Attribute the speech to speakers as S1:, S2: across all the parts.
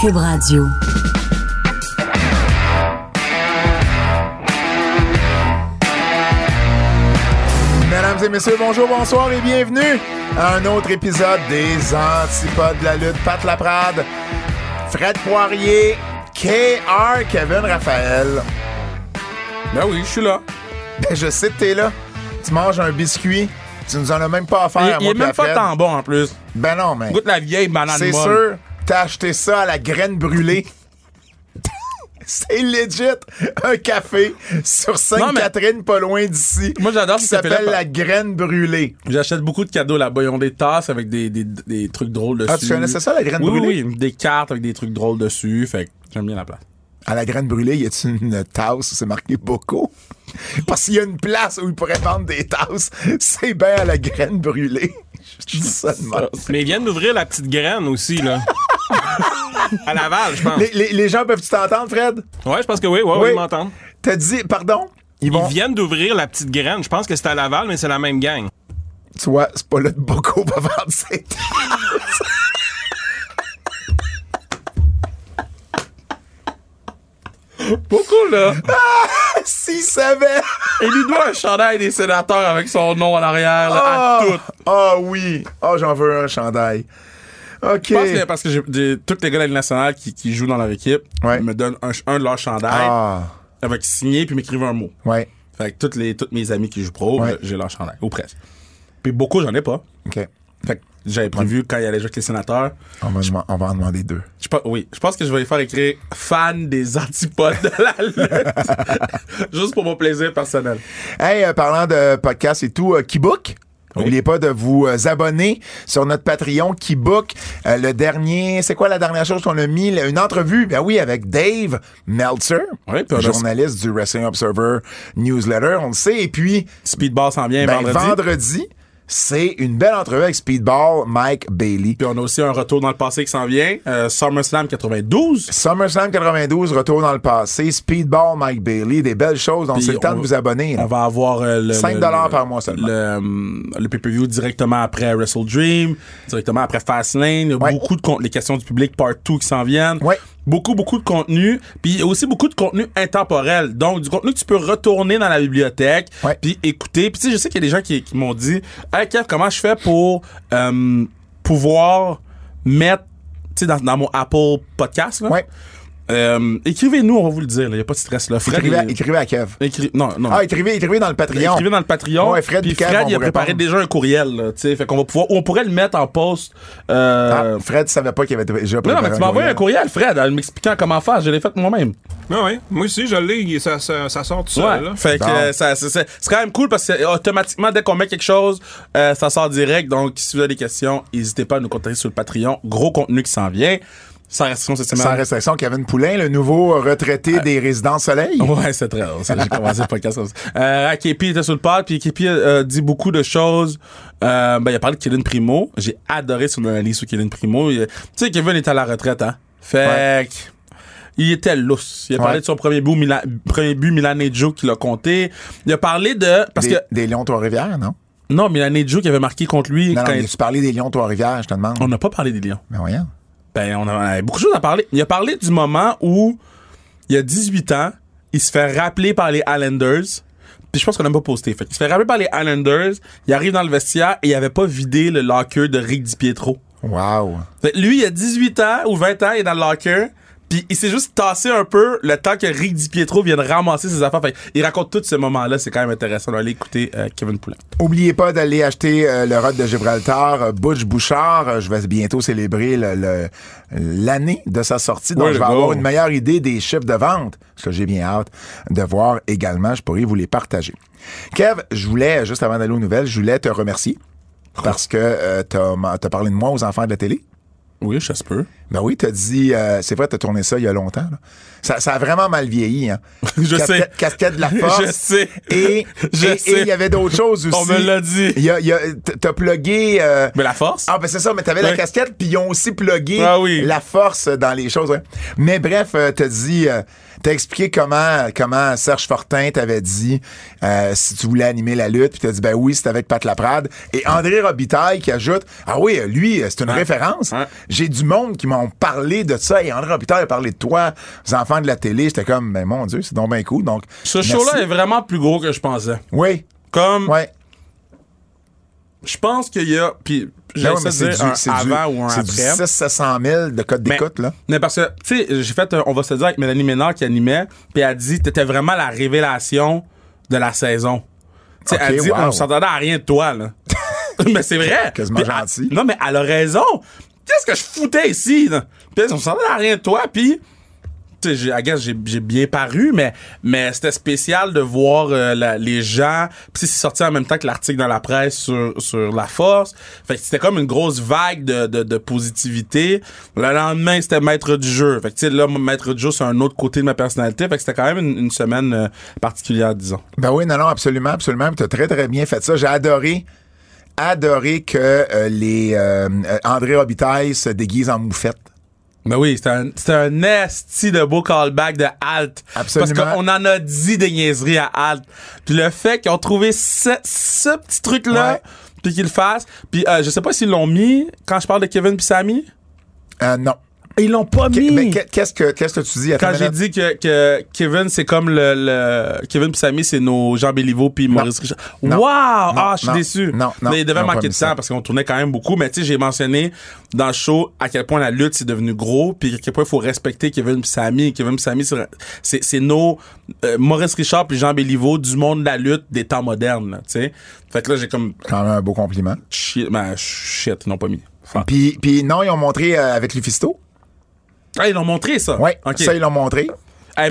S1: Cube Radio.
S2: Mesdames et messieurs, bonjour, bonsoir et bienvenue à un autre épisode des Antipodes de la lutte. Pat Laprade, Fred Poirier, KR, Kevin Raphaël.
S3: Ben oui, je suis là.
S2: Ben, je sais que t'es là. Tu manges un biscuit. Tu nous en as même pas offert.
S3: Il,
S2: à
S3: il
S2: moi
S3: est
S2: puis à
S3: même pas
S2: Fred.
S3: tant bon en plus.
S2: Ben non, mais.
S3: Goûte la vieille banane
S2: C'est
S3: molle.
S2: sûr, t'as acheté ça à la graine brûlée. C'est legit un café sur Sainte-Catherine, pas loin d'ici.
S3: Moi, j'adore
S2: qui
S3: ce café-là,
S2: s'appelle
S3: par-
S2: la graine brûlée.
S3: J'achète beaucoup de cadeaux là-bas. Ils ont des tasses avec des, des, des trucs drôles dessus.
S2: Ah, tu connaissais ça, la graine
S3: oui,
S2: brûlée?
S3: Oui, oui, des cartes avec des trucs drôles dessus. Fait que j'aime bien la place.
S2: À la graine brûlée, y a-t-il une tasse où c'est marqué Boco? Parce qu'il y a une place où ils pourraient vendre des tasses. C'est bien à la graine brûlée. Je dis ça de même.
S4: Mais ils viennent d'ouvrir la petite graine aussi, là. à Laval, je pense.
S2: Les, les- les gens peuvent-tu t'entendre, Fred?
S4: Ouais, je pense que oui, ouais,
S2: Oui.
S4: oui. ils m'entendent.
S2: T'as dit, pardon? Ils
S4: Ils
S2: vont.
S4: viennent d'ouvrir la petite graine. Je pense que c'est à Laval, mais c'est la même gang.
S2: Tu vois, c'est pas là de Boco va vendre ses tasses.
S3: Beaucoup, là.
S2: S'ils savaient!
S3: Il lui doit un chandail des sénateurs avec son nom à l'arrière, là,
S2: Ah
S3: à tout.
S2: Ah oui. Ah, j'en veux un chandail. OK.
S3: Je pense que parce que j'ai, j'ai- tous les gars de la Ligue nationale qui, qui jouent dans leur équipe
S2: Ouais.
S3: ils me donnent un, un de leurs chandails
S2: Ah,
S3: avec signé puis m'écrivent un mot.
S2: ouais.
S3: Fait que toutes les, toutes mes amis qui jouent pro,
S2: Ouais.
S3: j'ai leur chandail, ou presque. Puis beaucoup, j'en ai pas.
S2: OK.
S3: Fait que j'avais prévu quand il allait jouer avec les sénateurs.
S2: On va, deman- on va en demander deux.
S3: Je pense, oui, je pense que je vais lui faire écrire fan des antipodes de la lutte. Juste pour mon plaisir personnel.
S2: Hey, euh, parlant de podcast et tout, euh, Keybook.
S3: Oui.
S2: N'oubliez pas de vous euh, abonner sur notre Patreon Keybook. Euh, le dernier, c'est quoi la dernière chose qu'on a mis? Le- Une entrevue, ben oui, avec Dave Meltzer,
S3: Oui, puis on a-
S2: journaliste du Wrestling Observer Newsletter, on le sait. Et puis,
S3: Speedball s'en vient
S2: ben,
S3: vendredi.
S2: vendredi c'est une belle entrevue avec Speedball Mike Bailey.
S3: Puis on a aussi un retour dans le passé qui s'en vient. Euh, SummerSlam 92.
S2: SummerSlam 92, retour dans le passé, Speedball Mike Bailey, des belles choses. Donc,
S3: Puis
S2: c'est le temps
S3: on-
S2: de vous abonner. là.
S3: On va avoir euh, le,
S2: 5
S3: le-
S2: dollars
S3: le-
S2: par mois seulement.
S3: Le, euh, le pay-per-view directement après Wrestle Dream, directement après Fastlane. Il y a
S2: Ouais.
S3: beaucoup de contenu, les questions du public partout qui s'en viennent.
S2: Ouais.
S3: Beaucoup, beaucoup de contenu. Puis il y a aussi beaucoup de contenu intemporel. Donc, du contenu que tu peux retourner dans la bibliothèque,
S2: Ouais.
S3: puis écouter. Puis tu sais, je sais qu'il y a des gens qui, qui m'ont dit « Hey Kev, comment je fais pour euh, pouvoir mettre, tu sais, dans, dans mon Apple Podcast, là?
S2: Ouais.
S3: Euh, écrivez-nous, on va vous le dire. Il n'y a pas de stress. Là. Fred,
S2: Écrivez, à,
S3: il-
S2: écrivez à Kev.
S3: écri- non, non.
S2: Ah, écrivez, écrivez dans le Patreon.
S3: Écrivez dans le Patreon.
S2: Ouais, Fred
S3: puis
S2: Picard,
S3: Fred,
S2: on
S3: il a
S2: vous
S3: préparé
S2: répond.
S3: déjà un courriel, là, tu sais. Fait qu'on va pouvoir, ou on pourrait le mettre en post. Euh,
S2: Ah, Fred savait pas qu'il avait déjà
S3: non, non,
S2: préparé
S3: mais tu m'as envoyé un courriel, Fred, en m'expliquant comment faire. Je l'ai fait moi-même.
S4: Ouais, ouais. Ah Moi aussi, je l'ai. il- Ça, ça, ça sort tout seul, là.
S3: Fait que
S2: Bon.
S3: euh, ça, ça- ça- c'est quand même cool parce que euh, automatiquement, dès qu'on met quelque chose, euh, ça sort direct. Donc, si vous avez des questions, n'hésitez pas à nous contacter sur le Patreon. Gros contenu qui s'en vient. Sans restriction cette
S2: Sans
S3: semaine.
S2: restriction, Kevin Poulain, le nouveau euh, retraité des résidences Soleil.
S3: Ah. Ouais, c'est très drôle. ça. J'ai commencé le podcast comme ça. Euh, Kepi était sur le pod, puis Kepi euh, dit beaucoup de choses. Euh, ben, il a parlé de Kevin Primo. J'ai adoré son analyse sur Kevin Primo. Il- Tu sais, Kevin était à la retraite, hein. Fait
S2: Ouais.
S3: que- Il était lousse. Il a parlé
S2: Ouais.
S3: de son premier but, Milan, premier but Milanejo qui l'a compté. Il a parlé de. Parce
S2: des,
S3: que.
S2: des Lions Trois-Rivières, non?
S3: Non, Milanejo qui avait marqué contre lui.
S2: Non,
S3: quand
S2: non,
S3: il-
S2: mais tu parlais des Lions Trois-Rivières, je te demande.
S3: On n'a pas parlé des Lions.
S2: Mais voyons.
S3: Ben, on a, on avait beaucoup de choses à parler. Il a parlé du moment où, il y a 18 ans, il se fait rappeler par les Islanders. Puis je pense qu'on n'a pas posté. Fait. Il se fait rappeler par les Islanders. Il arrive dans le vestiaire et il avait pas vidé le locker de Rick DiPietro.
S2: Wow.
S3: Fait, lui, il a 18 ans ou 20 ans, il est dans le locker. Puis il s'est juste tassé un peu le temps que Rick DiPietro vienne ramasser ses affaires. Fait, il raconte tous ces moments-là. C'est quand même intéressant d'aller écouter euh, Kevin Poulin.
S2: Oubliez pas d'aller acheter euh, le Rod de Gibraltar, euh, Butch Bouchard. Euh, je vais bientôt célébrer le- le- l'année de sa sortie, donc
S3: Ouais,
S2: je vais
S3: go.
S2: avoir une meilleure idée des chiffres de vente. Parce que j'ai bien hâte de voir également. Je pourrais vous les partager. Kev, je voulais, juste avant d'aller aux nouvelles, je voulais te remercier parce que euh, t'as as parlé de moi aux enfants de la télé.
S3: Oui, ça se peut.
S2: Ben oui, t'as dit, euh, c'est vrai, t'as tourné ça il y a longtemps. là. Ça, ça a vraiment mal vieilli. Hein.
S3: Je
S2: casquette,
S3: sais.
S2: Casquette de la force.
S3: Je sais.
S2: Et
S3: Je
S2: et- et
S3: sais.
S2: il y avait d'autres choses aussi.
S3: On me l'a dit.
S2: Il y a- il y a- t- T'as plugué. euh,
S3: Mais la force?
S2: ah, ben c'est ça, mais t'avais la
S3: Ouais.
S2: casquette, puis ils ont aussi plugué
S3: Ah oui.
S2: la force dans les choses. ouais. Mais bref, euh, t'as dit, euh, t'as expliqué comment, comment Serge Fortin t'avait dit euh, si tu voulais animer la lutte, puis t'as dit, ben oui, c'est avec Pat Laprade. Et André Robitaille qui ajoute, ah oui, lui, euh, c'est une référence.
S3: Hein?
S2: J'ai du monde qui m'a ont parlé de ça. Et André Hôpital a parlé de toi, les enfants de la télé. J'étais comme, mais mon Dieu, c'est donc bien cool. Donc,
S3: Ce
S2: merci.
S3: show-là est vraiment plus gros que je pensais.
S2: Oui,
S3: Comme,
S2: oui.
S3: je pense qu'il y a. Puis,
S2: Ben oui,
S3: j'essaie
S2: mais
S3: de dire un avant ou un
S2: c'est du
S3: après.
S2: 600-700 000 de code
S3: Mais-
S2: d'écoute, là.
S3: Mais parce que, tu sais, j'ai fait, un- on va se le dire avec Mélanie Ménard qui animait, puis elle dit, t'étais vraiment la révélation de la saison. Tu sais,
S2: Ok,
S3: elle dit,
S2: wow.
S3: on s'entendait à rien de toi, là. mais c'est vrai.
S2: Quasiment
S3: Puis
S2: gentil.
S3: elle- non, mais elle a raison. Qu'est-ce que je foutais ici, là? Puis on s'entendait à rien de toi, puis. Tu sais, j'ai- I guess j'ai j'ai bien paru, mais, mais c'était spécial de voir euh, la- les gens. Puis c'est sorti en même temps que l'article dans la presse sur, sur la force. Fait que c'était comme une grosse vague de, de, de positivité. Le lendemain, c'était maître du jeu. Fait que tu sais, là, mon maître du jeu, c'est un autre côté de ma personnalité. Fait que c'était quand même une, une semaine euh, particulière, disons.
S2: Ben oui, non, non, absolument, absolument. Tu as très, très bien fait ça. J'ai adoré, adoré que euh, les euh, euh, André Robitaille se déguise en moufette.
S3: Mais Ben oui, c'était un, c'était un esti de beau callback de Alt.
S2: Absolument.
S3: Parce qu'on en a dit des niaiseries à Alt. Puis le fait qu'ils ont trouvé ce, ce petit truc-là,
S2: Ouais.
S3: puis qu'ils le fassent. Puis euh, je sais pas s'ils l'ont mis quand je parle de Kevin puis Sammy.
S2: Euh, non.
S3: Ils l'ont pas
S2: Qu- Mais qu'est- qu'est-ce que, qu'est-ce que tu dis à
S3: Quand j'ai dit que, que Kevin, c'est comme le, le- Kevin puis Sammy, c'est nos Jean Béliveau puis Maurice Richard.
S2: Non.
S3: Wow! Ah, je
S2: Non.
S3: suis déçu.
S2: Non, non.
S3: mais il devait
S2: Ils ont pas mis
S3: manquer de
S2: ça.
S3: temps parce qu'on tournait quand même beaucoup. Mais tu sais, j'ai mentionné dans le show à quel point la lutte c'est devenu gros, puis à quel point il faut respecter Kevin puis Sammy. Kevin puis Sammy, c'est- c'est c'est nos euh, Maurice Richard puis Jean Béliveau du monde de la lutte des temps modernes. là, Tu sais, fait que là j'ai comme
S2: Quand même un beau compliment.
S3: shit, ben, shit, ils l'ont pas mis. Fuck.
S2: Puis, puis non, ils ont montré euh, avec Lufisto.
S3: Ah, ils l'ont montré ça.
S2: Oui,
S3: Ok.
S2: ça, ils l'ont montré.
S3: Eh ben,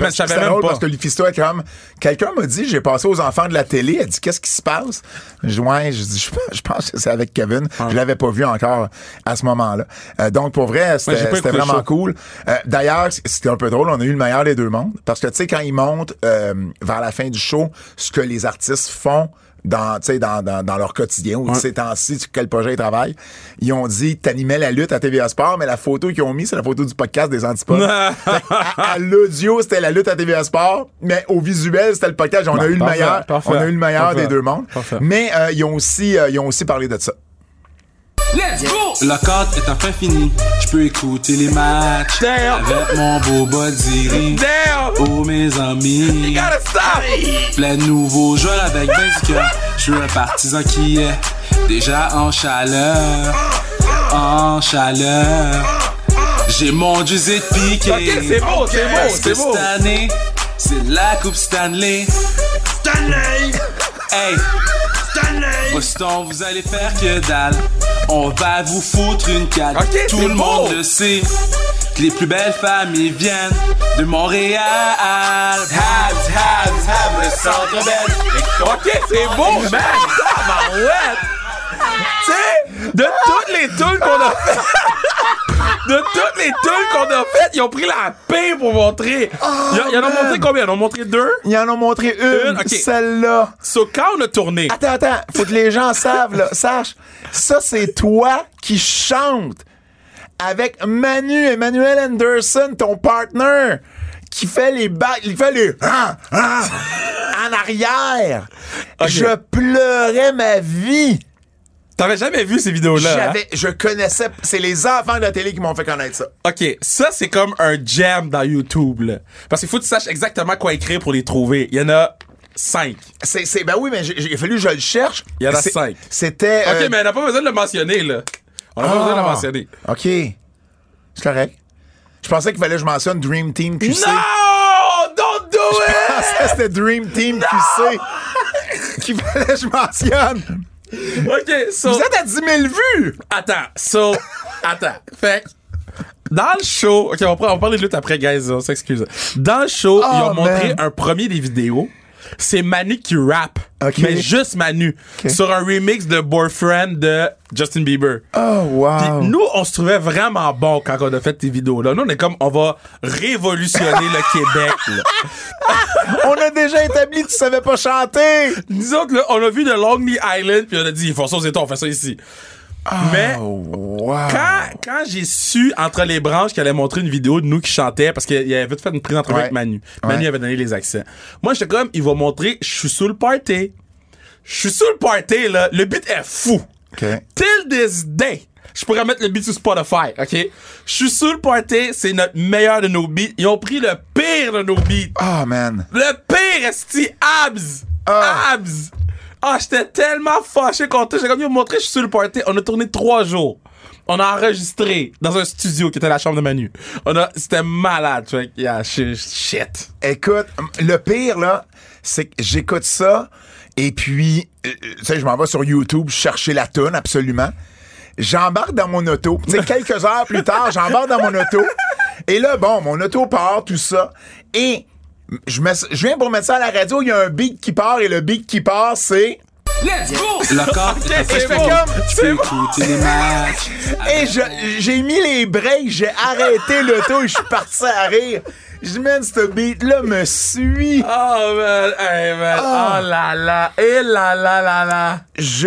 S2: Parce
S3: je
S2: que
S3: savais
S2: c'était
S3: même
S2: drôle
S3: pas.
S2: parce que Lufisto est comme. Quelqu'un m'a dit, j'ai passé aux enfants de la télé. Elle dit, qu'est-ce qui se passe? Je dis, ouais, je, dis, je- je pense que c'est avec Kevin.
S3: Ah.
S2: Je l'avais pas vu encore à ce moment-là. Euh, donc, pour vrai,
S3: Ouais, j'ai
S2: c'était
S3: pas
S2: c'était
S3: écouté le
S2: vraiment
S3: show.
S2: cool. Euh, D'ailleurs, c- c'était un peu drôle. On a eu le meilleur des deux mondes. Parce que, tu sais, quand ils montent euh, vers la fin du show, ce que les artistes font dans, tu sais, dans, dans, dans leur quotidien ou ces temps-ci, sur quel projet ils travaillent, ils ont dit, t'animais la lutte à TVA Sport, mais la photo qu'ils ont mis, c'est la photo du podcast des Antipodes. Fait que à, à l'audio, c'était la lutte à TVA Sport, mais au visuel, c'était le podcast. On a
S3: Bon,
S2: eu le
S3: Bah, parfait,
S2: meilleur.
S3: parfait,
S2: on a eu le meilleur
S3: parfait,
S2: des deux mondes.
S3: parfait.
S2: Mais euh, ils ont aussi euh, ils ont aussi parlé de ça.
S1: La carte est enfin finie. Je peux écouter les matchs
S3: Damn.
S1: avec mon beau body ring.
S3: Damn!
S1: Oh mes amis,
S3: Gotta stop!
S1: plein de nouveaux joueurs avec 20 cœurs. Je suis un partisan qui est déjà en chaleur, en chaleur. J'ai mon José piqué.
S3: Ok, c'est
S4: Oh,
S3: beau, c'est beau, Oh,
S1: Parce que
S3: c'est beau.
S1: Cette année, c'est la Coupe Stanley. Hey, Boston, vous allez faire que dalle. On va vous foutre une canne.
S3: Ok, c'est
S1: Tout le monde
S3: beau.
S1: le sait. Que les plus belles familles viennent de Montréal. Habs, Habs, Habs, le centre belle.
S3: Ok, c'est
S2: Oh,
S3: beau, man! Tabarouette! tu sais, de toutes les tunes qu'on a fait, de toutes les tunes qu'on a faites, ils ont pris la paix pour montrer.
S2: Oh,
S3: ils, ils en ont montré combien? Ils en ont montré deux?
S2: Ils en ont montré une,
S3: Une, ok.
S2: celle-là.
S3: So, quand on a tourné,
S2: Attends, attends, faut que les gens savent, là. Sache, ça, c'est toi qui chantes avec Manu, Emmanuel Anderson, ton partner, qui fait les bacs, il fait les Ah! Ah! en arrière. Je pleurais ma vie.
S3: t'avais jamais vu ces vidéos-là? hein?
S2: J'avais, je connaissais, c'est les enfants de la télé qui m'ont fait connaître ça.
S3: OK, ça, c'est comme un jam dans YouTube, là. Parce qu'il faut que tu saches exactement quoi écrire pour les trouver. Il y en a cinq.
S2: C'est, c'est- ben oui, mais j'ai, j'ai fallu que je le cherche.
S3: Il y en a
S2: C'est-
S3: cinq.
S2: C'était.
S3: OK,
S2: euh,
S3: mais on n'a pas besoin de le mentionner, là. On n'a pas besoin de le
S2: Ah,
S3: mentionner.
S2: OK. C'est correct. Je pensais qu'il fallait que je mentionne Dream Team QC.
S3: Non! Don't do
S2: Je
S3: it!
S2: pensais que c'était Dream Team QC qu'il fallait que je mentionne.
S3: OK, so...
S2: Vous êtes à 10 000 vues!
S3: Attends, so, attends. Fait que dans le show, ok, on, prend- on parle de lutte après, guys, on s'excuse. Dans le show, ils ont montré
S2: Oh, man.
S3: un premier des vidéos. C'est Manu qui rappe,
S2: Ok.
S3: mais juste Manu, sur un remix de Boyfriend de Justin Bieber.
S2: Oh, wow.
S3: Puis nous, on se trouvait vraiment bon quand on a fait tes vidéos-là. Nous, on est comme, on va révolutionner le Québec. là.
S2: On a déjà établi que tu savais pas chanter!
S3: Nous autres, là, on a vu de Lonely Island, puis on a dit, ils font ça aux États, on fait ça ici. Mais
S2: Oh, wow.
S3: quand, quand j'ai su entre les branches qu'elle allait montrer une vidéo de nous qui chantait, parce qu'il avait fait une prise d'entrevue
S2: Ouais.
S3: avec Manu. Manu
S2: Ouais.
S3: avait donné les accents. Moi, j'étais comme, il va montrer, je suis sous le party. Je suis sous le party, là. Le beat est fou.
S2: OK.
S3: Till this day. je pourrais mettre le beat sur Spotify, OK? Je suis sur le party, c'est notre meilleur de nos beats. Ils ont pris le pire de nos beats.
S2: Ah, man.
S3: Le pire, esti, abs!
S2: Ah.
S3: Abs! Ah, j'étais tellement fâché contre eux. J'ai comme, yo, montré, je suis sur le party. On a tourné trois jours. On a enregistré dans un studio qui était la chambre de Manu. On a, c'était malade. Fait que, yeah, shit, shit.
S2: Écoute, le pire, là, c'est que j'écoute ça, et puis, euh, tu sais, je m'en vais sur YouTube chercher la toune, absolument. J'embarque dans mon auto. Tu sais, quelques heures plus tard, j'embarque dans mon auto. Et là, bon, mon auto part, tout ça. Et je, mets- je viens pour mettre ça à la radio, il y a un beat qui part, et le beat qui part, c'est...
S1: Let's go! Le corps est un
S2: c'est
S1: peu
S3: Oh,
S2: bon.
S1: fou. Tu
S2: C'est
S1: peux
S2: bon.
S1: écouter les matchs.
S2: Et je- j'ai mis les breaks, j'ai arrêté l'auto et je suis parti à rire. Je mène ce beat-là me suit.
S3: Oh, man. Hey, man.
S2: Ah.
S3: Oh là là. Et là là là là.
S2: Je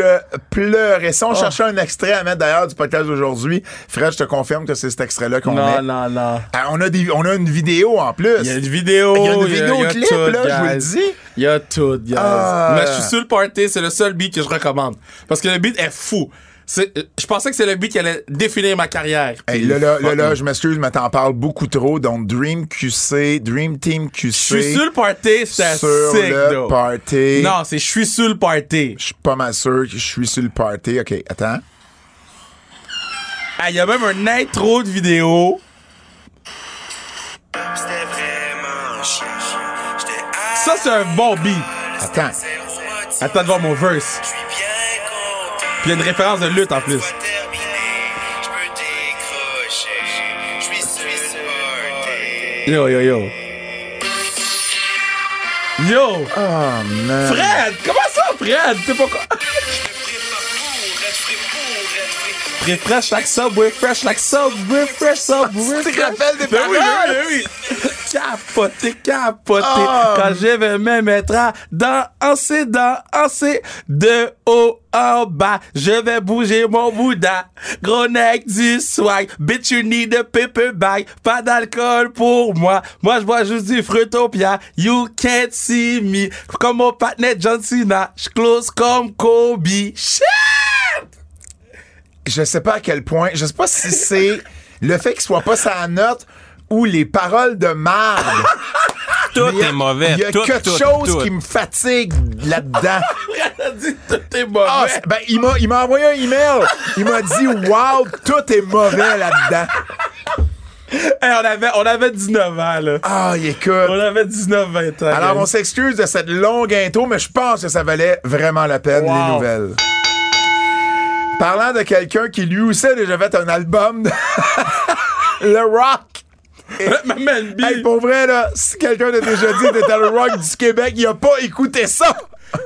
S2: pleurais.
S3: Oh.
S2: Si on cherchait un extrait à mettre d'ailleurs du podcast d'aujourd'hui, Fred, je te confirme que c'est cet extrait-là qu'on met.
S3: Non, non, non.
S2: Ah, on, a des, on a une vidéo en plus. Oh,
S3: Il y a une vidéo.
S2: Il y a une
S3: il y a
S2: vidéoclip,
S3: tout,
S2: là, je vous le
S3: guys.
S2: dis.
S3: Il y a tout, guys.
S2: Ah.
S3: Mais je suis sur le party, c'est le seul beat que je recommande. Parce que le beat est fou. C'est- Je pensais que c'est le beat qui allait définir ma carrière.
S2: Hey,
S3: Puis,
S2: là, là,
S3: fuck
S2: là, là,
S3: me.
S2: je m'excuse, mais t'en parles beaucoup trop. Donc, Dream QC, Dream Team QC.
S3: Je suis sur le party, c'était
S2: sur
S3: sick,
S2: le
S3: though.
S2: party.
S3: Non, c'est je suis sur le party.
S2: Je suis pas mal sûr que je suis sur le party. OK, attends.
S3: Ah, Il y a même un intro de vidéo.
S5: C'était vraiment chiant. J'étais
S3: Ça, c'est un bon beat.
S2: Attends.
S3: Attends de voir mon verse.
S5: Je suis bien content.
S3: Puis il y a une référence de lutte en plus.
S5: Soit terminé, je peux décrocher. Je suis sur le party.
S3: Yo, yo, yo. Yo!
S2: Oh, man.
S3: Fred! Comment ça, Fred? T'es pas quoi?
S5: Je me prépare pour être frais, pour être frais.
S3: Très fresh, like Subway, fresh, like Subway, fresh, Subway.
S2: Tu te
S3: fresh.
S2: rappelles des
S3: Ben oui,
S2: paroles?
S3: ben oui, ben oui. Capoté, capoté.
S2: Ah.
S3: Quand je vais me mettre à danser, danser de haut en bas, je vais bouger mon bouddha. Gros neck du swag, bitch you need a paper bag. Pas d'alcool pour moi, moi je bois juste du fruitopia. You can't see me, comme mon partner John Cena. Je close comme Kobe. Shit!
S2: je sais pas à quel point, je sais pas si c'est le fait qu'il soit pas sa note ou les paroles de marde.
S4: Tout
S2: Il y a-
S4: est mauvais.
S2: Il y a
S4: tout,
S2: quelque
S4: tout,
S2: chose
S4: tout.
S2: qui me fatigue là-dedans.
S3: Fred a dit tout est mauvais.
S2: Ah, c'est- ben, il m'a, il m'a envoyé un email. Il m'a dit, wow, tout est mauvais là-dedans.
S3: Hey, on, avait, on avait 19 ans, là.
S2: Ah, il
S3: On
S2: écoute.
S3: avait 19-20 ans.
S2: Alors,
S3: gang.
S2: on s'excuse de cette longue intro, mais je pense que ça valait vraiment la peine,
S3: Wow.
S2: les nouvelles. Parlant de quelqu'un qui lui aussi a déjà fait un album, de- le rock.
S3: Maman B.
S2: Hey, pour vrai, là, si quelqu'un t'a déjà dit que t'étais le rock du Québec, il a pas écouté ça!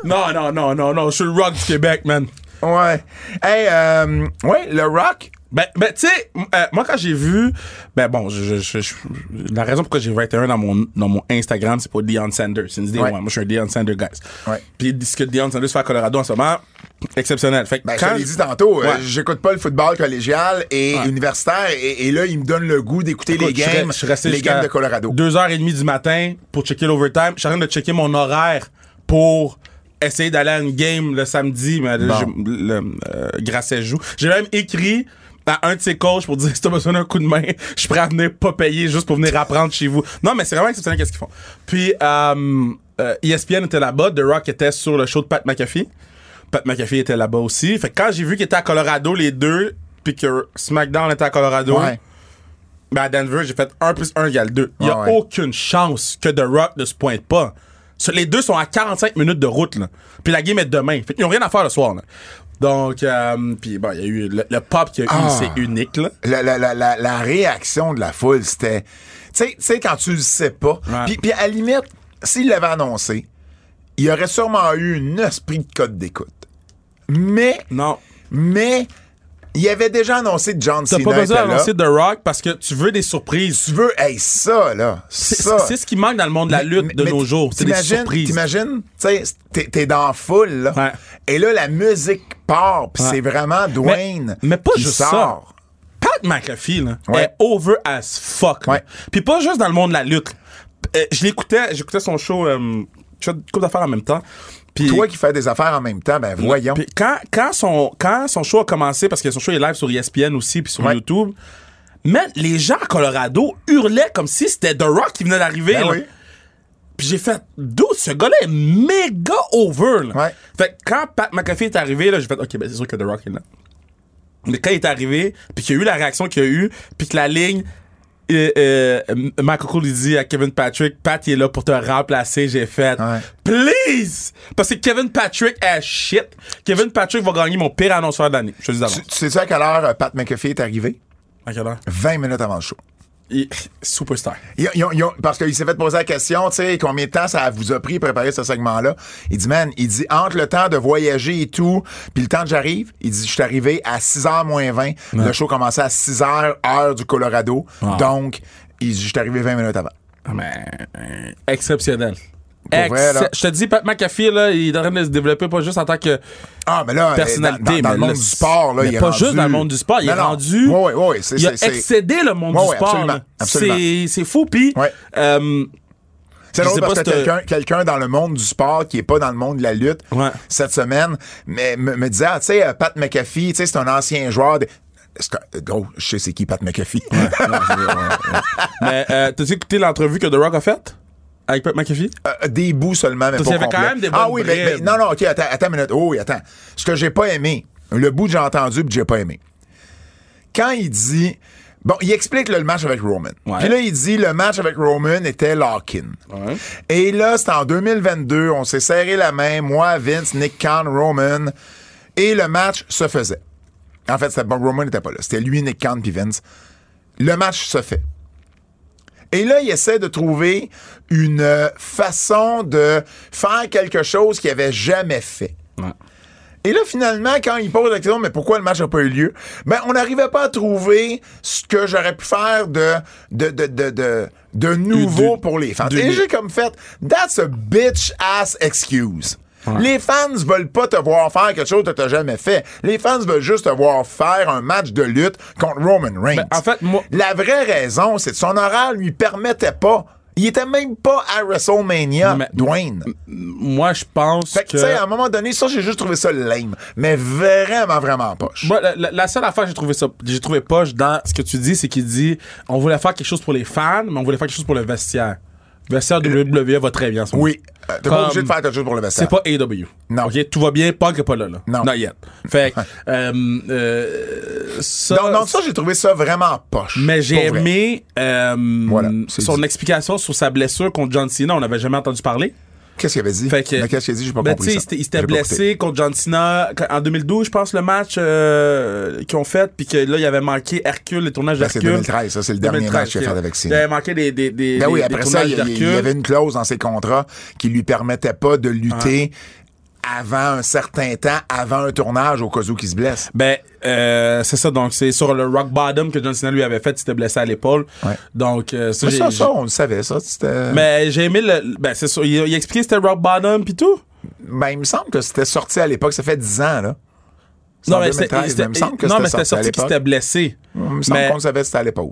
S3: Non, non, non, non, non, je suis le rock du Québec, man.
S2: Ouais. Hey, euh, ouais, le rock,
S3: Ben, ben tu sais, m- euh, moi, quand j'ai vu... Ben, bon, je, je- je- je- la raison pourquoi j'ai 21 dans mon, dans mon Instagram, c'est pour Deion Sanders. C'est une idée,
S2: Ouais.
S3: moi, je suis un Deion Sanders, guys.
S2: Ouais.
S3: Puis ce que Deion Sanders fait à Colorado en ce moment, exceptionnel. Fait que
S2: Ben,
S3: quand...
S2: je l'ai dit tantôt, euh,
S3: Ouais.
S2: j'écoute pas le football collégial et
S3: Ouais.
S2: universitaire, et, et là, il me donne le goût d'écouter les
S3: Écoute, je suis
S2: games,
S3: re- je suis resté
S2: les
S3: jusqu'à
S2: games de Colorado.
S3: 2h30 du matin pour checker l'overtime. Je suis en train de checker mon horaire pour essayer d'aller à une game le samedi. Mais là,
S2: Bon.
S3: je- le, euh, Grasset joue. J'ai même écrit à un de ses coachs pour dire si t'as besoin d'un coup de main, je suis prêt à venir pas payer juste pour venir apprendre chez vous. Non, mais c'est vraiment exceptionnel qu'est-ce qu'ils font. Puis, euh, euh, ESPN était là-bas, The Rock était sur le show de Pat McAfee. Pat McAfee était là-bas aussi. Fait que quand j'ai vu qu'il était à Colorado, les deux, puis que SmackDown était à Colorado,
S2: Ouais.
S3: ben à Denver, j'ai fait 1 plus 1 égale 2. Il n'y a
S2: Ah ouais.
S3: aucune chance que The Rock ne se pointe pas. Ça, Les deux sont à 45 minutes de route. Là. Puis la game est demain. Fait qu'ils n'ont rien à faire le soir. là. Donc, euh, puis bon, il y a eu le, le pop qu'il y a eu,
S2: Ah.
S3: c'est unique. Là.
S2: La, la- la- la- la réaction de la foule, c'était. Tu sais- tu sais, quand tu le sais pas.
S3: Ouais.
S2: Puis, puis à la limite, s'il l'avait annoncé, il y aurait sûrement eu un esprit de code d'écoute. Mais,
S3: Non.
S2: mais, il avait déjà annoncé John
S3: T'as
S2: Cena.
S3: pas besoin
S2: était là.
S3: d'annoncer The Rock parce que tu veux des surprises.
S2: Tu veux, hey, ça, là.
S3: C'est
S2: ça.
S3: c'est ce qui manque dans le monde de la lutte de
S2: Mais-
S3: nos
S2: mais
S3: jours. C'est des
S2: t'imagines-
S3: surprises.
S2: T'imagines, tu sais, t'es, t'es dans la foule, là.
S3: Ouais.
S2: Et là, la musique part, puis
S3: Ouais.
S2: c'est vraiment Dwayne
S3: mais pas
S2: qui
S3: juste
S2: sort.
S3: ça. Pat McAfee là,
S2: Ouais.
S3: est over as fuck. là.
S2: Ouais.
S3: Puis pas juste dans le monde de la lutte. là. Euh, je l'écoutais, j'écoutais son show, euh, je fais une couple d'affaires en même temps. Puis-
S2: Toi qui fais des affaires en même temps, ben voyons.
S3: Puis quand, quand, son, quand son show a commencé, parce que son show est live sur E ESPN aussi, puis sur
S2: Ouais.
S3: YouTube, man, les gens à Colorado hurlaient comme si c'était The Rock qui venait d'arriver.
S2: Ben
S3: là.
S2: oui.
S3: Puis j'ai fait, dude, ce gars-là est méga over. là.
S2: Ouais.
S3: Fait que quand Pat McAfee est arrivé, là, j'ai fait, OK, ben c'est sûr que The Rock est là. Mais quand il est arrivé, puis qu'il y a eu la réaction qu'il y a eu, puis que la ligne. Euh, euh, Michael Cole, il dit à Kevin Patrick, Pat, il est là pour te remplacer, j'ai fait.
S2: Ouais.
S3: Please! Parce que Kevin Patrick est shit. Kevin Patrick va gagner mon pire annonceur de l'année. Je te dis d'avance.
S2: Tu, tu sais-tu à quelle heure euh, Pat McAfee est arrivé?
S3: À quelle heure?
S2: 20 minutes avant le show.
S3: Il- Superstar.
S2: Ils ont- ils ont- ils ont- parce qu'il s'est fait poser la question, tu sais, combien de temps ça vous a pris de préparer ce segment-là? Il dit, man, il dit, entre le temps de voyager et tout, puis le temps que j'arrive, il dit, je suis arrivé à 6h moins 20. Le show commençait à 6h, heure du Colorado. Donc, il dit, je suis arrivé 20 minutes avant.
S3: Ah, mais, euh, exceptionnel.
S2: Pour vrai,
S3: Excep-
S2: là.
S3: je te dis, Pat McAfee, là, il est en train de se développer pas juste en tant que
S2: Ah, mais là,
S3: personnalité,
S2: dans, dans- dans
S3: mais
S2: le monde
S3: là,
S2: du sport, là,
S3: mais
S2: il est
S3: pas
S2: rendu-
S3: juste dans le monde du sport, il
S2: Non,
S3: est
S2: non.
S3: rendu.
S2: Oui, oui, oui. c'est-
S3: il a
S2: c'est- c'est-
S3: excédé le monde
S2: Ouais,
S3: du
S2: ouais,
S3: sport.
S2: absolument,
S3: là.
S2: absolument.
S3: C'est c'est fou. Puis,
S2: Ouais.
S3: euh,
S2: C'est
S3: Je
S2: drôle parce
S3: sais pas
S2: que
S3: si t'as-
S2: quelqu'un quelqu'un dans le monde du sport qui est pas dans le monde de la lutte
S3: Ouais.
S2: cette semaine mais, me, me disait, ah, tu sais, euh, Pat McAfee, tu sais, c'est un ancien joueur. De... c'est que- Gros, je sais c'est qui Pat McAfee.
S3: mais, euh, t'as-tu écouté l'entrevue que The Rock a faite avec Pat McAfee?
S2: Euh, des bouts seulement, mais pas
S3: Parce qu'il y avait
S2: complet.
S3: quand même des
S2: Ah
S3: bonnes
S2: oui, mais, mais-
S3: brides.
S2: non, non, OK, attends, attends une minute. Oh oui, attends. Ce que j'ai pas aimé, le bout que j'ai entendu puis que j'ai pas aimé. Quand il dit... Bon, il explique là, le match avec Roman.
S3: Ouais.
S2: Puis là, il dit le match avec Roman était lock-in. Et là, c'est en 2022, on s'est serré la main, moi, Vince, Nick Khan, Roman, et le match se faisait. En fait, c'était bon, Roman n'était pas là. C'était lui, Nick Khan, puis Vince. Le match se fait. Et là, il essaie de trouver une euh, façon de faire quelque chose qu'il avait jamais fait. Et là, finalement, quand il pose la question, mais pourquoi le match n'a pas eu lieu? Ben, on n'arrivait pas à trouver ce que j'aurais pu faire de, de, de, de, de, de nouveau
S3: de-
S2: pour les fans.
S3: de-
S2: Et j'ai comme fait, that's a bitch ass excuse. Les fans veulent pas te voir faire quelque chose que t'as jamais fait. Les fans veulent juste te voir faire un match de lutte contre Roman Reigns.
S3: Ben, en fait, moi-
S2: La vraie raison, c'est que son horaire lui permettait pas. Il était même pas à WrestleMania,
S3: Mais-
S2: Dwayne.
S3: Moi, je pense
S2: Fait que, tu sais, à un moment donné, ça, j'ai juste trouvé ça lame. Mais vraiment, vraiment poche.
S3: Moi, la, la- la seule affaire que j'ai trouvé ça, j'ai trouvé poche dans ce que tu dis, c'est qu'il dit, on voulait faire quelque chose pour les fans, mais on voulait faire quelque chose pour le vestiaire. Le vestiaire de WWE va très bien. en ce moment.
S2: Euh, Oui. Euh, T'es
S3: Comme-
S2: pas obligé de faire quelque chose pour le vestiaire.
S3: C'est pas AW.
S2: Non.
S3: OK, tout va bien, Punk est pas là, là.
S2: Non.
S3: Not yet. Fait que, euh, euh, ça,
S2: Non, non, ça, j'ai trouvé ça vraiment poche.
S3: mais j'ai
S2: Pour vrai.
S3: aimé euh,
S2: Voilà, c'est
S3: son
S2: dit.
S3: explication sur sa blessure contre John Cena. On n'avait jamais entendu parler.
S2: Qu'est-ce qu'il avait dit?
S3: Fait que,
S2: Mais qu'est-ce qu'il a dit? J'ai pas
S3: Ben,
S2: compris.
S3: tu
S2: ça.
S3: sais, il s'était- Il
S2: J'ai
S3: s'était
S2: pas écouté.
S3: blessé contre John Cena quand- en 2012, je pense, le match euh, qu'ils ont fait, puis que là, il avait manqué Hercule, les tournages
S2: Ben, c'est
S3: d'Hercule.
S2: 2013, ça, c'est le dernier match qu'il a
S3: ok.
S2: fait avec Cena.
S3: Il avait manqué des, des, des,
S2: Ben oui,
S3: des- des
S2: après ça,
S3: tournages
S2: il y, a- il y
S3: d'Hercule.
S2: avait une clause dans ses contrats qui lui permettait pas de lutter avant un certain temps, avant un tournage, au cas où qu'il se blesse.
S3: Ben, euh, c'est ça. Donc, c'est sur le rock bottom que John Cena lui avait fait. Il s'était blessé à l'épaule.
S2: Ouais.
S3: Donc, euh,
S2: Mais
S3: j'ai-
S2: ça,
S3: j'ai-
S2: ça, on le savait, ça. C'était...
S3: Mais j'ai aimé le. Ben, c'est sûr. Il, a- il a expliqué que c'était rock bottom puis tout.
S2: Ben, il me semble que c'était sorti à l'époque. Ça fait 10 ans, là. C'est en
S3: mais
S2: 2013,
S3: c'était-
S2: mais il me semble que
S3: non,
S2: c'était
S3: mais c'était
S2: sorti à
S3: sorti qu'il
S2: l'époque.
S3: s'était blessé.
S2: Il me semble
S3: Mais-
S2: qu'on le savait, c'était à l'épaule.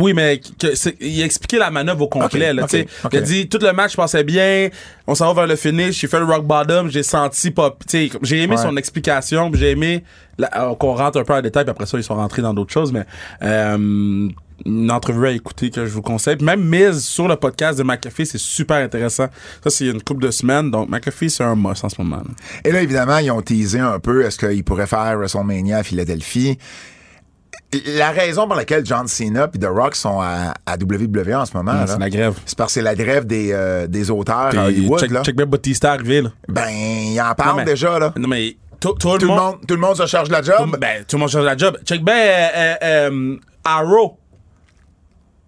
S3: Oui, mais que c'est- il a expliqué la manœuvre au complet.
S2: Ok,
S3: là,
S2: ok,
S3: tu sais.
S2: ok.
S3: Il a dit tout le match passait bien, on s'en va vers le finish, j'ai fait le rock bottom, j'ai senti pas. tu sais, J'ai aimé
S2: Ouais.
S3: son explication, puis j'ai aimé la- euh, qu'on rentre un peu en détail, puis après ça, ils sont rentrés dans d'autres choses, mais euh, une entrevue à écouter que je vous conseille. Puis Même mise sur le podcast de McAfee, c'est super intéressant. Ça, c'est il y a une couple de semaines, donc McAfee, c'est un must en ce moment. là.
S2: Et là, évidemment, ils ont teasé un peu est-ce qu'ils pourraient faire WrestleMania à Philadelphie. La raison pour laquelle John Cena et The Rock sont à, à WWE en ce moment,
S3: Ouais,
S2: là,
S3: Mm, c'est la grève.
S2: c'est parce que c'est la grève des, euh, des auteurs à
S3: Puis
S2: Hollywood.
S3: check,
S2: là.
S3: check bien Bautista arrivé. Là.
S2: Ben, ils en parlent
S3: mais-
S2: déjà. Là.
S3: Non, mais tout,
S2: Tout,
S3: tout
S2: le monde, tout le monde se charge de la job.
S3: Ben, tout le monde change la job. Check ben euh, euh, euh, Arrow.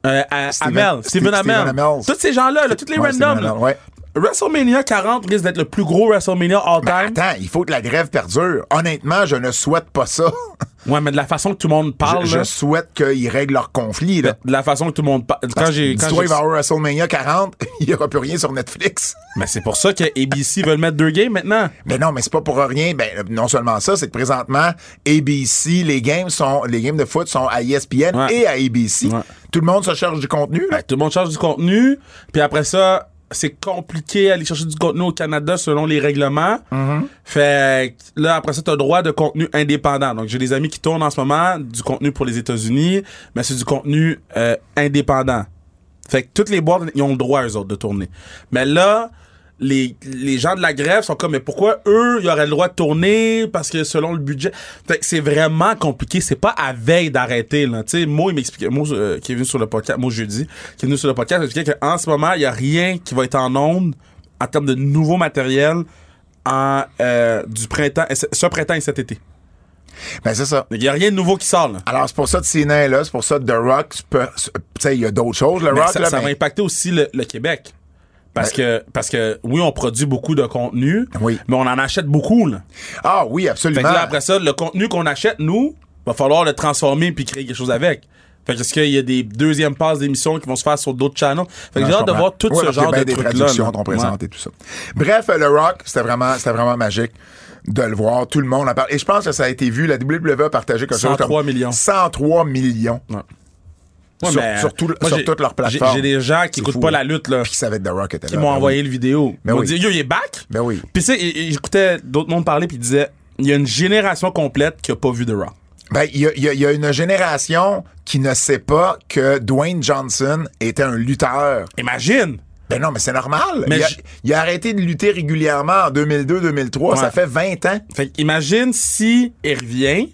S3: Euh, euh,
S2: Steven-
S3: Amel,
S2: Steven
S3: Steven Amel.
S2: Amell.
S3: Tous ces gens-là, là, tous les
S2: Ouais,
S3: randoms.
S2: Steven
S3: là.
S2: Amell, ouais. Ben,
S3: WrestleMania 40 risque d'être le plus gros WrestleMania all-time.
S2: Attends, il faut que la grève perdure. Honnêtement, je ne souhaite pas ça.
S3: ouais, mais de la façon que tout le monde
S2: Je,
S3: parle,
S2: je
S3: là,
S2: souhaite qu'ils règlent leur conflit. Là.
S3: de la façon que tout le monde parle. Quand j'ai. quand
S2: Dis-toi,
S3: j'ai-
S2: il va y avoir WrestleMania 40, il n'y aura plus rien sur Netflix.
S3: Mais c'est pour ça que ABC veulent mettre deux games maintenant.
S2: Mais non, mais c'est pas pour rien. Ben, euh, non seulement ça, c'est que présentement, ABC, les games sont, les games de foot sont à E ESPN
S3: Ouais.
S2: et à ABC.
S3: Ouais.
S2: Tout le monde se charge du contenu. là.
S3: Tout le monde change du contenu, puis après ça, c'est compliqué aller chercher du contenu au Canada selon les règlements.
S2: Mm-hmm.
S3: Fait que là, après ça, t'as droit de contenu indépendant. Donc, j'ai des amis qui tournent en ce moment du contenu pour les États-Unis, mais c'est du contenu euh, indépendant. Fait que toutes les boîtes, ils ont le droit, eux autres, de tourner. Mais là, les, les gens de la grève sont comme, mais pourquoi eux, ils auraient le droit de tourner parce que selon le budget. Fait que c'est vraiment compliqué. C'est pas à veille d'arrêter, là. Tu sais, Mo, il m'expliquait, Mo, euh, qui est venu sur le podcast, Mo jeudi, qui est venu sur le podcast, il m'expliquait qu'en ce moment, il y a rien qui va être en onde en termes de nouveau matériel en, euh, du printemps, et ce ce printemps et cet été.
S2: Ben, c'est ça.
S3: Il n'y a rien de nouveau qui sort, là.
S2: Alors, c'est pour ça que Cena est là, c'est pour ça que The Rock, c'est pas- c'est- tu sais, il y a d'autres choses, le
S3: Mais
S2: Rock,
S3: ça,
S2: là,
S3: ça
S2: mais-
S3: va impacter aussi le, le Québec. Parce que, parce que, oui, on produit beaucoup de contenu,
S2: Oui.
S3: mais on en achète beaucoup. Là.
S2: Ah oui, absolument.
S3: Fait que là, après ça, le contenu qu'on achète, nous, va falloir le transformer puis créer quelque chose avec. Fait que est-ce qu'il y a des deuxièmes passes d'émissions qui vont se faire sur d'autres channels? Fait que j'ai hâte de voir tout
S2: Ouais,
S3: ce
S2: parce qu'il y a
S3: genre
S2: bien
S3: de
S2: des
S3: trucs-là.
S2: traductions
S3: là.
S2: qu'on présente
S3: Ouais.
S2: et tout ça. Bref, euh, le rock, c'était vraiment, c'était vraiment magique de le voir. Tout le monde en parle. Et je pense que ça a été vu. La WWE a partagé quelque chose
S3: 103
S2: comme
S3: millions.
S2: 103 millions.
S3: Ouais,
S2: sur,
S3: mais,
S2: sur tout-
S3: moi,
S2: sur
S3: j'ai-
S2: toutes leurs
S3: j'ai-
S2: plateformes.
S3: J'ai des gens
S2: C'est
S3: qui écoutent
S2: fou.
S3: pas la lutte, là.
S2: Puis qui savaient que The Rock était là.
S3: qui m'ont
S2: Ben
S3: envoyé le vidéo.
S2: Ben
S3: ils m'ont
S2: oui.
S3: dit, yo, il est back?
S2: Ben oui.
S3: Puis tu sais, et- et j'écoutais d'autres monde parler puis ils disaient, il y a une génération complète qui a pas vu The Rock.
S2: Ben, il y, a- il y a- il y a une génération qui ne sait pas que Dwayne Johnson était un lutteur.
S3: Imagine!
S2: Ben non, mais c'est normal.
S3: Mais
S2: il, a,
S3: j-
S2: il a arrêté de lutter régulièrement en 2002-2003. Ça
S3: Ouais.
S2: fait 20 ans.
S3: Fait que imagine si il revient,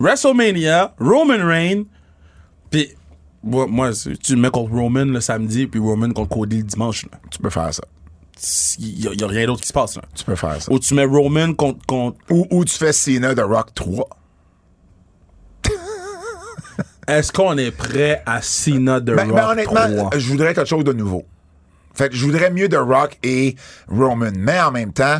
S3: WrestleMania, Roman Reigns, puis moi, moi, c'est- tu le mets contre Roman le samedi, puis Roman contre Cody le dimanche. là.
S2: Tu peux faire ça.
S3: Il y a- il y a, rien d'autre qui se passe. Là.
S2: Tu peux faire ça.
S3: Ou tu mets Roman contre... contre
S2: Ou, ou tu fais Cena The Rock 3.
S3: Est-ce qu'on est prêt à Cena de
S2: Ben, ben,
S3: Rock
S2: honnêtement,
S3: 3?
S2: je voudrais quelque chose de nouveau. Fait que je voudrais mieux The Rock et Roman. Mais en même temps.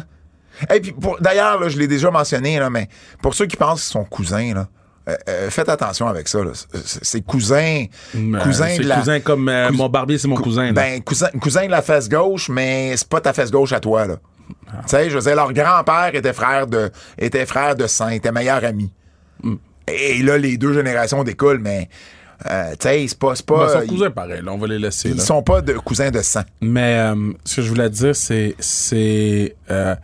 S2: Et puis pour- d'ailleurs, là, je l'ai déjà mentionné, là, mais pour ceux qui pensent qu'ils sont cousins, là, euh, euh, faites attention avec ça. là. C'est- C'est cousin.
S3: Ben,
S2: euh, cousin
S3: c'est
S2: de la.
S3: cousin comme euh, mon barbier, c'est mon cousin. là.
S2: Ben, cousin, cousin de la fesse gauche, mais c'est pas ta fesse gauche à toi, là.
S3: Ah.
S2: Tu sais, je veux dire, leur grand-père était frère de, était frère de saint, était meilleur ami.
S3: Hmm.
S2: Et là, les deux générations découlent, mais, euh, tu sais, c'est pas, c'est
S3: Ben,
S2: pas,
S3: son
S2: ils-
S3: cousin, pareil, là, on va les laisser.
S2: ils
S3: là.
S2: sont pas de cousins de sang.
S3: Mais euh, ce que je voulais dire, c'est. c'est euh, tu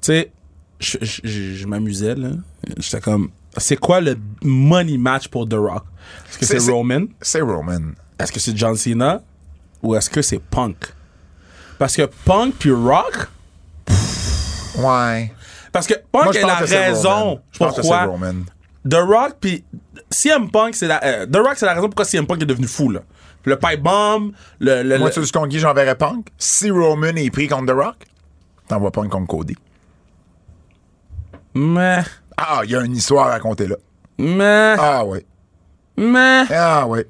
S3: sais, je, je- je- je m'amusais, là. J'étais comme. C'est quoi le money match pour The Rock? Est-ce que
S2: C'est-
S3: c'est
S2: c'est-
S3: Roman?
S2: C'est Roman.
S3: Est-ce que c'est John Cena? Ou est-ce que c'est Punk? Parce que Punk puis Rock.
S2: Ouais.
S3: Parce que Punk
S2: Moi, je
S3: est
S2: pense
S3: la
S2: que c'est Roman.
S3: raison
S2: Je pense que c'est
S3: pourquoi.
S2: Roman.
S3: The Rock puis CM Punk, c'est la. euh, The Rock, c'est la raison pourquoi CM Punk est devenu fou, là. Le pipe bomb, le. le-
S2: Moi,
S3: le-
S2: tu sais ce qu'on dit, j'enverrais Punk. Si Roman est pris contre The Rock, t'envoies Punk contre Cody.
S3: Mais.
S2: Ah, il y a une histoire à raconter là.
S3: Mais.
S2: Ah, ouais.
S3: Mais.
S2: Ah, ouais.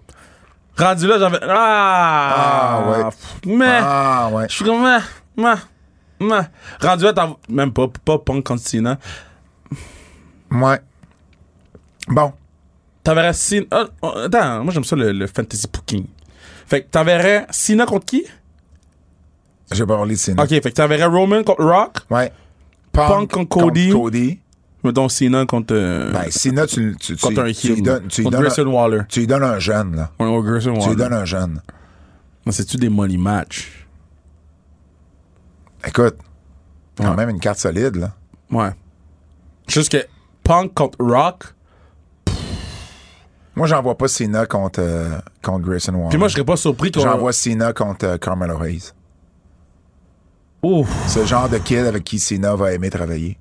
S3: Rendu là, j'avais. Ah!
S2: Ah, ouais.
S3: Pff, Mais.
S2: Ah, ouais.
S3: Je suis comme. Mais. Mais. mais. Rendu là, t'en. Même pas, pas punk continent.
S2: Ouais. Bon.
S3: T'enverrais Cena. ah, oh, attends, moi j'aime ça le, le fantasy booking. Fait que t'enverrais Cena contre qui?
S2: Mm. J'ai pas parlé de Cena.
S3: Ok, fait que t'enverrais Roman contre Rock.
S2: Ouais.
S3: Punk contre Cody.
S2: Cody.
S3: Mettons Cena contre. euh,
S2: Ben, Cena, tu, tu, tu,
S3: contre un
S2: tu, lui
S3: heel.
S2: donnes, tu, lui
S3: contre
S2: donnes
S3: Grayson
S2: un,
S3: Waller.
S2: tu lui donnes un jeune, là.
S3: Ouais, ouais, Grayson
S2: Tu lui
S3: Waller.
S2: donnes un jeune.
S3: Mais C'est-tu des money match?
S2: Écoute, quand
S3: Ouais.
S2: même une carte solide, là.
S3: Ouais. Juste que Punk contre Rock.
S2: Moi, j'en vois pas Cena contre, euh, contre Grayson Waller.
S3: Puis moi, je serais pas surpris qu'on.
S2: J'en vois Cena contre euh, Carmelo Hayes.
S3: Ouf.
S2: Ce genre de kid avec qui Cena va aimer travailler.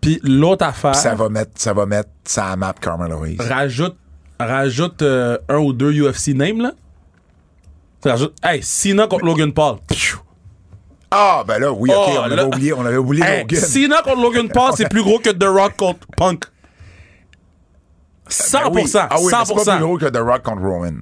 S3: Puis l'autre affaire.
S2: Ça va mettre, ça va mettre ça map Carmelo Hayes.
S3: rajoute, rajoute euh, un ou deux UFC names, là. Rajoute, hey, Cena contre Logan Paul. Pfiou.
S2: Ah, ben là, oui, OK,
S3: Oh,
S2: on, avait
S3: là-
S2: oublié, on avait oublié
S3: Hey,
S2: Logan.
S3: Cena contre Logan Paul, c'est plus gros que The Rock contre Punk. 100%.
S2: Ben oui. Ah oui, mais c'est pas
S3: 100%.
S2: plus gros que The Rock contre Roman.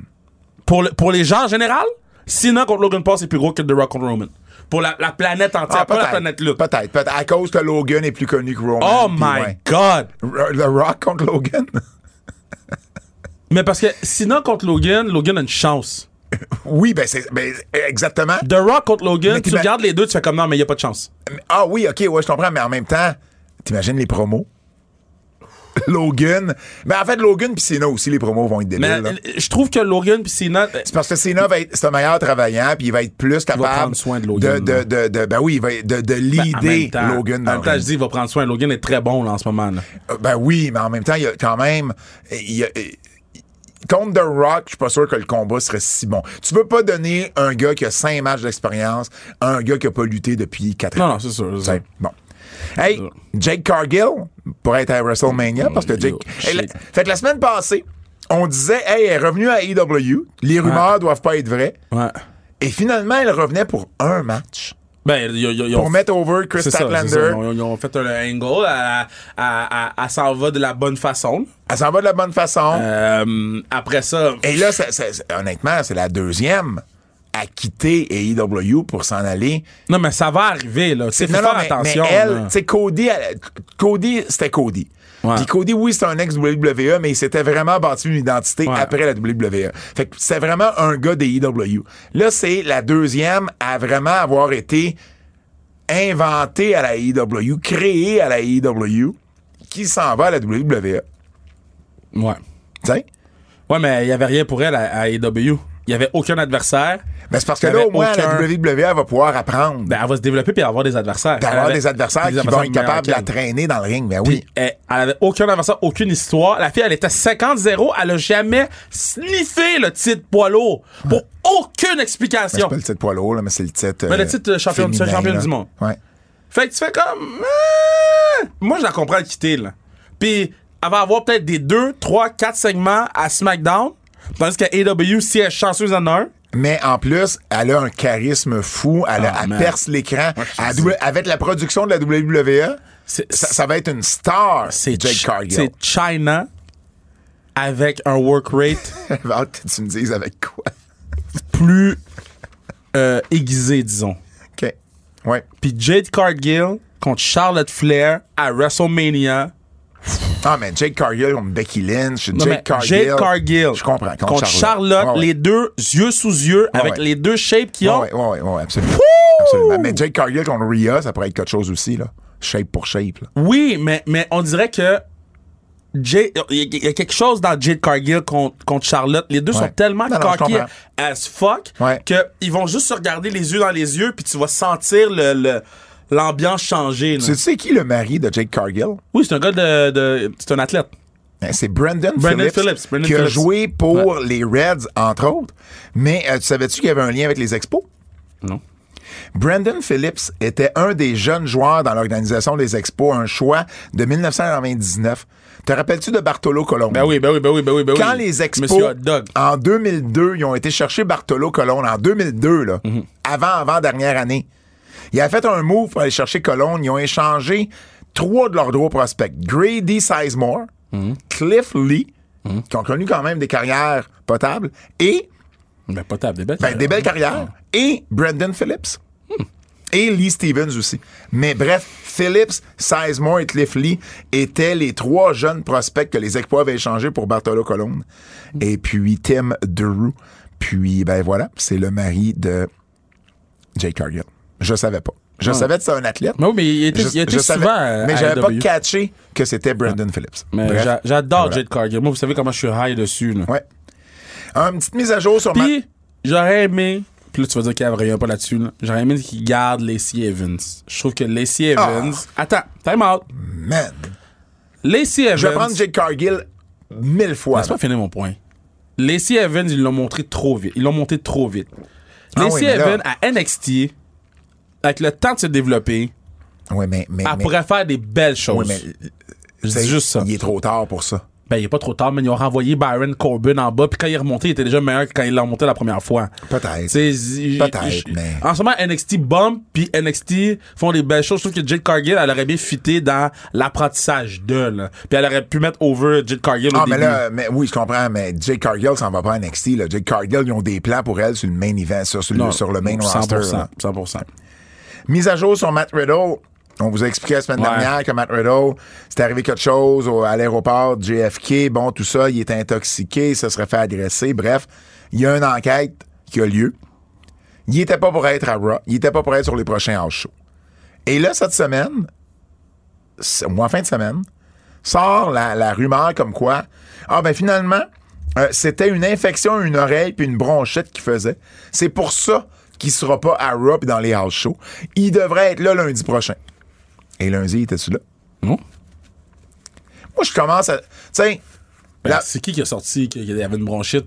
S3: Pour, le- pour les gens en général, Cena contre Logan Paul, c'est plus gros que The Rock contre Roman. Pour la, la planète entière,
S2: Ah,
S3: pas la
S2: peut-être.
S3: planète là.
S2: Peut-être, peut-être. À cause que Logan est plus connu que Roman.
S3: Oh
S2: puis
S3: my
S2: ouais.
S3: God!
S2: R- The Rock contre Logan?
S3: Mais parce que Cena contre Logan, Logan a une chance.
S2: oui, ben c'est ben, exactement.
S3: The Rock contre Logan,
S2: Mais
S3: tu
S2: t'ima-
S3: regardes les deux, tu fais comme non, mais il n'y a pas de chance.
S2: Ah oui, ok, ouais, je comprends, mais en même temps, t'imagines les promos? Logan. Mais en fait, Logan puis Cena aussi, les promos vont être débiles.
S3: Mais
S2: là.
S3: euh, je trouve que Logan puis Cena. euh,
S2: C'est parce que Cena va être, c'est un meilleur travaillant, puis il va être plus capable
S3: prendre soin de Logan,
S2: de, de- de- ben oui, il va être- de, de l'idée
S3: en même temps-
S2: Logan.
S3: En
S2: dans
S3: même
S2: le
S3: temps,
S2: ring.
S3: je dis, il va prendre soin. Logan est très bon là, en ce moment. là.
S2: Euh, Ben oui, mais en même temps, il y a quand même. il y a- il- Contre The Rock, je suis pas sûr que le combat serait si bon. Tu peux pas donner un gars qui a cinq matchs d'expérience à un gars qui a pas lutté depuis quatre ans.
S3: Non, non, c'est sûr. c'est sûr.
S2: C'est bon. Hey, Jake Cargill pourrait être à WrestleMania parce que Jake.
S3: Yo,
S2: Hey, la-
S3: shit.
S2: Fait que la semaine passée, on disait, hey, elle est revenue à AEW. Les rumeurs doivent pas être vraies.
S3: Ouais.
S2: Et finalement, elle revenait pour un match.
S3: Ben, ils- ils- ils ont-
S2: Pour mettre over Chris
S3: c'est ça, c'est ça.
S2: Statlander.
S3: Ils ont- Ils ont fait un angle. Elle- elle- elle- Elle s'en va de la bonne façon.
S2: Elle s'en va de la bonne façon.
S3: Euh, après ça.
S2: Et là, ça- ça- ça- honnêtement, c'est la deuxième à quitter AEW pour s'en aller.
S3: Non, mais ça va arriver, là. C'est faut
S2: Non, non,
S3: faire
S2: mais,
S3: attention.
S2: mais elle,
S3: là.
S2: tu sais, Cody, elle- Cody, c'était Cody.
S3: Ouais.
S2: Puis Cody, oui, c'était un ex-WWE, mais il s'était vraiment bâti une identité
S3: Ouais.
S2: après la WWE. Fait que c'est vraiment un gars des EW. Là, c'est la deuxième à vraiment avoir été inventée à la EW, créée à la EW, qui s'en va à la E. WWE.
S3: Ouais.
S2: Tu sais?
S3: Ouais, mais il n'y avait rien pour elle à, à AEW. Il n'y avait aucun adversaire.
S2: Mais c'est parce que
S3: Il y
S2: là,
S3: avait
S2: au moins,
S3: aucun-
S2: la WWE, elle va pouvoir apprendre.
S3: Ben, elle va se développer puis elle va avoir des adversaires.
S2: d'avoir
S3: Elle avait-
S2: des adversaires
S3: des
S2: qui vont être
S3: meilleurs
S2: capables de la
S3: qu'elle.
S2: traîner dans le ring. Ben
S3: Puis,
S2: oui.
S3: elle, Eh, elle avait aucun adversaire, aucune histoire. La fille, elle était 50-0. Elle a jamais sniffé le titre poids lourd pour aucune
S2: C'est
S3: explication.
S2: pas Ben, le titre poids lourd, là, mais c'est le titre.
S3: Mais le titre, euh, champion-
S2: féminin,
S3: c'est champion
S2: là.
S3: du monde.
S2: Ouais.
S3: Fait que tu fais comme. euh, Moi, je la comprends le quitter, là. Puis, elle va avoir peut-être des 2, 3, 4 segments à SmackDown. Tandis qu'à AW, si elle est chanceuse en a un,
S2: Mais en plus, elle a un charisme fou. Elle, a-
S3: Ah,
S2: elle
S3: man.
S2: perce l'écran.
S3: Moi, je te
S2: Elle
S3: dis.
S2: doit- Avec la production de la WWE,
S3: c'est-
S2: ça, ça va être une star,
S3: c'est
S2: Jake
S3: Ch-
S2: Cargill.
S3: c'est China avec un work rate
S2: J'ai hâte que tu me dises avec quoi.
S3: plus euh, aiguisé, disons.
S2: OK. Ouais.
S3: Puis Jade Cargill contre Charlotte Flair à WrestleMania.
S2: Ah, mais Jake Cargill contre Becky Lynch,
S3: Non, mais
S2: Jake Cargill.
S3: Jade Cargill
S2: Je comprends. Contre,
S3: Charlotte,
S2: Ouais, ouais.
S3: les deux yeux sous yeux, avec
S2: ouais.
S3: les deux shapes qu'ils
S2: Oui,
S3: ont.
S2: oui, ouais, ouais, ouais, absolument. absolument. Mais Jake Cargill contre Rhea, ça pourrait être quelque chose aussi, là. Shape pour shape, là.
S3: Oui, mais, mais on dirait que Jade- il y a- il y a quelque chose dans Jade Cargill contre, contre Charlotte. Les deux
S2: Ouais.
S3: sont tellement
S2: Non, non, je
S3: coqués
S2: comprends.
S3: as fuck
S2: Ouais.
S3: que ils vont juste se regarder les yeux dans les yeux, puis tu vas sentir le- le- l'ambiance changer. là.
S2: Tu sais qui le mari de Jake Cargill?
S3: Oui, c'est un gars de. de- c'est un athlète.
S2: Ben, C'est Brandon,
S3: Brandon
S2: Phillips,
S3: Phillips, Brandon
S2: qui a
S3: Phillips.
S2: joué pour les Reds, entre autres. Mais euh, tu savais-tu qu'il y avait un lien avec les Expos?
S3: Non.
S2: Brandon Phillips était un des jeunes joueurs dans l'organisation des Expos, un choix de 1999. Te rappelles-tu de Bartolo Colon?
S3: Ben oui, ben oui, ben oui, ben oui. Ben
S2: Quand
S3: oui.
S2: les Expos,
S3: Monsieur Hot Dog.
S2: en 2002, ils ont été chercher Bartolo Colon, en 2002, là,
S3: Mhm.
S2: avant, avant dernière année. Ils avaient fait un move pour aller chercher Colon. Ils ont échangé trois de leurs gros prospects. Grady Sizemore,
S3: Mhm.
S2: Cliff Lee, qui ont connu quand même des carrières potables, et
S3: Ben pas table, des belles.
S2: ben, des belles carrières, et Brandon Phillips. Hmm. Et Lee Stevens aussi. Mais bref, Phillips, Sizemore et Cliff Lee étaient les trois jeunes prospects que les Expos avaient échangés pour Bartolo Colon. Et puis Tim Drew. Puis, ben voilà, c'est le mari de Jake Cargill. Je savais pas. Je savais que c'était un athlète.
S3: Ben oui, Ah. mais il était,
S2: Je-
S3: il était
S2: je
S3: souvent.
S2: savais-
S3: à-
S2: mais
S3: à
S2: j'avais pas
S3: AEW.
S2: catché que c'était Brandon Phillips.
S3: Mais
S2: Bref,
S3: j'a- j'adore
S2: voilà.
S3: Jade Cargill. Moi, vous savez comment je suis high dessus. Là.
S2: Ouais. Une petite mise à jour sur ma-
S3: Puis, j'aurais aimé. Puis là, tu vas dire qu'il revient pas là-dessus. Là. J'aurais aimé qu'il garde Lacey Evans. Je trouve que Lacey
S2: Ah.
S3: Evans. Attends, time out.
S2: Man.
S3: Lacey Evans.
S2: Je vais prendre Jake Cargill mille fois.
S3: Laisse pas finir mon point. Lacey Evans, ils l'ont montré trop vite. Ils l'ont monté trop vite.
S2: Ah
S3: Lacey
S2: oui, mais là-
S3: Evans à NXT, avec le temps de se développer,
S2: Oui, mais. mais,
S3: elle
S2: mais-
S3: pourrait faire des belles
S2: oui,
S3: choses.
S2: mais euh,
S3: Je
S2: c'est
S3: dis juste ça.
S2: Il est trop tard pour ça.
S3: Ben, il est pas trop tard, mais ils ont renvoyé Byron Corbin en bas. Puis quand il est remonté, il était déjà meilleur que quand il l'a remonté la première fois.
S2: Peut-être.
S3: Tu sais, j-
S2: Peut-être,
S3: j-
S2: mais-
S3: En ce moment, NXT bombe, puis NXT font des belles choses. Je trouve que Jade Cargill, elle aurait bien fité dans l'apprentissage de, là. Puis elle aurait pu mettre over Jade Cargill
S2: Ah,
S3: au
S2: mais
S3: début.
S2: là, mais oui, je comprends, mais Jake Cargill s'en va pas à NXT. Là. Jake Cargill, ils ont des plans pour elle sur le main event, sur, sur le,
S3: Non,
S2: sur le main
S3: 100%,
S2: roster. là.
S3: 100%.
S2: Mise à jour sur Matt Riddle. On vous a expliqué la semaine
S3: Ouais.
S2: dernière que Matt Riddle, c'était arrivé quelque chose au- à l'aéroport de JFK. Bon, tout ça, il était intoxiqué, il se serait fait agresser. Bref, il y a une enquête qui a lieu. Il était pas pour être à Raw. Il était pas pour être sur les prochains house shows. Et là, cette semaine, c'est- ou en fin de semaine, sort la, la rumeur comme quoi, ah ben finalement, euh, c'était une infection à une oreille puis une bronchite qu'il faisait. C'est pour ça qu'il sera pas à Raw puis dans les house shows. Il devrait être là lundi prochain. Et lundi, était-tu là?
S3: Non.
S2: Moi, je commence à... Tu sais,
S3: Ben,
S2: la-
S3: C'est qui qui a sorti qu'il y avait une bronchite?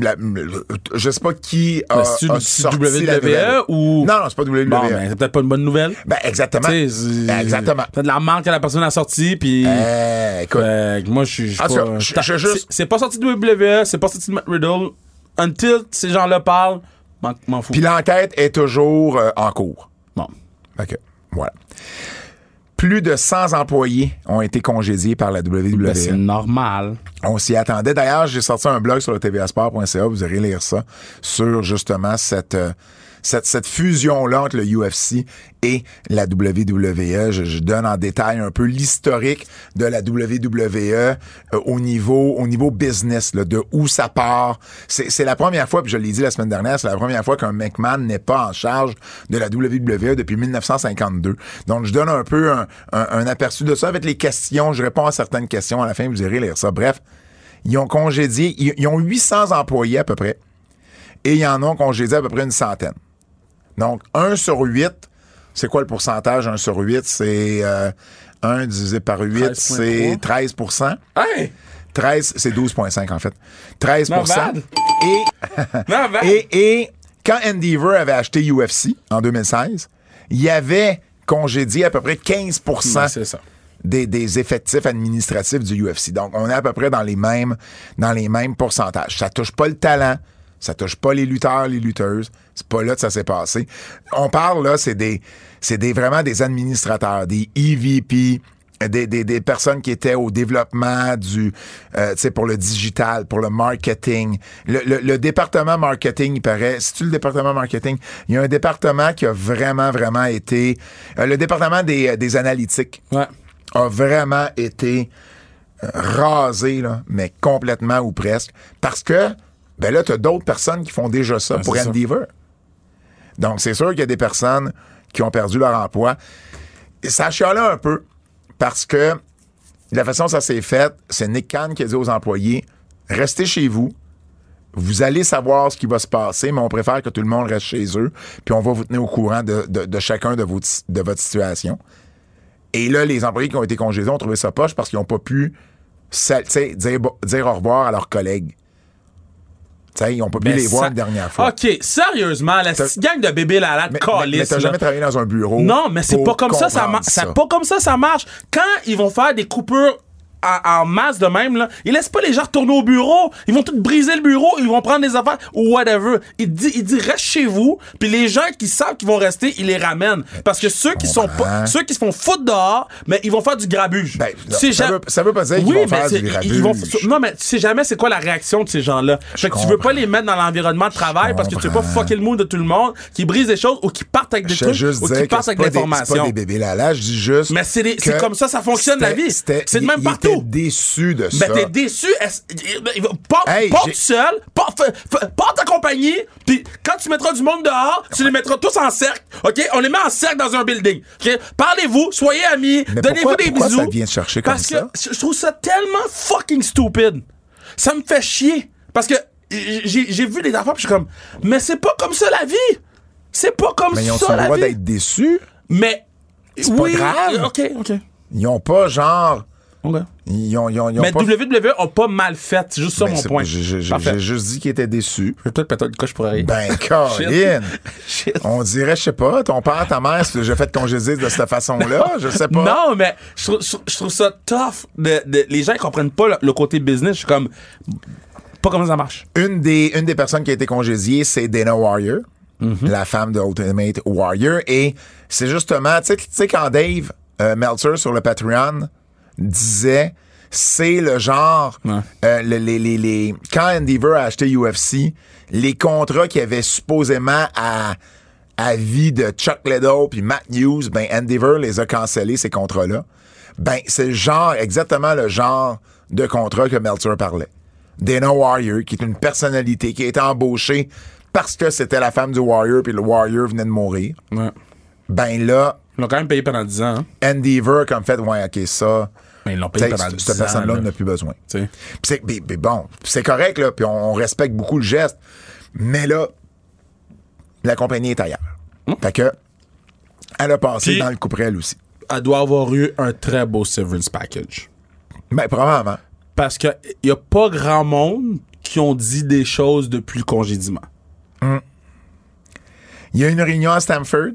S2: la- le- je sais pas qui a,
S3: Ben, c'est-tu
S2: a
S3: une-
S2: sorti
S3: WWE
S2: la nouvelle.
S3: E ou-
S2: Non, non, c'est pas WWE.
S3: Bon, ben, c'est peut-être pas une bonne nouvelle.
S2: Ben, exactement.
S3: Tu sais, c'est-
S2: Ben, exactement.
S3: Peut-être la marque que la personne a sortie, puis.
S2: Eh, écoute,
S3: Fait que moi, je suis. je suis
S2: En tout cas,
S3: pas-
S2: je- je- juste-
S3: C'est- C'est pas sorti de WWE, c'est pas sorti de Matt Riddle. Until ces gens-là parlent, m'en- m'en fous.
S2: puis l'enquête est toujours euh, en cours.
S3: Bon.
S2: OK. Voilà. Plus de 100 employés ont été congédiés par la E. WWE.
S3: Ben, c'est normal.
S2: On s'y attendait. D'ailleurs, j'ai sorti un blog sur le tvasport.ca, vous irez lire ça, sur justement cette, euh, cette, cette fusion-là entre le UFC et la WWE. Je, je donne en détail un peu l'historique de la WWE euh, au, niveau, au niveau business, là, de où ça part. C'est c'est la première fois, puis je l'ai dit la semaine dernière, c'est la première fois qu'un McMahon n'est pas en charge de la WWE depuis 1952. Donc, je donne un peu un, un- un aperçu de ça avec les questions. Je réponds à certaines questions à la fin, vous irez lire ça. Bref, ils ont congédié, ils, ils ont 800 employés à peu près, et ils en ont congédié à peu près une centaine. Donc, 1 sur 8, c'est quoi le pourcentage 1 sur 8? C'est 1 divisé par 8, c'est 13
S3: Hey!
S2: 13, c'est 12,5 en fait. 13
S3: Not bad.
S2: Et,
S3: Not bad.
S2: et, et quand Endeavor avait acheté UFC en 2016, il y avait congédié à peu près 15
S3: Ouais, Ben, c'est ça.
S2: Des, des effectifs administratifs du UFC. Donc, on est à peu près dans les mêmes, dans les mêmes pourcentages. Ça touche pas le talent, ça touche pas les lutteurs, les lutteuses. C'est pas là que ça s'est passé. On parle, là, c'est des, c'est des, vraiment des administrateurs, des EVP, des, des, des personnes qui étaient au développement du, euh, tu sais, pour le digital, pour le marketing. Le, le- le département marketing, il paraît, c'est-tu le département marketing? Il y a un département qui a vraiment, vraiment été, euh, le département des, euh, des analytiques
S3: Ouais.
S2: a vraiment été euh, rasé, là, mais complètement ou presque, parce que, ben là, t'as d'autres personnes qui font déjà ça pour
S3: Ah, c'est ça.
S2: Endeavor. Donc, c'est sûr qu'il y a des personnes qui ont perdu leur emploi. Et ça chialait un peu, parce que la façon dont ça s'est fait, c'est Nick Khan qui a dit aux employés, restez chez vous, vous allez savoir ce qui va se passer, mais on préfère que tout le monde reste chez eux, puis on va vous tenir au courant de, de- de chacun de, vos, de votre situation. Et là, les employés qui ont été congésés ont trouvé ça poche parce qu'ils n'ont pas pu sa- tu sais, dire, bo- dire au revoir à leurs collègues. Tu sais, ils n'ont pas pu
S3: Ben,
S2: les voir
S3: ça-
S2: une dernière fois.
S3: OK, sérieusement, la petite gang de bébés là, là,
S2: Mais,
S3: de
S2: mais, mais
S3: calice,
S2: t'as
S3: là.
S2: jamais travaillé dans un bureau.
S3: Non, mais c'est
S2: pour
S3: pas comme ça, ça
S2: comprendre
S3: marche. C'est pas comme ça, ça marche. Quand ils vont faire des coupures en, en masse de même, là, ils laissent pas les gens retourner au bureau. Ils vont tout briser le bureau, ils vont prendre des affaires ou whatever. Il dit, il dit reste chez vous. Puis les gens qui savent qu'ils vont rester, ils les ramènent. Parce que ceux qui sont
S2: Ben, comprends.
S3: pas, ceux qui se font foutre dehors, mais ils vont faire du grabuge.
S2: Ben,
S3: Tu sais,
S2: ça
S3: ja-
S2: veut- ça veut pas dire qu'ils
S3: Oui,
S2: vont
S3: mais
S2: faire
S3: c'est-
S2: du
S3: ils vont-
S2: grabuge.
S3: Non, mais tu sais jamais c'est quoi la réaction de ces gens-là. Fait que tu veux
S2: comprends.
S3: pas les mettre dans l'environnement de travail parce que tu veux pas
S2: comprends.
S3: fucker le mood de tout le monde, qui brisent des choses ou qui partent avec des
S2: Je veux
S3: trucs
S2: juste
S3: ou
S2: dire
S3: qui
S2: que
S3: partent
S2: c'est
S3: avec
S2: pas, des- c'est
S3: l'information.
S2: pas des bébés là, Je dis juste.
S3: Mais c'est des- c'est
S2: que
S3: comme ça, ça fonctionne, la
S2: c'était-
S3: vie.
S2: c'était-
S3: C'est de
S2: il-
S3: même
S2: il
S3: partout.
S2: était déçu de ça.
S3: Ben t'es déçu, est-ce- il- il- porte,
S2: Hey,
S3: porte
S2: j'ai-
S3: tout seul, porte, f- f- porte ta compagnie, puis quand tu mettras du monde dehors, tu les mettras tous en cercle, ok? On les met en cercle dans un building, ok? Parlez-vous, soyez amis,
S2: Mais
S3: donnez-vous
S2: pourquoi-
S3: des
S2: pourquoi
S3: bisous.
S2: ça vient te chercher comme
S3: parce
S2: ça?
S3: que je- je trouve ça tellement fucking stupide. Ça me fait chier. Parce que j'ai j'ai vu des affaires, puis je suis comme, mais c'est pas comme ça la vie! C'est pas comme
S2: Mais ils ont
S3: ça
S2: le
S3: la
S2: droit
S3: vie!
S2: d'être déçus.
S3: Mais. C'est
S2: pas grave.
S3: Ok, ok.
S2: Ils ont pas genre.
S3: ok.
S2: Ils ont, ils ont, ils ont
S3: Mais
S2: pas-
S3: WWE a pas mal fait, c'est juste ça
S2: Ben,
S3: mon
S2: c'est-
S3: point.
S2: j'ai- J'ai j'ai-
S3: Parfait.
S2: j'ai juste dit qu'ils étaient déçus.
S3: Je vais peut-être peut-être quoi je pourrais rire.
S2: Ben, Colin! On dirait, je sais pas, ton père, ta mère, c'est déjà fait congédier de cette façon-là, je sais pas.
S3: Non, mais je trouve, je trouve- je trouve ça tough. de- de- les gens ils comprennent pas le, le côté business. Je suis comme. Pas comment ça marche.
S2: Une des, une des personnes qui a été congédiée, c'est Dana Warrior, la femme de Ultimate Warrior. Et c'est justement, tu sais- tu sais, quand Dave euh, Meltzer sur le Patreon disait, c'est le genre, euh, le- les, les, les- quand Endeavor a acheté UFC, les contrats qu'il y avait supposément à, à vie de Chuck Liddell puis Matt Hughes, ben Endeavor les a cancellés, ces contrats-là. Ben, c'est le genre, exactement le genre de contrat que Meltzer parlait. Dana Warrior, qui est une personnalité qui a été embauchée parce que c'était la femme du Warrior, puis le Warrior venait de mourir.
S3: Ouais.
S2: Ben là,
S3: Ils l'ont quand même payé pendant 10 ans. hein.
S2: Endeavor, comme fait, ouais, ok, ça,
S3: mais ils l'ont payé
S2: T'sais,
S3: pendant
S2: Cette
S3: 10 ans,
S2: cette personne-là
S3: là.
S2: n'a plus besoin.
S3: Tu sais.
S2: Puis c'est- puis- puis bon, c'est correct, là, puis on, on respecte beaucoup le geste. Mais là, la compagnie est ailleurs. Fait que, elle a passé
S3: Hum. Puis-
S2: dans le couperel aussi.
S3: Elle doit avoir eu un très beau severance package.
S2: Mais Ben, probablement.
S3: Parce qu'il n'y a pas grand monde qui ont dit des choses depuis le congédiement.
S2: Il y a une réunion à Stamford.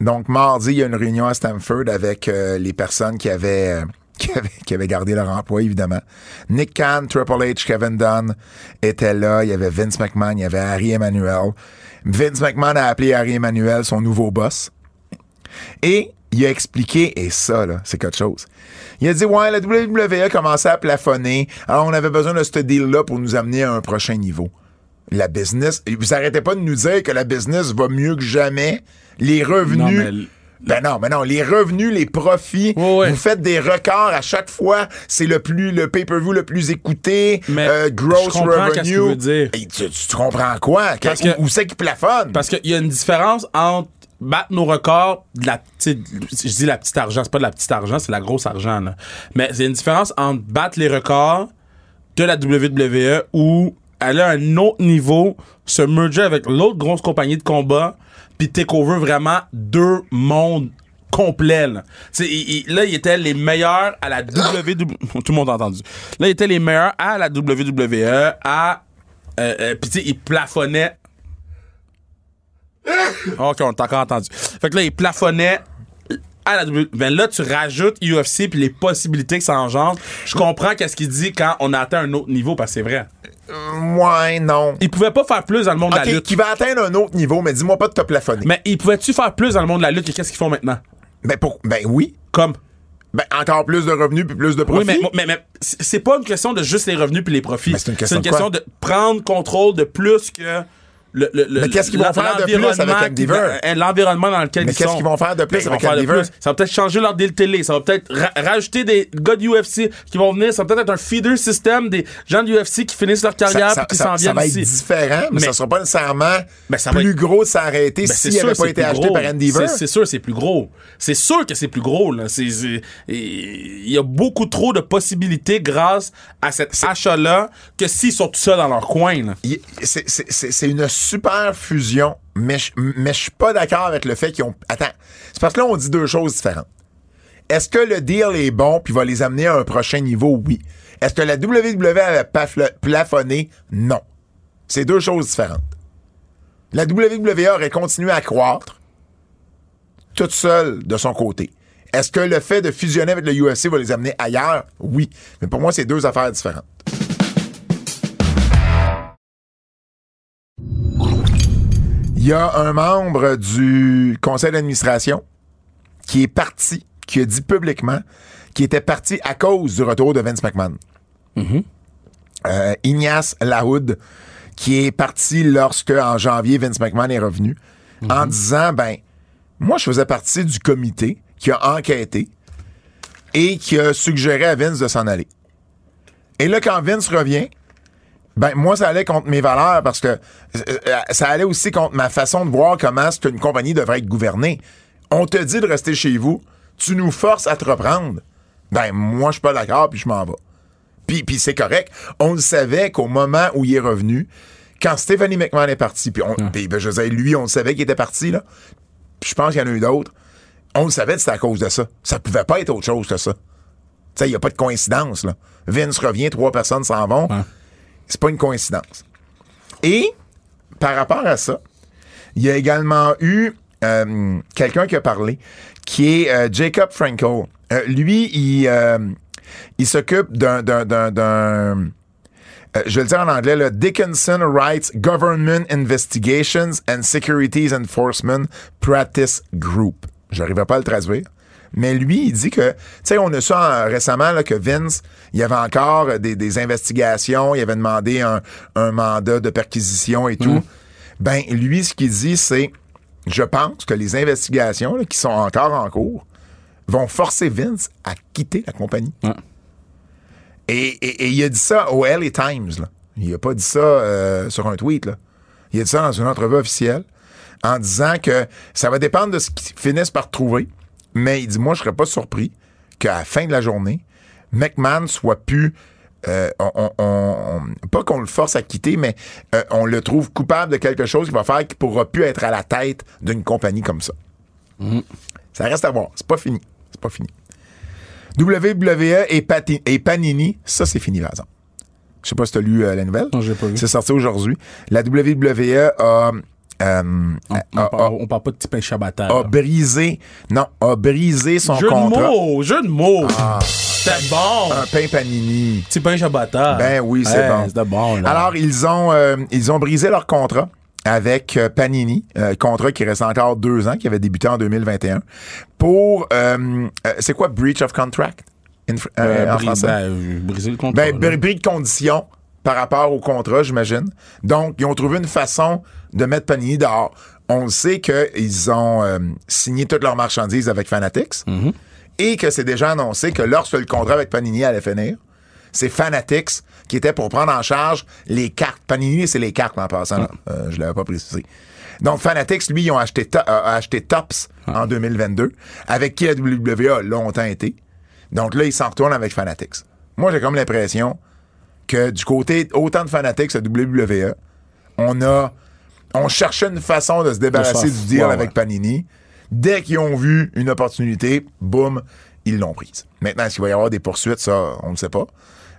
S2: Donc, mardi, il y a une réunion à Stamford avec euh, les personnes qui avaient, euh, qui, avaient, qui avaient gardé leur emploi, évidemment. Nick Khan, Triple H, Kevin Dunn étaient là. Il y avait Vince McMahon, il y avait Harry Emmanuel. Vince McMahon a appelé Harry Emmanuel son nouveau boss. Et il a expliqué, et ça, là, c'est quelque chose. Il a dit, ouais, la WWE E a commencé à plafonner. Alors, on avait besoin de ce deal-là pour nous amener à un prochain niveau. La business, et vous arrêtez pas de nous dire que la business va mieux que jamais. Les revenus.
S3: Non, mais l-
S2: Ben non, mais non, les revenus, les profits,
S3: Ouais, ouais.
S2: vous faites des records à chaque fois. C'est le plus, le pay-per-view le plus écouté.
S3: Mais
S2: euh, gross
S3: je comprends qu'est-ce qu'il
S2: revenue.
S3: veut dire.
S2: Et tu, tu comprends quoi?
S3: Parce
S2: Qu'est-
S3: que-
S2: où où c'est qui plafonne?
S3: Parce qu'il y a une différence entre battre nos records, de la petite, je dis la petite argent, c'est pas de la petite argent, c'est la grosse argent, là. Mais il y a une différence entre battre les records de la WWE ou aller à un autre niveau, se merger avec l'autre grosse compagnie de combat, puis take over vraiment deux mondes complets. Là, Tu sais, il- il- là, ils étaient les meilleurs à la WWE. Tout le monde a entendu. Là, ils étaient les meilleurs à la WWE, à. Euh, euh, puis tu sais, ils plafonnaient Ah, OK, on t'a encore entendu. Fait que là, il plafonnait à la W. Ben là, tu rajoutes UFC puis les possibilités que ça engendre. Je comprends qu'est-ce qu'il dit quand on atteint un autre niveau, parce que c'est vrai.
S2: Ouais, non.
S3: Il pouvait pas faire plus dans le monde de la
S2: OK,
S3: lutte.
S2: qui va atteindre un autre niveau, mais dis-moi pas de te plafonner.
S3: Mais il pouvait-tu faire plus dans le monde de la lutte que qu'est-ce qu'ils font maintenant?
S2: Ben, pour, ben oui.
S3: Comme.
S2: Ben, encore plus de revenus puis plus de profits.
S3: Oui, mais, mais, mais c'est c'est pas une question de juste les revenus puis les profits.
S2: Mais c'est une question de quoi?
S3: de prendre contrôle de plus que le. le, le
S2: Mais qu'est-ce qu'ils vont faire de plus avec
S3: l'environnement
S2: Endeavor?
S3: qui- euh, L'environnement dans lequel
S2: Mais
S3: ils
S2: qu'est-ce
S3: sont.
S2: qu'ils vont faire de plus
S3: Mais ils vont
S2: avec
S3: faire de
S2: Endeavor?
S3: plus. Ça va peut-être changer leur deal télé. Ça va peut-être ra- rajouter des gars de UFC qui vont venir. Ça va peut-être être un feeder system des gens de UFC qui finissent leur carrière
S2: ça, ça-
S3: puis qui
S2: ça- ça
S3: s'en viennent
S2: va être
S3: ici.
S2: différent, mais,
S3: Mais-
S2: ça sera pas nécessairement
S3: Ben, ça va
S2: plus
S3: être-
S2: gros de s'arrêter
S3: Ben,
S2: s'il
S3: c'est
S2: n'avait
S3: sûr,
S2: pas
S3: c'est
S2: été
S3: plus
S2: acheté
S3: gros.
S2: par Endeavor.
S3: C'est- C'est sûr, c'est plus gros. C'est sûr que c'est plus gros. là. C'est- c'est- Il y a beaucoup trop de possibilités grâce à cet achat-là que s'ils sont tout seuls dans leur coin. là.
S2: Il- c'est- C'est c'est- c'est une super fusion, mais je mais je suis pas d'accord avec le fait qu'ils ont. Attends, c'est parce que là, on dit deux choses différentes. Est-ce que le deal est bon puis va les amener à un prochain niveau? Oui. Est-ce que la WWE avait pafla- plafonné? Non. C'est deux choses différentes. La WWE aurait continué à croître toute seule de son côté. Est-ce que le fait de fusionner avec le UFC va les amener ailleurs? Oui. Mais pour moi, c'est deux affaires différentes. Il y a un membre du conseil d'administration qui est parti, qui a dit publiquement qu'il était parti à cause du retour de Vince McMahon. Euh, Ignace Lahoud, qui est parti lorsque, en janvier, Vince McMahon est revenu, en disant, ben, moi, je faisais partie du comité qui a enquêté et qui a suggéré à Vince de s'en aller. Et là, quand Vince revient, ben, moi, ça allait contre mes valeurs parce que euh, euh, ça allait aussi contre ma façon de voir comment est-ce qu'une compagnie devrait être gouvernée. On te dit de rester chez vous, tu nous forces à te reprendre. Ben, moi, je suis pas d'accord, puis je m'en vais. Puis, puis c'est correct. On le savait qu'au moment où il est revenu, quand Stephanie McMahon est partie, puis, on, puis, ben, je veux dire, lui, on le savait qu'il était parti, là. Puis je pense qu'il y en a eu d'autres. On le savait que c'était à cause de ça. Ça pouvait pas être autre chose que ça. Tu sais, il n'y a pas de coïncidence, là. Vince revient, trois personnes s'en vont. C'est pas une coïncidence. Et par rapport à ça, il y a également eu euh, quelqu'un qui a parlé, qui est euh, Jacob Frankel. Euh, lui, il, euh, il s'occupe d'un, d'un- d'un- d'un- euh, je vais le dire en anglais, là, Dickinson Rights Government Investigations and Securities Enforcement Practice Group. J'arrivais pas à le traduire. Mais lui, il dit que, tu sais, on a su euh, récemment là, que Vince, il y avait encore euh, des, des investigations, il avait demandé un, un mandat de perquisition et tout. Ben, lui, ce qu'il dit, c'est, je pense que les investigations là, qui sont encore en cours vont forcer Vince à quitter la compagnie. Et, et- et il a dit ça au LA Times. Là. Il a pas dit ça euh, sur un tweet. Là. Il a dit ça dans une entrevue officielle en disant que ça va dépendre de ce qu'ils finissent par trouver. Mais il dit, moi, je serais pas surpris qu'à la fin de la journée, McMahon soit plus. euh, on, on- on- on- pas qu'on le force à quitter, mais euh, on le trouve coupable de quelque chose qu'il va faire qu'il pourra plus être à la tête d'une compagnie comme ça. Ça reste à voir. C'est pas fini. C'est pas fini. WWE et, Pati- et Panini, ça c'est fini, par exemple. Je sais pas si tu as lu euh, la nouvelle.
S3: Non, j'ai pas lu.
S2: C'est sorti aujourd'hui. La WWE a. euh,
S3: On, on
S2: a- a-
S3: parle, on parle pas de petit pain ciabatta,
S2: a
S3: là.
S2: brisé, non, a brisé son
S3: Ah. Jeu de
S2: Ah, contrat. Ah.
S3: mots, jeu de mots. C'était bon.
S2: Un pain panini.
S3: Petit pain ciabatta.
S2: Ben oui, c'est
S3: Ouais,
S2: bon.
S3: C'était bon, là.
S2: Alors, ils ont, euh, ils ont brisé leur contrat avec euh, Panini, euh, contrat qui reste encore deux ans, qui avait débuté en 2021, pour, euh, euh, c'est quoi, breach of contract in fr- euh,
S3: Euh,
S2: en
S3: bri-
S2: français?
S3: ben, euh, briser le contrat.
S2: Ben, bris bris de conditions par rapport au contrat, j'imagine. Donc, ils ont trouvé une façon de mettre Panini dehors. On le sait qu'ils ont euh, signé toutes leurs marchandises avec Fanatics et que c'est déjà annoncé que lorsque le contrat avec Panini allait finir, c'est Fanatics qui était pour prendre en charge les cartes. Panini, c'est les cartes en passant. là. Euh, je l'avais pas précisé. Donc, Fanatics, lui, ils ont acheté, To- euh, a- a acheté Tops en 2022, avec qui la WWE a longtemps été. Donc là, ils s'en retournent avec Fanatics. Moi, j'ai comme l'impression que du côté autant de Fanatics à WWE, E, on a. On cherchait une façon de se débarrasser
S3: De faire-
S2: du deal
S3: ouais,
S2: avec
S3: ouais.
S2: Panini. Dès qu'ils ont vu une opportunité, boum, ils l'ont prise. Maintenant, est-ce qu'il va y avoir des poursuites, ça, on ne sait pas.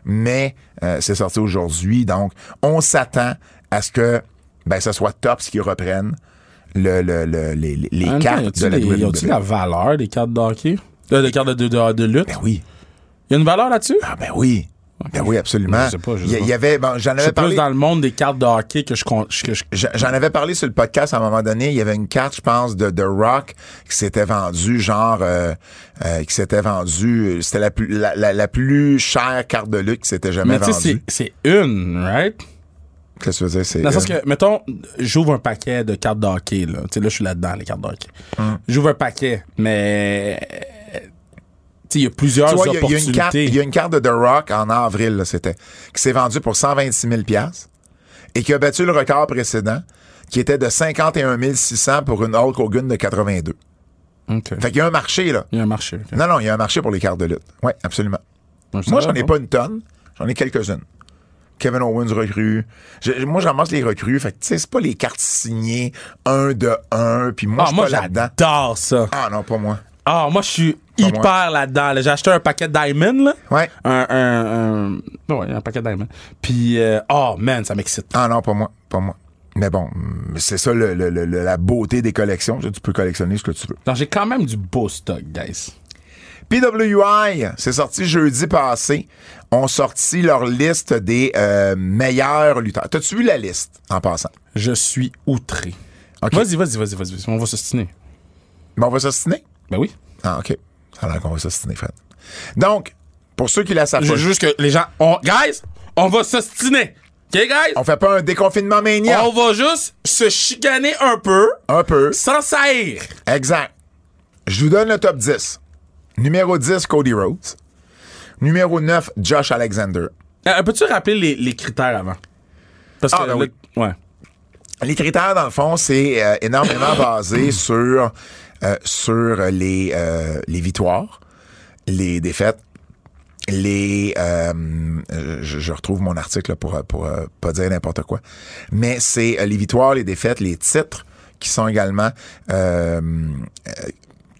S2: Mais euh, c'est sorti aujourd'hui, donc on s'attend à ce que ben, ce soit Tops qui reprenne le, le- le- les, les- les
S3: En même temps, y
S2: cartes de
S3: a-t-il
S2: la E.
S3: des- Y a-t-il la
S2: WWE.
S3: valeur des cartes de hockey? Euh, des cartes de, de, de, de lutte?
S2: Ben oui.
S3: Y a une valeur là-dessus?
S2: Ah ben oui. Ben oui, absolument.
S3: Je sais pas, je
S2: Il y-
S3: sais
S2: il y avait, bon, j'en
S3: Je
S2: avais
S3: suis
S2: parlé.
S3: plus dans le monde des cartes de hockey que je. con- que je-
S2: J- J'en avais parlé sur le podcast à un moment donné. Il y avait une carte, je pense, de The Rock qui s'était vendue, genre, euh, euh, qui s'était vendue. euh, C'était la plus, la, la- la plus chère carte de lutte qui s'était jamais
S3: Mais tu sais,
S2: vendue.
S3: c'est- c'est une, right?
S2: Qu'est-ce que tu veux dire? C'est,
S3: Dans le sens
S2: euh,
S3: que, mettons, j'ouvre un paquet de cartes de hockey, là. Tu sais, là, je suis là-dedans, les cartes de hockey.
S2: Mm.
S3: J'ouvre un paquet, mais. Tu sais, il y a plusieurs
S2: Tu vois, il y a- il y, a une carte-
S3: opportunités.
S2: il y a une carte de The Rock en avril, là, c'était, qui s'est vendue pour 126 000 et qui a battu le record précédent, qui était de 51 600 pour une Hulk Hogan de 82.
S3: Ok.
S2: Fait qu'il y a un marché, là.
S3: Il y a un marché. ok.
S2: Non, non, il y a un marché pour les cartes de lutte. Oui, absolument.
S3: Je
S2: Moi,
S3: savais
S2: j'en ai
S3: pas.
S2: pas une tonne. J'en ai quelques-unes. Kevin Owens recrue. Je- moi, j'en mange les recrues. Fait que, tu sais, c'est pas les cartes signées un de un. Puis moi,
S3: Ah,
S2: je suis
S3: moi,
S2: pas là-dedans.
S3: j'adore ça.
S2: Ah non, pas moi.
S3: Ah, moi, je suis
S2: Pas
S3: hyper là-dedans. là. J'ai acheté un paquet de Diamond, là.
S2: Ouais.
S3: Un, un, un- ouais, un paquet de Diamond. Puis, euh, oh man, ça m'excite.
S2: Ah non, pas moi. Pas moi. Mais bon, hum, c'est ça le- le- le- le- la beauté des collections. Tu peux collectionner ce que tu veux.
S3: Donc, j'ai quand même du beau stock, guys.
S2: PWI, c'est sorti jeudi passé, ont sorti leur liste des euh, meilleurs lutteurs. T'as-tu vu la liste en passant?
S3: Je suis outré.
S2: OK.
S3: Vas-y, vas-y, vas-y, vas-y. vas-y. On va s'ostiner.
S2: Mais on va s'ostiner?
S3: Ben oui.
S2: Ah, OK. Alors qu'on va s'ostiner, Fred. Donc, pour ceux qui la savent
S3: Je
S2: pas,
S3: veux juste que les gens. on- guys, on va s'ostiner. OK, guys?
S2: on fait pas un déconfinement mania.
S3: On va juste se chicaner un peu
S2: Un peu.
S3: sans saillir.
S2: Exact. Je vous donne le top 10. Numéro 10, Cody Rhodes. Numéro 9, Josh Alexander.
S3: Euh, Peux-tu rappeler les, les critères avant? Parce
S2: Ah, ben
S3: là- ouais.
S2: Les critères, dans le fond, c'est euh, énormément basé sur, euh, sur les, euh, les victoires, les défaites, les... euh, euh, je, je retrouve mon article là, pour, euh, pour euh, pas dire n'importe quoi. Mais c'est euh, les victoires, les défaites, les titres qui sont également euh, euh,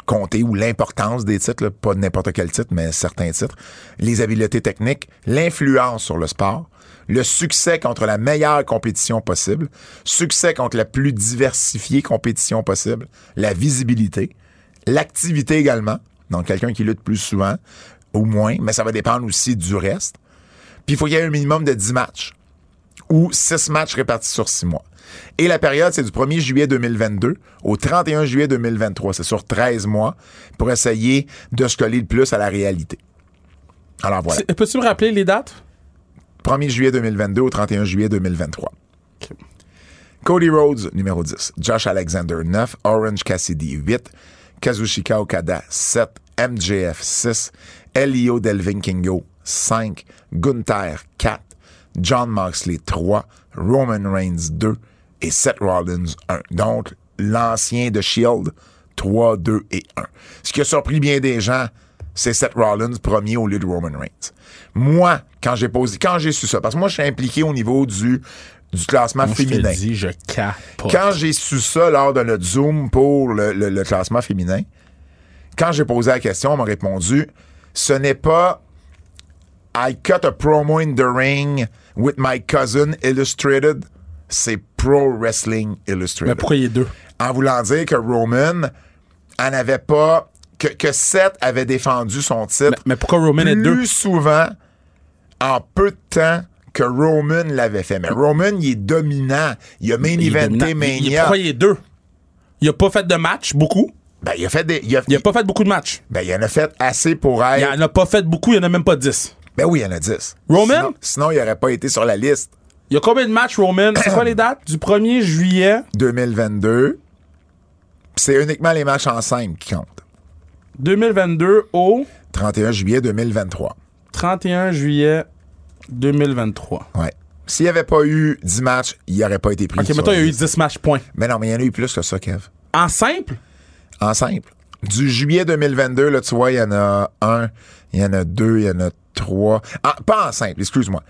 S2: comptés ou l'importance des titres, là, pas n'importe quel titre, mais certains titres, les habiletés techniques, l'influence sur le sport, le succès contre la meilleure compétition possible, succès contre la plus diversifiée compétition possible, la visibilité, l'activité également, donc quelqu'un qui lutte plus souvent ou moins, mais ça va dépendre aussi du reste. Puis il faut qu'il y ait un minimum de 10 matchs ou 6 matchs répartis sur 6 mois. Et la période, c'est du 1er juillet 2022 au 31 juillet 2023. C'est sur 13 mois pour essayer de se coller le plus à la réalité. Alors voilà.
S3: C'est- Peux-tu me rappeler les dates?
S2: 1er juillet 2022 au 31 juillet 2023. Cody Rhodes, numéro 10. Josh Alexander, 9. Orange Cassidy, 8. Kazushika Okada, 7. MJF, 6. Elio Delvin Kingo, 5. Gunther, 4. John Moxley, 3. Roman Reigns, 2. Et Seth Rollins, 1. Donc, E l'ancien de Shield, 3, 2 et 1. Ce qui a surpris bien des gens c'est Seth Rollins premier au lieu de Roman Reigns. Moi, quand j'ai posé, quand j'ai su ça, parce que moi, je suis impliqué au niveau du, du classement
S3: Moi,
S2: féminin.
S3: Je te dis, je capote.
S2: Quand j'ai su ça lors de notre Zoom pour le, le- le classement féminin, quand j'ai posé la question, on m'a répondu ce n'est pas I cut a promo in the ring with my cousin illustrated, c'est Pro Wrestling Illustrated.
S3: Mais pourquoi il y a deux?
S2: En voulant dire que Roman en avait pas. Que, que Seth avait défendu son titre
S3: Mais- mais pourquoi Roman est
S2: plus
S3: deux?
S2: souvent en peu de temps que Roman l'avait fait. Mais Roman, il est dominant. Il a main
S3: Il est
S2: eventé
S3: dominant. Il- il-
S2: Mania.
S3: Pourquoi il est deux? Il a pas fait de match, beaucoup.
S2: Ben, il a fait des. Il, a-
S3: Il a pas fait beaucoup de matchs.
S2: ben, il en a fait assez pour
S3: Il
S2: être.
S3: en a pas fait beaucoup, il en a même pas 10.
S2: Ben oui, il y en a 10.
S3: Roman?
S2: Sinon, sinon, il n'aurait pas été sur la liste.
S3: Il y a combien de matchs, Roman? C'est quoi les dates? Du 1er juillet,
S2: 2022. C'est uniquement les matchs en 5 qui comptent.
S3: 2022 au
S2: 31 juillet 2023.
S3: 31 juillet 2023.
S2: Ouais. S'il n'y avait pas eu 10 matchs, il n'aurait pas été pris.
S3: Ok,
S2: sur
S3: maintenant,
S2: la
S3: il y a eu
S2: liste.
S3: 10 matchs, point.
S2: Mais non, mais il y en a eu plus que ça, Kev.
S3: En simple,
S2: En simple. Du juillet 2022, là, tu vois, il y en a un, il y en a deux, il y en a trois. Ah, pas en simple, excuse-moi.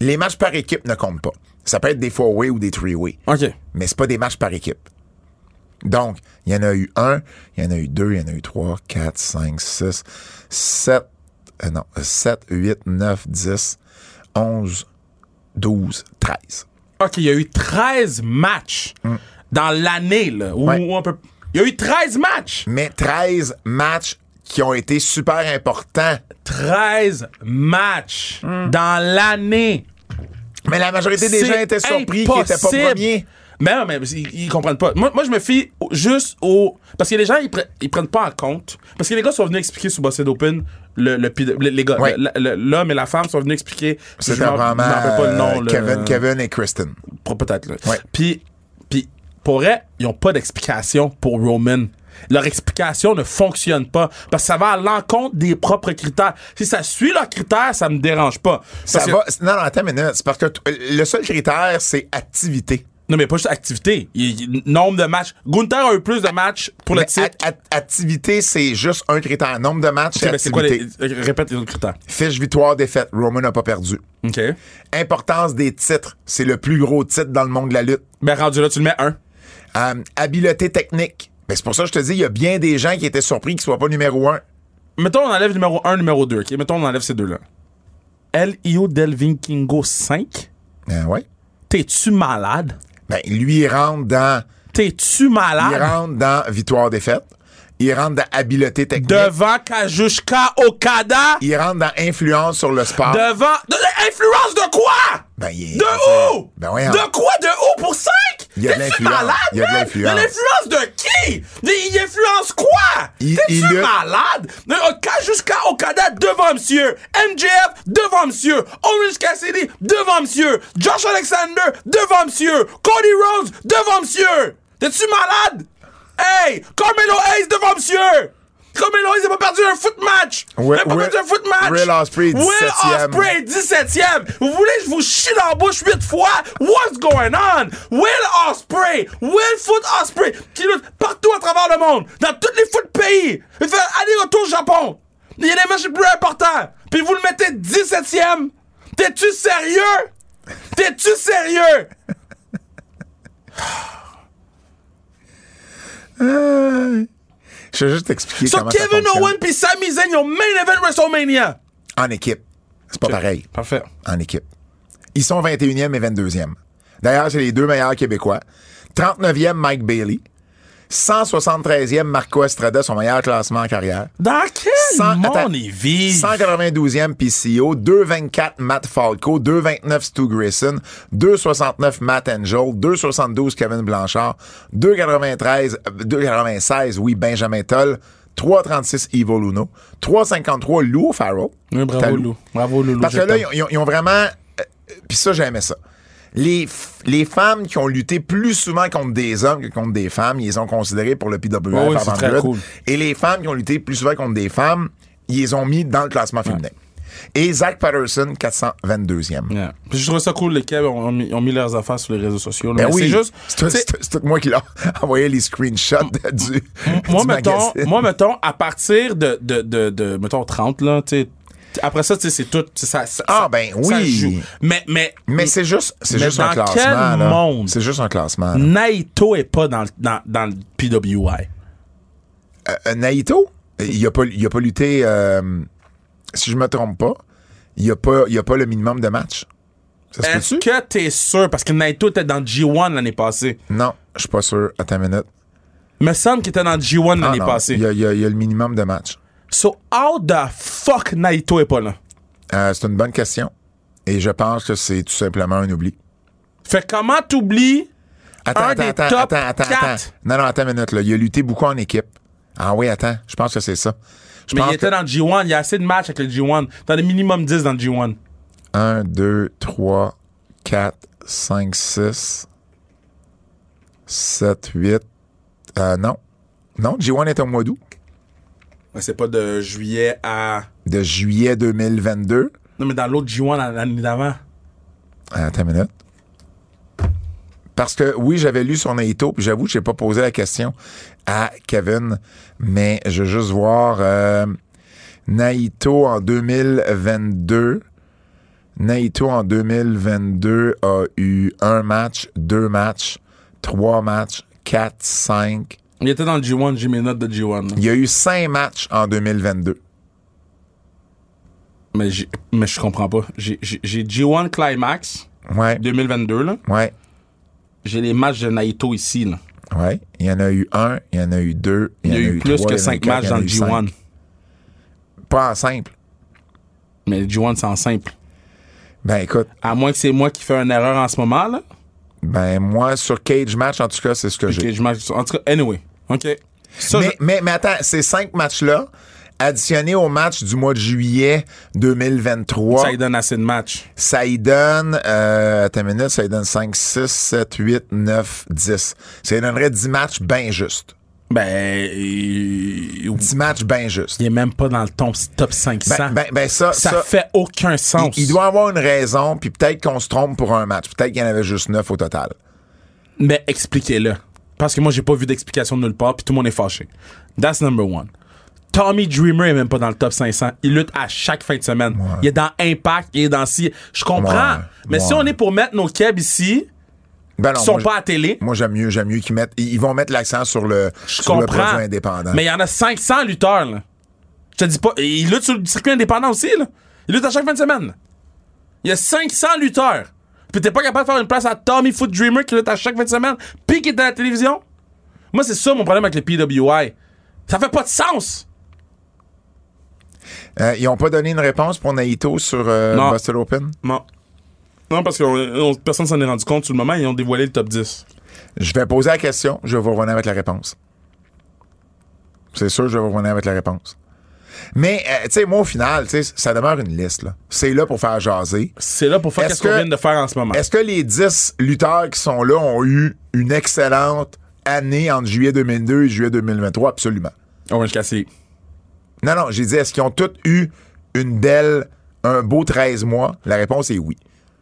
S2: Les matchs par équipe ne comptent pas. Ça peut être des four-way ou des three-way.
S3: OK.
S2: mais c'est pas des matchs par équipe. Donc, il y en a eu un, il y en a eu deux, il y en a eu trois, quatre, cinq, six, sept, euh, non, sept, huit, neuf, dix, onze, douze, treize.
S3: OK, il y a eu 13 matchs dans l'année, là. Où
S2: Ouais.
S3: on peut... Il y a eu 13 matchs!
S2: Mais treize matchs qui ont été super importants.
S3: 13 matchs dans l'année.
S2: Mais la majorité des
S3: C'est
S2: gens étaient surpris qu'ils n'étaient pas
S3: impossible.
S2: premiers.
S3: Mais non, mais ils, ils comprennent pas. Moi, moi, je me fie au- juste au. Parce que les gens, ils, pre- ils prennent pas en compte. Parce que les gars sont venus expliquer sur Bossed Open, le, le pide- le- les gars,
S2: Ouais.
S3: le- le- l'homme et la femme sont venus expliquer.
S2: C'était
S3: Je m'en-
S2: vraiment
S3: je m'en rappelle pas le nom,
S2: euh,
S3: là.
S2: Kevin, Kevin et Kristen.
S3: Pro- Peut-être, là.
S2: Ouais.
S3: Puis, puis, pour vrai, ils ont pas d'explication pour Roman. Leur explication ne fonctionne pas parce que ça va à l'encontre des propres critères. Si ça suit leurs critères, ça me dérange pas.
S2: Ça
S3: Parce que-
S2: va. Non, non, attends une minute. C'est parce que t- euh, le seul critère, c'est activité.
S3: Non, mais pas juste activité. Il- il- nombre de matchs. Gunther a eu plus de matchs pour le
S2: Mais
S3: titre.
S2: a- a- activité, c'est juste un critère. Nombre de matchs,
S3: Ok,
S2: c'est
S3: mais c'est quoi
S2: activité.
S3: les. euh, Répète les autres critères.
S2: Fiche victoire, défaite. Roman n'a pas perdu.
S3: OK.
S2: Importance des titres. C'est le plus gros titre dans le monde de la lutte.
S3: Ben, rendu là, tu le mets un.
S2: Euh, habileté technique. Ben, c'est pour ça que je te dis, il y a bien des gens qui étaient surpris qu'il soit pas numéro un.
S3: Mettons, on enlève numéro 1, numéro 2. OK. Mettons, on enlève ces deux-là. L.I.O. Del Vinkingo 5.
S2: Euh, ouais.
S3: T'es-tu malade?
S2: Ben, lui, il rentre dans,
S3: T'es-tu
S2: il
S3: malade?
S2: rentre dans victoire, défaite. Il rentre dans habileté technique.
S3: Devant Kajushka Okada?
S2: Il rentre dans influence sur le sport.
S3: Devant. De, de- influence de quoi?
S2: Ben, il est-
S3: de où?
S2: Ben, voyons.
S3: De quoi? De où pour 5?
S2: Il y a de
S3: T'es-tu
S2: l'influence.
S3: malade,
S2: Il y a de
S3: man?
S2: l'influence.
S3: De l'influence de qui? Il il influence quoi?
S2: Il-
S3: T'es-tu
S2: il lutte.
S3: malade? De Oka- jusqu'à Okada devant monsieur. MJF devant monsieur. Orange Cassidy devant monsieur. Josh Alexander devant monsieur. Cody Rhodes devant monsieur. T'es-tu malade? Hey! Carmelo Hayes devant monsieur! Carmelo Hayes n'a pas perdu un foot match!
S2: Will-
S3: Il a pas
S2: Will-
S3: perdu un foot match!
S2: Will Ospreay,
S3: Will
S2: 17e.
S3: Ospreay est 17e. Vous voulez que je vous chie dans la bouche 8 fois? What's going on? Will Osprey, Will Foot Osprey, qui lutte partout à travers le monde, dans tous les foot pays. Il fait aller-retour au Japon. Il y a des matchs les plus importants. Puis vous le mettez 17e. T'es-tu sérieux? T'es-tu sérieux?
S2: Je vais juste t'expliquer
S3: Sur
S2: comment ça
S3: Kevin
S2: fonctionne.
S3: Owen puis Sami Zayn, ils ont main event WrestleMania.
S2: En équipe. C'est pas pareil.
S3: Parfait.
S2: en équipe. Ils sont 21e et 22e. D'ailleurs, c'est les deux meilleurs Québécois. 39e, Mike Bailey. 173e, Marco Estrada, son meilleur classement en carrière.
S3: Dans quel
S2: Cent-
S3: monde
S2: attends,
S3: ils vivent?
S2: 192e, PCO. 224, Matt Falco. 229, Stu Grayson. 269, Matt Angel. 272, Kevin Blanchard. 293, euh, 296, oui, Benjamin Toll. 336, Ivo Luno. 353, Lou Farrell.
S3: Oui, bravo,
S2: T'as
S3: Lou. Bravo, Loulou,
S2: Parce
S3: je
S2: que là,
S3: t'aime.
S2: ils ont- ils ont, ils ont vraiment. euh, Puis ça, j'aimais ça. Les, f- les femmes qui ont lutté plus souvent contre des hommes que contre des femmes, ils les ont considérées pour le PWF
S3: Ouais, ouais, c'est très
S2: 500.
S3: cool.
S2: Et les femmes qui ont lutté plus souvent contre des femmes, ils les ont mis dans le classement féminin. Et Zach Patterson, 422e.
S3: Yeah. Puis je trouve ça cool, les Québécois ont, mis- ont mis leurs affaires sur les réseaux sociaux. là.
S2: Ben
S3: Mais
S2: oui,
S3: c'est juste.
S2: c'est tout,
S3: tu sais,
S2: c'est tout- c'est tout moi qui l'ai envoyé les screenshots de- du,
S3: moi,
S2: du
S3: mettons,
S2: magazine.
S3: moi, mettons, à partir de, de, de, de, mettons, 30, là, tu sais, après ça, tu sais, c'est tout. tu sais, Ça, ça-
S2: Ah,
S3: ça-
S2: ben
S3: ça
S2: oui.
S3: joue. Mais, mais,
S2: mais c'est juste, c'est
S3: Mais
S2: juste un
S3: dans
S2: classement.
S3: quel
S2: là.
S3: monde?
S2: C'est juste un classement. là.
S3: Naito est pas dans, le- dans, dans le PWI.
S2: Euh, Naito, il a pas, il a pas lutté, euh, si je me trompe pas, il a pas, il a pas le minimum de match. Ça se
S3: Est-ce
S2: peut-tu?
S3: que t'es sûr? Parce que Naito était dans G1 l'année passée.
S2: Non, je suis pas sûr. Attends une minute.
S3: Me semble qu'il était dans G1
S2: Ah
S3: l'année
S2: non,
S3: passée.
S2: Il y a, il y a- il y a le minimum de match.
S3: So, how the fuck Naito est pas là?
S2: Euh, c'est une bonne question. Et je pense que c'est tout simplement un oubli.
S3: Fait comment t'oublies?
S2: Attends,
S3: Un
S2: attends,
S3: des
S2: attends,
S3: top
S2: attends, attends,
S3: quatre.
S2: attends. Non, non, attends une minute. Là. Il a lutté beaucoup en équipe. Ah oui, attends. Je pense que c'est ça. Je
S3: Mais
S2: pense
S3: il était
S2: que...
S3: dans le G1, il y a assez de matchs avec le G1. T'en as minimum 10 dans le G1.
S2: 1, 2, 3, 4, 5, 6, 7, 8. Euh, non. Non, G1 est au mois d'août.
S3: Mais c'est pas de juillet à.
S2: De juillet 2022.
S3: Non, mais dans l'autre G1 l'an- l'année d'avant.
S2: Euh, Attends une minute. Parce que oui, j'avais lu son Naito, puis j'avoue, je n'ai pas posé la question à Kevin, mais je veux juste voir euh, Naito en 2022. Naito en 2022 a eu un match, deux matchs, trois matchs, quatre, cinq.
S3: Il était dans le G1, j'ai mes notes de G1. là.
S2: Il y a eu cinq matchs en 2022.
S3: Mais, j'ai- mais je comprends pas. J'ai j'ai- j'ai G1 Climax
S2: Ouais,
S3: 2022, là.
S2: ouais,
S3: J'ai les matchs de Naito ici, là.
S2: ouais. Il y en a eu un, il y en a eu deux,
S3: Il y a
S2: en
S3: eu
S2: trois,
S3: plus
S2: il
S3: que
S2: y en a eu
S3: 5
S2: quatre, il
S3: matchs
S2: y en a
S3: dans le
S2: eu cinq.
S3: G1.
S2: Pas en simple.
S3: Mais le G1, c'est en simple.
S2: Ben écoute,
S3: À moins que c'est moi qui fais une erreur en ce moment, là.
S2: Ben, moi, sur Cage Match, en tout cas, c'est ce que
S3: Ok,
S2: j'ai.
S3: je marche- En tout cas, anyway. OK. Ça,
S2: Mais, mais, mais attends, ces cinq matchs-là, additionnés au match du mois de juillet
S3: je-
S2: 2023,
S3: ça lui donne assez de matchs.
S2: ça y donne, euh, attends une minute, ça y donne 5, 6, 7, 8, 9, 10. Ça y donnerait 10 matchs bien justes.
S3: Ben. Il
S2: 10 matchs bien justes.
S3: il est même pas dans le top, top 500.
S2: Ben, ben, ben ça,
S3: ça,
S2: ça-
S3: fait aucun sens.
S2: il doit avoir une raison, puis peut-être qu'on se trompe pour un match. Peut-être qu'il y en avait juste 9 au total.
S3: Mais expliquez-le. Parce que moi, j'ai pas vu d'explication nulle part, puis tout le monde est fâché. That's number one. Tommy Dreamer est même pas dans le top 500. Il lutte à chaque fin de semaine. Il est dans Impact, il est dans si. Je comprends.
S2: Ouais,
S3: Mais
S2: ouais.
S3: si on est pour mettre nos kebs ici,
S2: Ben non,
S3: qui sont
S2: moi,
S3: pas à télé,
S2: moi, j'aime mieux, j'aime mieux qu'ils mettent, ils ils vont mettre l'accent sur le,
S3: je
S2: sur le
S3: comprends.
S2: produit indépendant.
S3: Mais il y en a 500 lutteurs, là. Je te dis pas. Et il lutte sur le circuit indépendant aussi, là. Il lutte à chaque fin de semaine. Il y a 500 lutteurs. Puis t'es pas capable de faire une place à Tommy Foot Dreamer qui lutte à chaque fin de semaine, puis qui est à la télévision. Moi, c'est ça mon problème avec le PWI. Ça fait pas de sens.
S2: Euh, ils n'ont pas donné une réponse pour Naito sur euh,
S3: Non.
S2: Boston Open?
S3: Non. Non, parce que on- on- personne s'en est rendu compte sur le moment, ils ont dévoilé le top 10.
S2: Je vais poser la question, je vais vous revenir avec la réponse. C'est sûr, je vais vous revenir avec la réponse. Mais, euh, tu sais, moi, au final, tu sais, ça demeure une liste. là. C'est là pour faire jaser.
S3: C'est là pour faire
S2: Est-ce
S3: ce qu'on
S2: que-
S3: vient de faire en ce moment.
S2: Est-ce que les 10 lutteurs qui sont là ont eu une excellente année entre juillet 2002 et juillet 2023? Absolument.
S3: Orange Cassidy.
S2: Non, non, j'ai dit, est-ce qu'ils ont tous eu une belle, un beau 13 mois? La réponse est oui.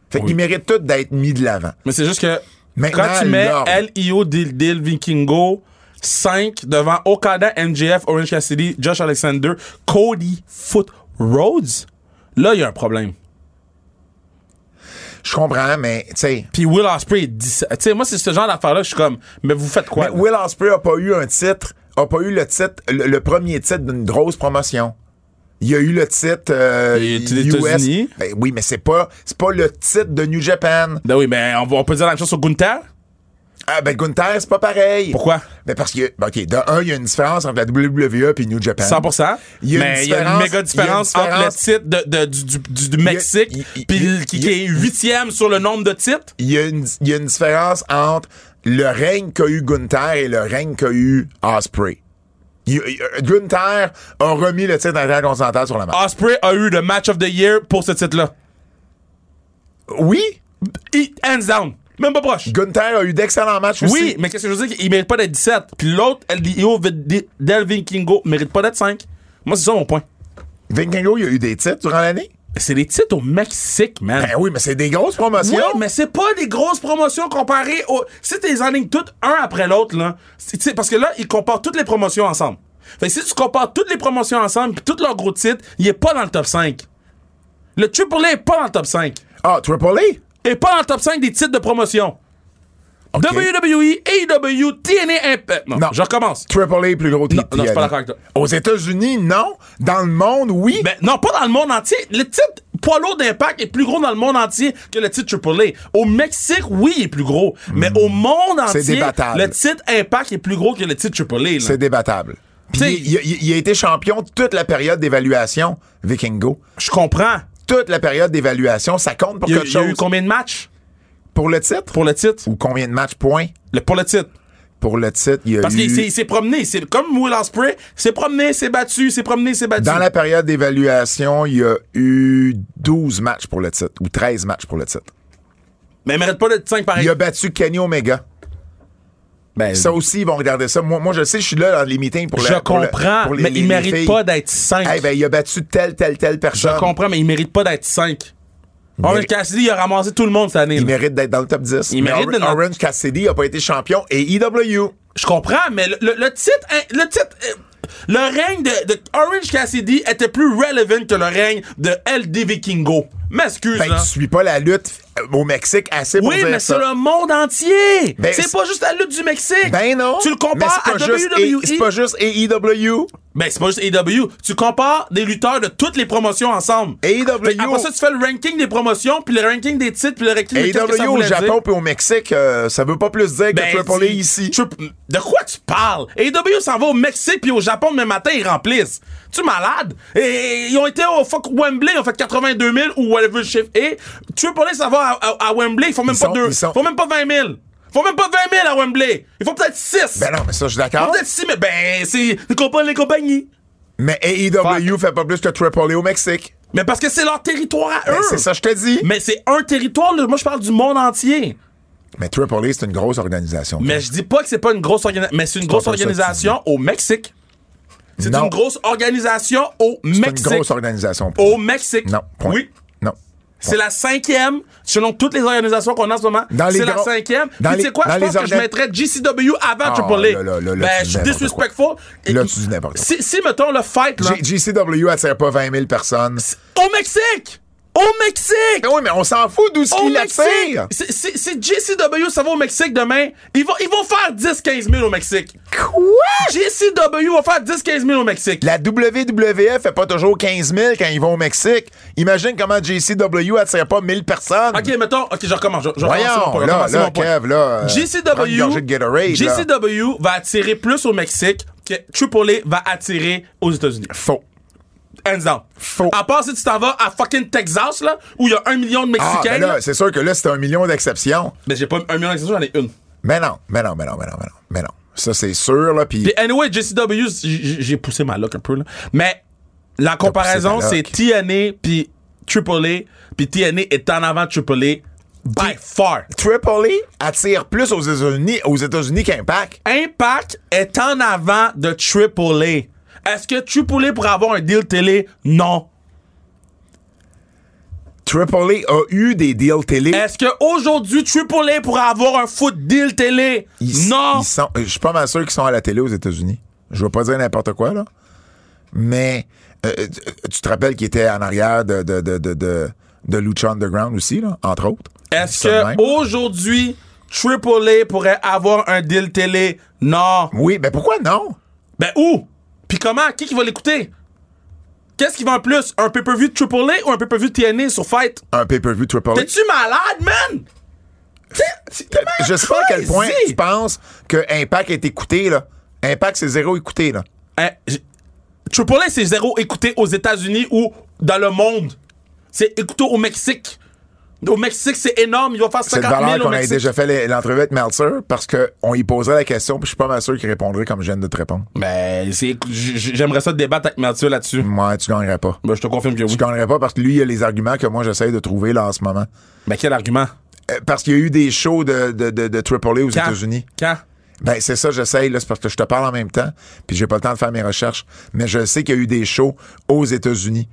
S2: Fait qu'ils méritent tous d'être mis de l'avant.
S3: Mais c'est juste que
S2: Maintenant,
S3: quand tu mets
S2: l'ordre.
S3: LIO Deal Deal Vikingo 5 devant Okada, MJF, Orange Cassidy, Josh Alexander, Cody Foot Rhodes, là il y a un problème.
S2: Je comprends, mais, tu sais,
S3: Puis Will Ospreay est 17. Tu sais moi c'est ce genre d'affaire là je suis comme mais vous faites quoi
S2: Mais
S3: là?
S2: Euh, Will Ospreay a pas eu un titre, a pas eu le titre, le, le premier titre d'une grosse promotion. Il a eu le titre euh,
S3: Il est aux
S2: US.
S3: États-Unis.
S2: Ben oui, mais c'est pas c'est pas le titre de New Japan.
S3: Ben oui, mais on, va- on peut dire la même chose sur Gunther
S2: Ah ben Gunther, c'est pas pareil.
S3: Pourquoi
S2: Ben parce que ben, OK, de un, il y a une différence entre la WWE et New Japan.
S3: 100%.
S2: Euh, Il y a une
S3: mais il y a une
S2: différence-
S3: méga différence
S2: il y a une
S3: entre le
S2: différence-
S3: titre de, de- du, du- du
S2: y a-
S3: Mexique,
S2: il- il-
S3: puis
S2: il-
S3: le- qui,
S2: il-
S3: qui est huitième sur le nombre de titres.
S2: Il y a une il y a une différence entre le règne qu'a eu Gunther et le règne qu'a eu Osprey. Gunther a remis le titre intercontinental sur la main.
S3: Osprey a eu le match of the year pour ce titre-là.
S2: Oui,
S3: He- hands down. Même pas proche.
S2: Gunther a eu d'excellents matchs aussi.
S3: Oui, mais qu'est-ce que je veux dire? Il mérite pas d'être 17. Puis l'autre, LDO Vid- Delvin Kingo, mérite pas d'être 5. Moi, c'est ça mon point.
S2: Vincenzo, il a eu des titres durant l'année?
S3: C'est des titres au Mexique, man.
S2: Ben oui, mais c'est des grosses promotions.
S3: Ouais, mais c'est pas des grosses promotions comparées aux. Si tu les enlignes toutes un après l'autre, là. c'est- tu sais, parce que là, ils comparent toutes les promotions ensemble. Fait que si tu compares toutes les promotions ensemble, puis tous leurs gros titres, il est pas dans le top 5. Le Triple A est pas dans le top 5.
S2: Ah, Triple A?
S3: Il est pas dans le top 5 des titres de promotion. E, WWE, AEW, TNA Impact. Non,
S2: Non.
S3: je recommence.
S2: Triple A, plus gros titre.
S3: non, je suis
S2: Yannick.
S3: pas d'accord avec toi.
S2: Aux États-Unis, non. Dans le monde, oui.
S3: Ben, non, pas dans le monde entier. Le titre poids lourd d'impact est plus gros dans le monde entier que le titre AAA. Au Mexique, oui, il est plus gros. Mais au monde
S2: Hmm. C'est
S3: entier,
S2: débattable.
S3: le titre impact est plus gros que le titre AAA. là.
S2: c'est débattable. Puis
S3: T'sais-
S2: il, il- il a été champion toute la période d'évaluation, Vikingo.
S3: Je comprends.
S2: Toute la période d'évaluation, ça compte pour
S3: Il y a,
S2: quelque
S3: il y a
S2: chose.
S3: eu combien de matchs
S2: Pour le titre?
S3: pour le titre?
S2: Ou combien de matchs, points?
S3: Le, pour le titre.
S2: Pour le titre, il y a
S3: Parce
S2: eu...
S3: qu'il s'est- il s'est promené. C'est comme Will Ospreay. Il s'est promené, s'est battu, s'est promené, s'est battu.
S2: Dans la période d'évaluation, il y a eu 12 matchs pour le titre, ou 13 matchs pour le titre.
S3: Mais il mérite pas le 5 pareil.
S2: Il a battu Kenny Omega.
S3: Ben,
S2: Ça aussi, ils vont regarder ça. Moi, moi je sais, je suis là dans les meetings pour,
S3: je
S2: la- pour le-
S3: comprends,
S2: pour les-
S3: mais
S2: les- les
S3: il mérite
S2: filles.
S3: pas d'être 5.
S2: Eh ben, il a battu telle, telle, telle
S3: je
S2: personne.
S3: comprends, mais il mérite pas d'être 5. Orange
S2: mérite-
S3: Cassidy, il a ramassé tout le monde cette année.
S2: Il
S3: là.
S2: mérite d'être dans le top 10.
S3: Il
S2: Mais
S3: mérite
S2: Or-
S3: de notre-
S2: Orange Cassidy n'a pas été champion et E Ben, EW.
S3: Je comprends, mais le, le- le titre, hein, le titre, euh, le règne de, de Orange Cassidy était plus relevant que le règne de LD Vikingo. M'excuse,
S2: Ben,
S3: là.
S2: tu suis pas la lutte euh, au Mexique assez pour
S3: Oui,
S2: dire
S3: mais c'est
S2: ça.
S3: le monde entier.
S2: Ben,
S3: c'est
S2: c'est-
S3: pas juste la lutte du Mexique.
S2: Ben non.
S3: Tu le compares
S2: Mais
S3: à E.
S2: c'est pas juste et-
S3: WWE.
S2: C'est pas juste E AEW.
S3: Ben, c'est pas juste AEW. Tu compares des lutteurs de toutes les promotions ensemble.
S2: AEW.
S3: Fait que Après ça, tu fais le ranking des promotions, puis le ranking des titres, puis le ranking des titres que ça
S2: AEW au
S3: voulait dire.
S2: E Japon puis au Mexique, euh, ça veut pas plus dire
S3: Ben,
S2: que Triple A
S3: dis-
S2: ici.
S3: Trip- de quoi tu parles? AEW s'en va au Mexique puis au Japon demain matin, ils remplissent. Tu malade? Et ils ont été au fuck Wembley, ils ont fait 82 000 ou whatever le chiffre est. Triple A s'en va à, à- à Wembley, ils font même
S2: Ils
S3: pas
S2: sont-
S3: deux,
S2: ils sont-
S3: font même pas 20 000. Ils font même pas 20 000 à Wembley. Ils font peut-être 6.
S2: Ben non, mais ça, je suis
S3: ils font
S2: d'accord.
S3: peut-être 6, mais ben, c'est les compagnies, les compagnies.
S2: Mais AEW fait pas plus que Triple A au Mexique.
S3: Mais parce que c'est leur territoire à
S2: Ben,
S3: eux.
S2: c'est ça, je te dis.
S3: Mais c'est un territoire, là. moi je parle du monde entier.
S2: Mais Triple A, c'est une grosse organisation.
S3: Mais je dis pas que c'est pas une grosse organisation, mais c'est une grosse
S2: pas ça que tu
S3: organisation au Mexique. C'est
S2: Non.
S3: une grosse organisation au
S2: C'est une
S3: Mexique.
S2: grosse organisation.
S3: Au Mexique.
S2: Non. point.
S3: Oui.
S2: Non.
S3: C'est la cinquième, selon toutes les organisations qu'on a en ce moment.
S2: Dans les
S3: C'est la
S2: gros-
S3: cinquième.
S2: dans
S3: Puis tu
S2: les-
S3: sais quoi?
S2: dans
S3: Je pense
S2: les
S3: que je
S2: orga-
S3: mettrais GCW
S2: Ah,
S3: avant Triple A.
S2: là, là, là, là,
S3: ben,
S2: tu
S3: je
S2: dis
S3: suis
S2: n'importe
S3: disrespectful. Et-
S2: Là, tu dis n'importe quoi.
S3: Si, si, mettons, le fight, là,
S2: G- GCW attire pas 20 000 personnes.
S3: au Mexique! Au Mexique!
S2: Mais oui, mais on s'en fout d'où ce
S3: Au
S2: qu'il
S3: Oh, Mexique!
S2: attire.
S3: Si- Si si JCW ça va au Mexique demain, ils vont, ils vont faire 10-15 000 au Mexique.
S2: Quoi?
S3: JCW va faire 10-15 000 au Mexique.
S2: La WWE fait pas toujours 15 000 quand ils vont au Mexique. Imagine comment JCW attire pas 1000 personnes.
S3: Ok, mettons, ok, je recommence. Je, je recommence
S2: Voyons,
S3: mon point, je
S2: là,
S3: recommence
S2: là,
S3: mon point.
S2: Kev, là. euh, prends une gorgée de Gatorade,
S3: JCW,
S2: là.
S3: JCW va attirer plus au Mexique que Triple A va attirer aux États-Unis.
S2: Faux.
S3: Hands down.
S2: Faux.
S3: À part si tu t'en vas à fucking Texas, là, où il y a un million de
S2: Ah,
S3: Mexicains.
S2: ben
S3: là.
S2: là, c'est sûr que là, c'est un million d'exceptions.
S3: Mais j'ai pas un million de Mexicains, j'en ai une.
S2: Mais non, mais non, mais non, mais non, mais non. Mais non. Ça, c'est sûr, là, puis
S3: Puis anyway, JCW, j- j'ai poussé ma lock un peu, là. Mais la comparaison,
S2: poussé ta
S3: c'est
S2: loc.
S3: TNA puis AAA. Puis TNA est en avant de AAA by far.
S2: Triple A attire plus aux États-Unis aux États-Unis qu'Impact.
S3: Impact est en avant de AAA. Est-ce que AAA pourrait avoir un deal télé? Non.
S2: Triple A a eu des deals télé.
S3: Est-ce qu'aujourd'hui, AAA pourrait avoir un foot deal télé?
S2: Ils-
S3: non.
S2: ils sont- je suis pas mal sûr qu'ils sont à la télé aux États-Unis. Je veux pas dire n'importe quoi, là. Mais euh, tu- tu te rappelles qu'ils étaient en arrière de, de, de, de, de, de Lucha Underground aussi, là, entre autres.
S3: Est-ce
S2: Ça de même.
S3: que aujourd'hui, AAA pourrait avoir un deal télé? Non.
S2: Oui, mais pourquoi non?
S3: Ben où? Puis comment? Qui qui va l'écouter? Qu'est-ce qui va en plus? Un pay-per-view de AAA ou un pay-per-view de TNA sur Fight?
S2: Un pay-per-view Triple A.
S3: T'es-tu malade, man? T'es- t'es malade,
S2: Je sais pas à quel point
S3: crazy!
S2: tu penses que Impact est écouté, là. Impact, c'est zéro écouté, là.
S3: Hein, j- AAA, c'est zéro écouté aux États-Unis ou dans le monde. C'est écouté au Mexique. Au Mexique, c'est énorme. Il va faire
S2: C'est de
S3: 50
S2: valeur
S3: 000
S2: qu'on
S3: au
S2: a
S3: Mexique.
S2: déjà fait les- l'entrevue avec Meltzer parce qu'on y poserait la question, puis je suis pas mal sûr qu'il répondrait comme je viens de te répondre.
S3: Ben, c'est- j- j- j'aimerais ça débattre avec Mathieu là-dessus.
S2: Moi, tu gagnerais pas.
S3: Ben, je te confirme que oui.
S2: Tu gagnerais pas parce que lui, il a les arguments que moi, j'essaye de trouver, là, en ce moment.
S3: Ben, quel argument?
S2: Euh, parce qu'il y a eu des shows de, de, de, de AAA aux
S3: Quand?
S2: États-Unis.
S3: Quand?
S2: Ben, c'est ça, j'essaye, là, c'est parce que je te parle en même temps, puis j'ai pas le temps de faire mes recherches. Mais je sais qu'il y a eu des shows aux États-Unis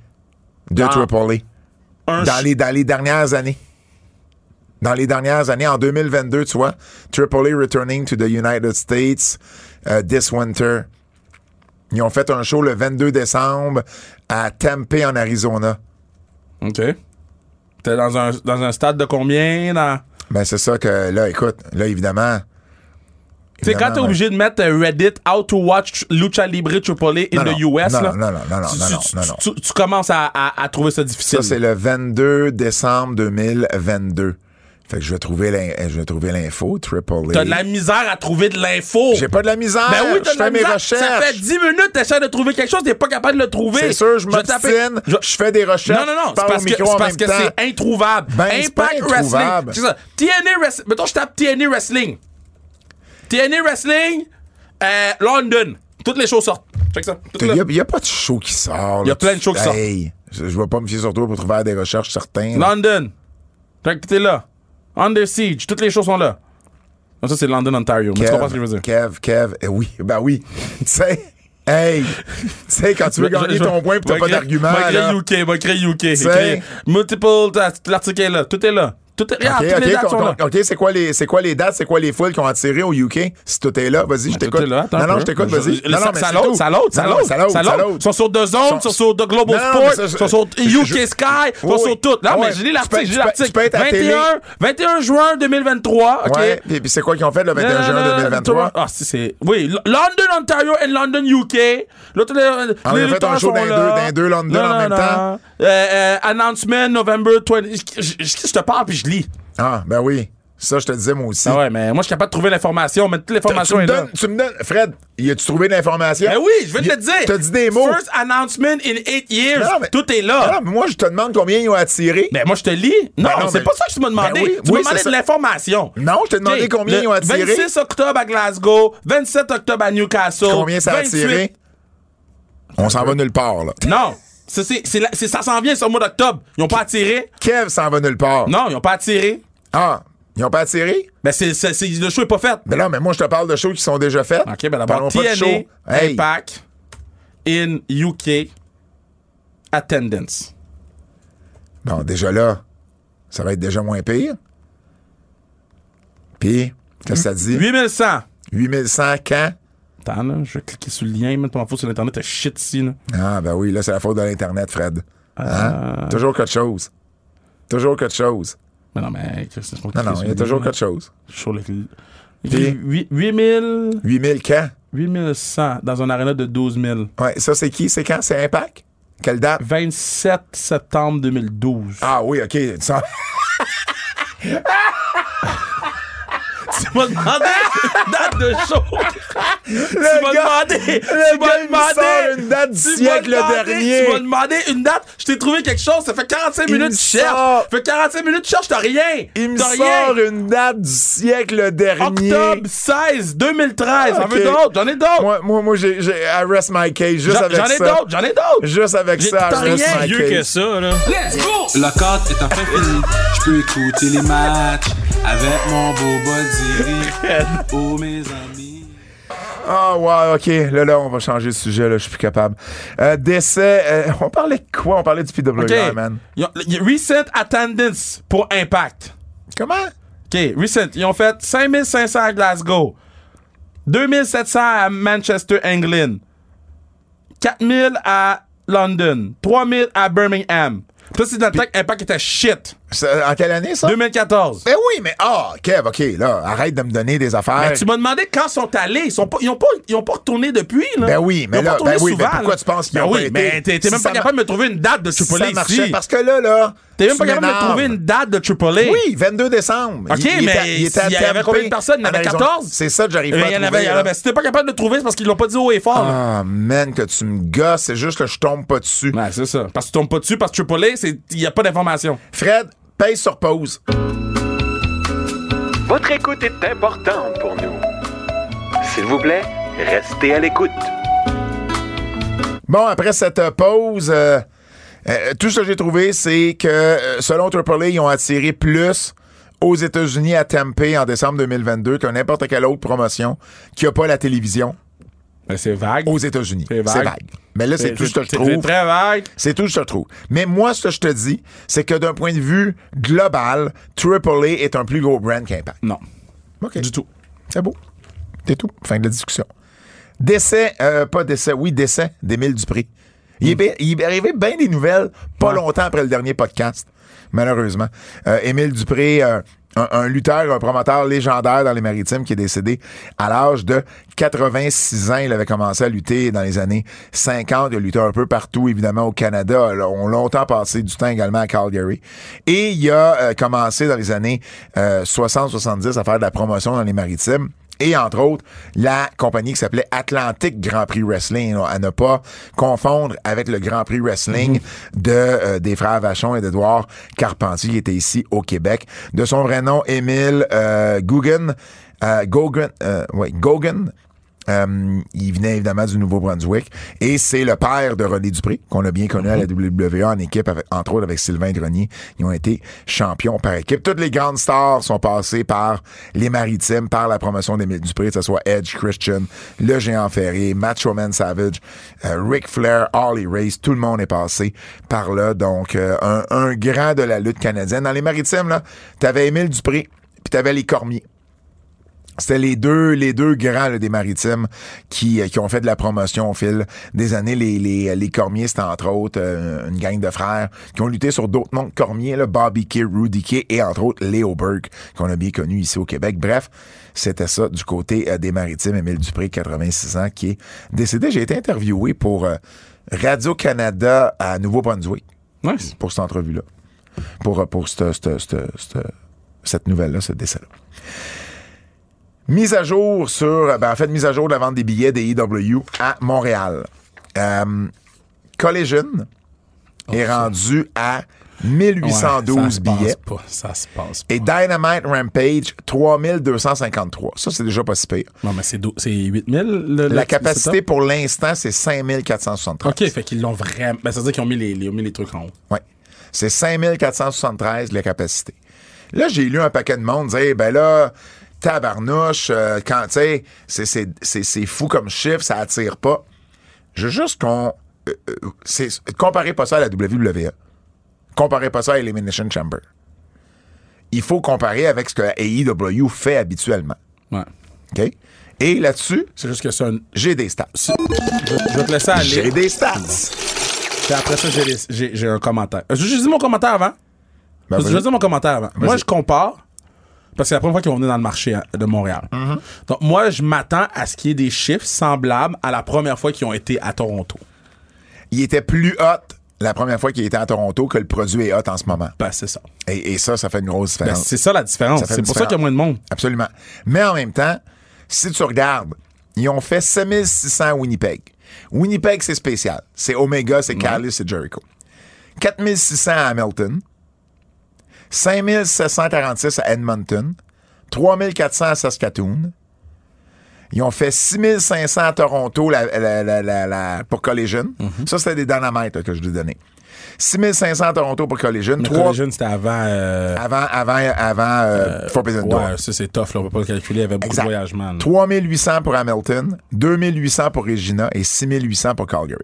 S2: de AAA.
S3: Ah. un.
S2: dans les, dans les dernières années. Dans les dernières années, en 2022, tu vois, Triple A returning to the United States euh, this winter. Ils ont fait un show le 22 décembre à Tempe, en Arizona.
S3: OK. T'es dans un, dans un stade de combien? Dans...
S2: Ben, c'est ça que, là, écoute, là, évidemment.
S3: Tu sais, quand t'es
S2: évidemment,
S3: obligé de mettre euh, Reddit How to watch Lucha Libre Triple A in
S2: Non,
S3: the
S2: non,
S3: US,
S2: non,
S3: là,
S2: non, non, non, non,
S3: tu,
S2: non,
S3: tu-
S2: non,
S3: tu-
S2: non, non.
S3: tu- tu commences à, à- à trouver ça
S2: Ça,
S3: difficile.
S2: c'est le 22 décembre 2022. Fait que je vais trouver l'in- eh, je vais trouver l'info, Triple A.
S3: T'as de la misère à trouver de l'info.
S2: J'ai pas de la misère.
S3: Ben oui, t'as
S2: je
S3: de la
S2: fais mes
S3: misère.
S2: recherches.
S3: Ça fait 10 minutes, t'essaies de trouver quelque chose, t'es pas capable de le trouver.
S2: C'est sûr, je
S3: vais taper-
S2: m'obstine,
S3: je-
S2: je fais des recherches,
S3: Non, non, non,
S2: je
S3: c'est
S2: parle
S3: parce
S2: au
S3: que
S2: micro
S3: c'est
S2: en
S3: parce que
S2: même temps.
S3: c'est introuvable.
S2: Ben, c'est pas
S3: Impact
S2: introuvable.
S3: Wrestling. C'est ça. TNA Wrestling. Mettons, je tape TNA Wrestling. TNA Wrestling, euh, London. Toutes les choses sortent. Check ça. Tout
S2: Il
S3: là.
S2: n'y a, pas de show qui sort. là.
S3: Y a plein de shows qui sortent.
S2: Hey, je ne vais pas me fier sur toi pour trouver des recherches certaines.
S3: London. Check, t'es là. Under Siege. Toutes les choses sont là. Non, ça, c'est London, Ontario. Mais tu comprends ce que je veux dire?
S2: Kev, Kev, eh oui, ben oui. tu sais, hey, tu sais, quand tu veux gagner ton point et t'as pas d'argument,
S3: Va
S2: là.
S3: créer UK, va créer UK.
S2: sais.
S3: écrit Multiple, ta- l'article est là. Tout est là. Tout est là.
S2: OK,
S3: toutes les
S2: OK,
S3: dates
S2: qu'on-
S3: sont là.
S2: qu'on- OK, c'est quoi, les- c'est quoi les dates, c'est quoi les foules qui ont attiré au UK? Si tout est là, vas-y, je
S3: Ben, Tout
S2: t'écoute.
S3: est là, attends
S2: Non,
S3: un
S2: non,
S3: peu. Ben,
S2: je t'écoute,
S3: Je-
S2: vas-y.
S3: je-
S2: Non, non,
S3: ça-
S2: mais
S3: Ça
S2: c'est
S3: l'autre,
S2: tout.
S3: ça l'autre, ça
S2: Non, non,
S3: l'autre, ça l'autre. Ils sont sur The Zone,
S2: Sont-
S3: ils sont sur The
S2: Non,
S3: Global
S2: non, mais
S3: Sport,
S2: ça, je-
S3: ils sont sur
S2: je-
S3: UK Sky, ils
S2: Oui,
S3: sont sur tout.
S2: ah
S3: Non,
S2: ouais,
S3: mais j'ai
S2: tu
S3: lu
S2: peux-
S3: l'article, j'ai
S2: tu
S3: lu
S2: peux-
S3: l'article.
S2: tu peux être à la télé.
S3: 21 21 juin 2023, OK?
S2: Ouais, puis- puis c'est quoi qu'ils ont fait le 21
S3: Non, non, non,
S2: juin
S3: non,
S2: 2023?
S3: Ah, si, c'est. Oui, L- London, Ontario et London, UK. Là, tous les.
S2: Ah, on
S3: euh, les
S2: a fait un
S3: lutteurs
S2: show
S3: sont
S2: dans les
S3: là.
S2: deux- dans les deux London
S3: Non,
S2: en
S3: non,
S2: même
S3: non.
S2: temps.
S3: Euh, euh, announcement, November 20. Je, je- je- je te parle puis je lis.
S2: Ah, ben oui. Ça, je te disais, moi aussi.
S3: Ah ouais, mais moi, je suis capable de trouver l'information, mais toute
S2: Tu
S3: l'information
S2: me
S3: est là.
S2: donnes, tu me donnes, Fred, y as-tu trouvé de l'information?
S3: Ben oui, je veux te le dire.
S2: T'as dit des mots.
S3: First announcement in eight years.
S2: Non, mais-
S3: Tout est là.
S2: Non, Ah, mais moi, je te demande combien ils ont attiré.
S3: Ben moi je te lis. Non,
S2: non,
S3: c'est
S2: mais-
S3: pas ça que tu m'as demandé.
S2: Ben oui,
S3: tu m'as
S2: oui,
S3: demandé
S2: c'est
S3: de
S2: ça.
S3: l'information.
S2: Non, je t'ai demandé
S3: OK,
S2: combien
S3: le
S2: ils ont attiré.
S3: 26 octobre à Glasgow, 27 octobre à Newcastle.
S2: combien ça a
S3: 28
S2: attiré? On s'en va nulle part, là.
S3: Non. Ça, c'est, c'est la- c'est- ça s'en vient sur le mois d'octobre. Ils n'ont pas attiré.
S2: Kev s'en va nulle part.
S3: Non, ils n'ont pas attiré.
S2: Ah, ils ont pas attiré?
S3: Ben, c'est, c'est- c'est- le show n'est pas fait.
S2: Ben là, mais moi, je te parle de shows qui sont déjà faites.
S3: OK, ben
S2: Parlons
S3: d'abord,
S2: pas de
S3: TNA,
S2: shows. Hey,
S3: Impact, in UK, attendance.
S2: bon, déjà là, ça va être déjà moins pire. Puis, qu'est-ce que ça dit?
S3: 8100.
S2: 8100 quand?
S3: Attends, là, je vais cliquer sur le lien, mettre mon faux sur Internet, t'as shit ici, là.
S2: Ah, ben oui, là, c'est la faute de l'Internet, Fred. Hein?
S3: Euh.
S2: Toujours quelque chose. Toujours quelque chose.
S3: Mais non, mais... Chris, c'est pas
S2: Non, non,
S3: cliquer
S2: il y a
S3: sur le
S2: toujours
S3: lien.
S2: quelque chose.
S3: Sur le...
S2: Puis-
S3: 8000...
S2: 8000 quand?
S3: 8100 dans un aréna de 12 000.
S2: Ouais, ça, c'est qui? C'est quand? C'est Impact? Quelle date?
S3: 27 septembre 2012.
S2: Ah oui, OK. Tu sens-
S3: Tu m'as demandé date de show. tu m'as
S2: gars-
S3: demandé.
S2: le gars,
S3: tu m'as
S2: il me
S3: demandé.
S2: sort une date du
S3: tu m'as
S2: siècle
S3: demandé-
S2: dernier.
S3: Tu m'as demandé une date. Je t'ai trouvé quelque chose. Ça fait 45
S2: Il
S3: minutes
S2: me
S3: que je cherche.
S2: sort-
S3: Ça fait 45 minutes que je cherche. T'as rien.
S2: Il me
S3: T'as rien.
S2: sort une date du siècle dernier.
S3: Octobre 16, 2013. J'en
S2: Ok.
S3: veux d'autres. J'en ai d'autres.
S2: Moi, moi, moi j'ai, j'ai- I rest my case juste
S3: J'en
S2: avec
S3: j'en ai
S2: ça.
S3: d'autres. J'en ai d'autres.
S2: Juste avec
S3: J'ai-
S2: ça,
S3: t'as
S2: I rest
S3: rien
S2: my
S4: Mieux que
S2: case.
S4: ça, là.
S1: Le cadre est enfin fini. Je peux écouter les matchs avec mon beau body. Oh mes amis.
S2: Ah ouais, ok. Là, là, on va changer de sujet. Là, je suis plus capable. Euh, décès. euh, on parlait de quoi On parlait du PWI,
S3: OK.
S2: man.
S3: Ils ont- y- Recent attendance pour Impact.
S2: Comment
S3: OK, recent. Ils ont fait 5500 à Glasgow, 2700 à Manchester, England, 4000 à London, 3000 à Birmingham. Ça, c'est dans le temps que Impact était shit.
S2: Ça- En quelle année ça
S3: 2014.
S2: Ben oui, mais ah, Kev, ok. Là, arrête de me donner des affaires.
S3: Mais tu m'as demandé quand ils sont allés. Ils sont pas, ils ont pas, ils ont pas retourné depuis, là.
S2: Ben oui, mais
S3: Ils ont pas
S2: là,
S3: retourné
S2: ben oui,
S3: souvent,
S2: mais pourquoi
S3: là.
S2: tu penses qu'ils
S3: Ben
S2: ont
S3: oui,
S2: pas
S3: mais
S2: été?
S3: t'es, t'es
S2: Si
S3: même
S2: ça
S3: pas
S2: mar-
S3: capable de me trouver une date de Triple
S2: ça
S3: A
S2: marchait
S3: ici.
S2: parce que là, là.
S3: T'es même
S2: tu
S3: pas capable de me
S2: m'énerves.
S3: trouver une date de Triple A.
S2: Oui, 22 décembre.
S3: OK, mais
S2: à
S3: s'il y avait
S2: Tempe,
S3: combien de personnes? Il y en avait
S2: Arizona.
S3: 14?
S2: C'est ça que j'arrive
S3: Mais
S2: pas
S3: il y
S2: à
S3: en avait, il
S2: trouver.
S3: y en
S2: là.
S3: avait. ben, Si t'es pas capable de le trouver, c'est parce qu'ils l'ont pas dit haut et fort, là.
S2: Ah, man, que tu me gosses. C'est juste que je tombe pas dessus.
S3: Ouais, c'est ça. Parce que tu tombes pas dessus, parce que Triple A, c'est- il n'y a pas d'information.
S2: Fred, pèse sur pause.
S6: Votre écoute est importante pour nous. S'il vous plaît, restez à l'écoute.
S2: Bon, après cette euh, pause, euh, euh, tout ce que j'ai trouvé, c'est que euh, selon AAA, ils ont attiré plus aux États-Unis à Tempe en décembre 2022 que n'importe quelle autre promotion qui a pas la télévision.
S3: Mais Ben, c'est vague.
S2: aux États-Unis.
S3: C'est
S2: C'est
S3: vague.
S2: vague. Mais là, Oh, c'est tout ce que je
S3: c'est- C'est
S2: trouve.
S3: très vague.
S2: C'est tout ce que je trouve. Mais moi, ce que je te dis, c'est que d'un point de vue global, AAA est un plus gros brand qu'Impact.
S3: Non.
S2: OK.
S3: Du tout.
S2: C'est beau. C'est tout. Fin de la discussion. Décès, euh, pas décès, oui, décès d'Émile Dupré. Il est, bien- il est arrivé bien des nouvelles pas longtemps après le dernier podcast, malheureusement. Euh, Émile Dupré, euh, un, un lutteur, un promoteur légendaire dans les maritimes qui est décédé à l'âge de 86 ans. Il avait commencé à lutter dans les années 50. Il a lutté un peu partout, évidemment, au Canada. Là, On a longtemps passé du temps également à Calgary. Et il a euh, commencé dans les années 60-70 à faire de la promotion dans les maritimes. Et entre autres, la compagnie qui s'appelait Atlantic Grand Prix Wrestling, là, à ne pas confondre avec le Grand Prix Wrestling de, euh, des frères Vachon et d'Edouard Carpentier, qui était ici au Québec. De son vrai nom, Émile euh, Guggen, euh, Gauguin, euh, ouais, Gauguin, euh, il venait évidemment du Nouveau-Brunswick et c'est le père de René Dupré qu'on a bien connu à la WWE en équipe, avec- entre autres avec Sylvain Grenier. Ils ont été champions par équipe. Toutes les grandes stars sont passées par les maritimes, par la promotion d'Émile Dupré, que ce soit Edge, Christian, le géant ferré, Macho Man Savage, euh, Ric Flair, Harley Race, tout le monde est passé par là. Donc, euh, un, un grand de la lutte canadienne. Dans les maritimes, là, t'avais Émile Dupré puis t'avais les Cormiers. C'était les deux, les deux grands là, des maritimes qui, euh, qui ont fait de la promotion au fil des années. Les, les, euh, les Cormiers, c'était entre autres euh, une gang de frères qui ont lutté sur d'autres noms que Cormier, là, Bobby Kay, Rudy Kay et entre autres Léo Burke, qu'on a bien connu ici au Québec. Bref, c'était ça du côté euh, des maritimes. Émile Dupré, 86 ans, qui est décédé. J'ai été interviewé pour euh, Radio-Canada à Nouveau-Brunswick
S3: Nice.
S2: pour cette entrevue-là. Pour, euh, pour cette, cette- cette- cette- cette nouvelle-là, ce décès-là. Mise à jour sur, ben, en fait, mise à jour de la vente des billets des EW à Montréal. Euh, Collision est rendu à
S3: Oh, Ouais,
S2: 1812
S3: ça se
S2: billets.
S3: passe pas, ça se passe pas.
S2: Et Dynamite Rampage, 3253. Ça, c'est déjà pas si pire.
S3: Non, mais c'est dou- c'est 8000 le,
S2: La
S3: le-
S2: capacité
S3: setup?
S2: pour l'instant, c'est 5473.
S3: OK, fait qu'ils l'ont vraiment. Ben, ça veut dire qu'ils ont mis les, les- ont mis les trucs en haut.
S2: Oui. C'est 5473 la capacité. Là, j'ai lu un paquet de monde dire, ben là, tabarnouche, euh, quand, tu sais, c'est- c'est- c'est c'est fou comme chiffre, ça attire pas. Je veux juste qu'on... euh, euh, c'est- comparez pas ça à la WWE. Comparez pas ça à Elimination Chamber. Il faut comparer avec ce que la AEW fait habituellement.
S3: Ouais.
S2: OK? Et là-dessus,
S3: C'est juste que c'est un.
S2: j'ai des stats.
S3: Je, je vais te laisser
S2: J'ai
S3: aller.
S2: des stats!
S3: Puis après ça, j'ai les- j'ai j'ai un commentaire. Euh, Je je dis mon commentaire avant.
S2: Ben,
S3: Parce que je vais
S2: vas-y.
S3: dire mon commentaire avant. Moi, je compare. Parce que c'est la première fois qu'ils vont venir dans le marché hein, de Montréal.
S2: Mm-hmm.
S3: Donc, moi, je m'attends à ce qu'il y ait des chiffres semblables à la première fois qu'ils ont été à Toronto.
S2: il était plus hot la première fois qu'il était à Toronto que le produit est hot en ce moment.
S3: Ben, c'est ça.
S2: Et, et ça, ça fait une grosse
S3: Ben,
S2: différence.
S3: c'est ça la différence.
S2: Ah. Ça fait
S3: C'est
S2: une
S3: pour ça qu'il y a moins de monde.
S2: Absolument. Mais en même temps, si tu regardes, ils ont fait 7600 à Winnipeg. Winnipeg, c'est spécial. C'est Omega, c'est Calais, c'est Jericho. 4600 à Hamilton. 5746 à Edmonton. 3400 à Saskatoon. Ils ont fait 6500 à Toronto la- la- la- la- la- pour Collision.
S3: Mm-hmm.
S2: Ça, c'était des dynamites là, que je lui ai donné. 6500 à Toronto pour Collision.
S3: Le
S2: Trois-
S3: Collision, c'était avant. euh,
S2: Avant, avant, avant euh, Four Prison Door.
S3: ouais, ça, c'est tough. Là, on peut pas le calculer. Il y avait beaucoup
S2: Exact.
S3: de
S2: Mm.
S3: voyagements. là.
S2: 3800 pour Hamilton, 2800 pour Regina et 6800 pour Calgary.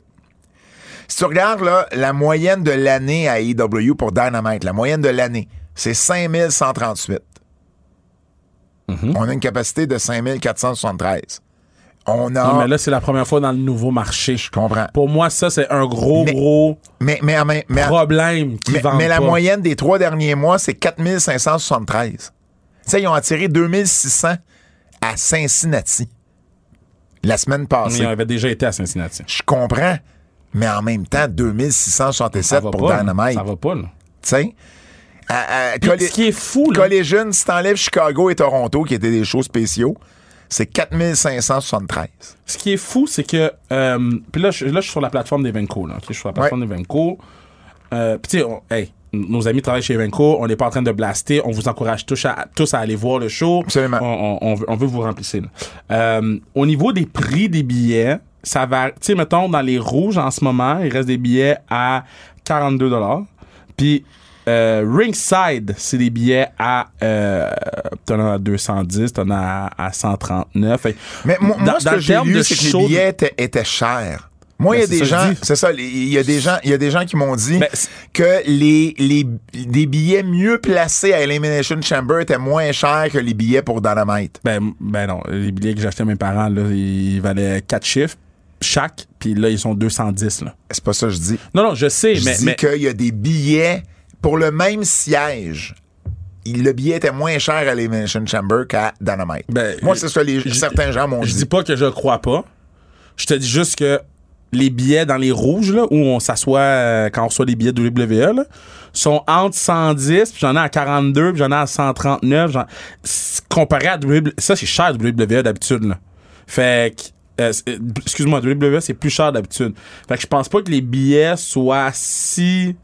S2: Si tu regardes là, la moyenne de l'année à EW pour Dynamite, la moyenne de l'année, c'est 5138.
S3: Mm-hmm.
S2: On a une capacité de 5473. On a.
S3: Non, mais là, c'est la première fois dans le nouveau marché.
S2: je comprends.
S3: Pour moi, ça, c'est un gros,
S2: Mais-
S3: gros
S2: Mais, mais, mais, mais-
S3: problème qui
S2: mais-
S3: vend
S2: mais la
S3: pas.
S2: moyenne des trois derniers mois, c'est 4573. Tu sais, ils ont attiré 2600 à Cincinnati la semaine
S3: Mais
S2: passée.
S3: il avait déjà été à Cincinnati.
S2: Je comprends. Mais en même temps,
S3: Ça
S2: 2667
S3: va
S2: pour
S3: pas, là.
S2: Dynamite.
S3: Ça va pas, là.
S2: Tu sais? À- à-
S3: Puis,
S2: Colli-
S3: ce qui est fou, là,
S2: Collision, si t'enlèves Chicago et Toronto, qui étaient des shows spéciaux, c'est 4573.
S3: ce qui est fou, c'est que. euh, puis là, je, là, je suis sur la plateforme d'Evenco. Là, ok? Je suis sur la plateforme d'Evenco. Euh, puis, tu sais, on- hey, nos amis travaillent chez Evenco. On n'est pas en train de blaster. On vous encourage tous à, tous à aller voir le show.
S2: Absolument.
S3: On, on- on veut, on veut vous remplir. là. Euh, au niveau des prix des billets, ça va. Tu sais, mettons, dans les rouges en ce moment, il reste des billets à 42 Puis Euh, ringside, c'est des billets à. Euh, t'en as à 210, t'en as à, à 139. Fait que
S2: Mais moi,
S3: dans-
S2: moi, ce
S3: dans
S2: que
S3: le
S2: j'ai
S3: terme
S2: lu,
S3: de
S2: c'est que
S3: show de-
S2: les billets étaient, étaient chers. Moi, il y a
S3: Ben, c'est
S2: des
S3: ça que je
S2: gens,
S3: dis.
S2: c'est ça, les- il y a des gens, il y a des gens qui m'ont dit
S3: Ben, c'est-
S2: que les, les, des billets mieux placés à Elimination Chamber étaient moins chers que les billets pour Dynamite.
S3: Ben, ben non, les billets que j'achetais à mes parents, là, ils valaient 4 chiffres chaque, puis là, ils sont 210. Là.
S2: C'est pas ça que je dis.
S3: Non, non, je sais,
S2: Je
S3: mais.
S2: dis
S3: mais
S2: qu'il y a des billets pour le même siège. il- Le billet était moins cher à Elimination Chamber qu'à Dynamite.
S3: ben,
S2: Moi, c'est ce que les,
S3: je-
S2: certains gens m'ont
S3: Je dis
S2: dit.
S3: pas que je crois pas. Je te dis juste que les billets dans les rouges, là, où on s'assoit euh, quand on reçoit des billets de WWE, là, sont entre 110, puis j'en ai à 42, puis j'en ai à 139. j'en- c'est- Comparé à WWE, ça, c'est cher WWE d'habitude. là. Fait que, euh, c'est- euh, excuse-moi, WWE, c'est plus cher d'habitude. Fait que je pense pas que les billets soient si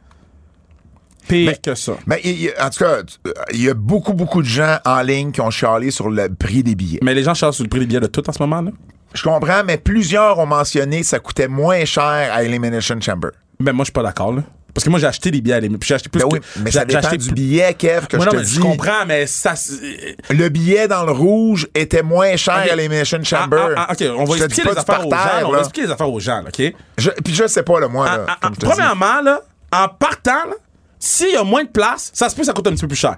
S3: pires que ça.
S2: Ben, il- il- en tout cas, tu- il y a beaucoup, beaucoup de gens en ligne qui ont chialé sur le prix des billets.
S3: Mais les gens cherchent sur le prix des billets de tout en ce moment, là.
S2: Je comprends, mais plusieurs ont mentionné que ça coûtait moins cher à Elimination Chamber.
S3: Ben, moi, je suis pas d'accord, là. Parce que moi, j'ai acheté des billets à l'émission. Puis j'ai acheté plus
S2: Ben
S3: que-
S2: oui, mais
S3: j'ai-
S2: ça
S3: j'ai
S2: dépend
S3: acheté
S2: du
S3: plus-
S2: billet, Kev, que
S3: Moi,
S2: je
S3: non,
S2: te
S3: mais
S2: dis.
S3: je comprends, mais ça. c'est-
S2: Le billet dans le rouge était moins cher
S3: Ok.
S2: à Elimination
S3: Ah,
S2: Chamber.
S3: ah, ah, ok, on va
S2: Je te dis
S3: expliquer
S2: pas
S3: les
S2: du
S3: affaires aux gens.
S2: parterre,
S3: là. On
S2: là.
S3: va expliquer les affaires aux gens, là, OK?
S2: Je- Puis je sais pas, là, moi, là,
S3: Ah, ah,
S2: comme je te dis.
S3: premièrement, là, en partant, là, s'il y a moins de place, ça se peut que ça coûte un petit peu plus cher.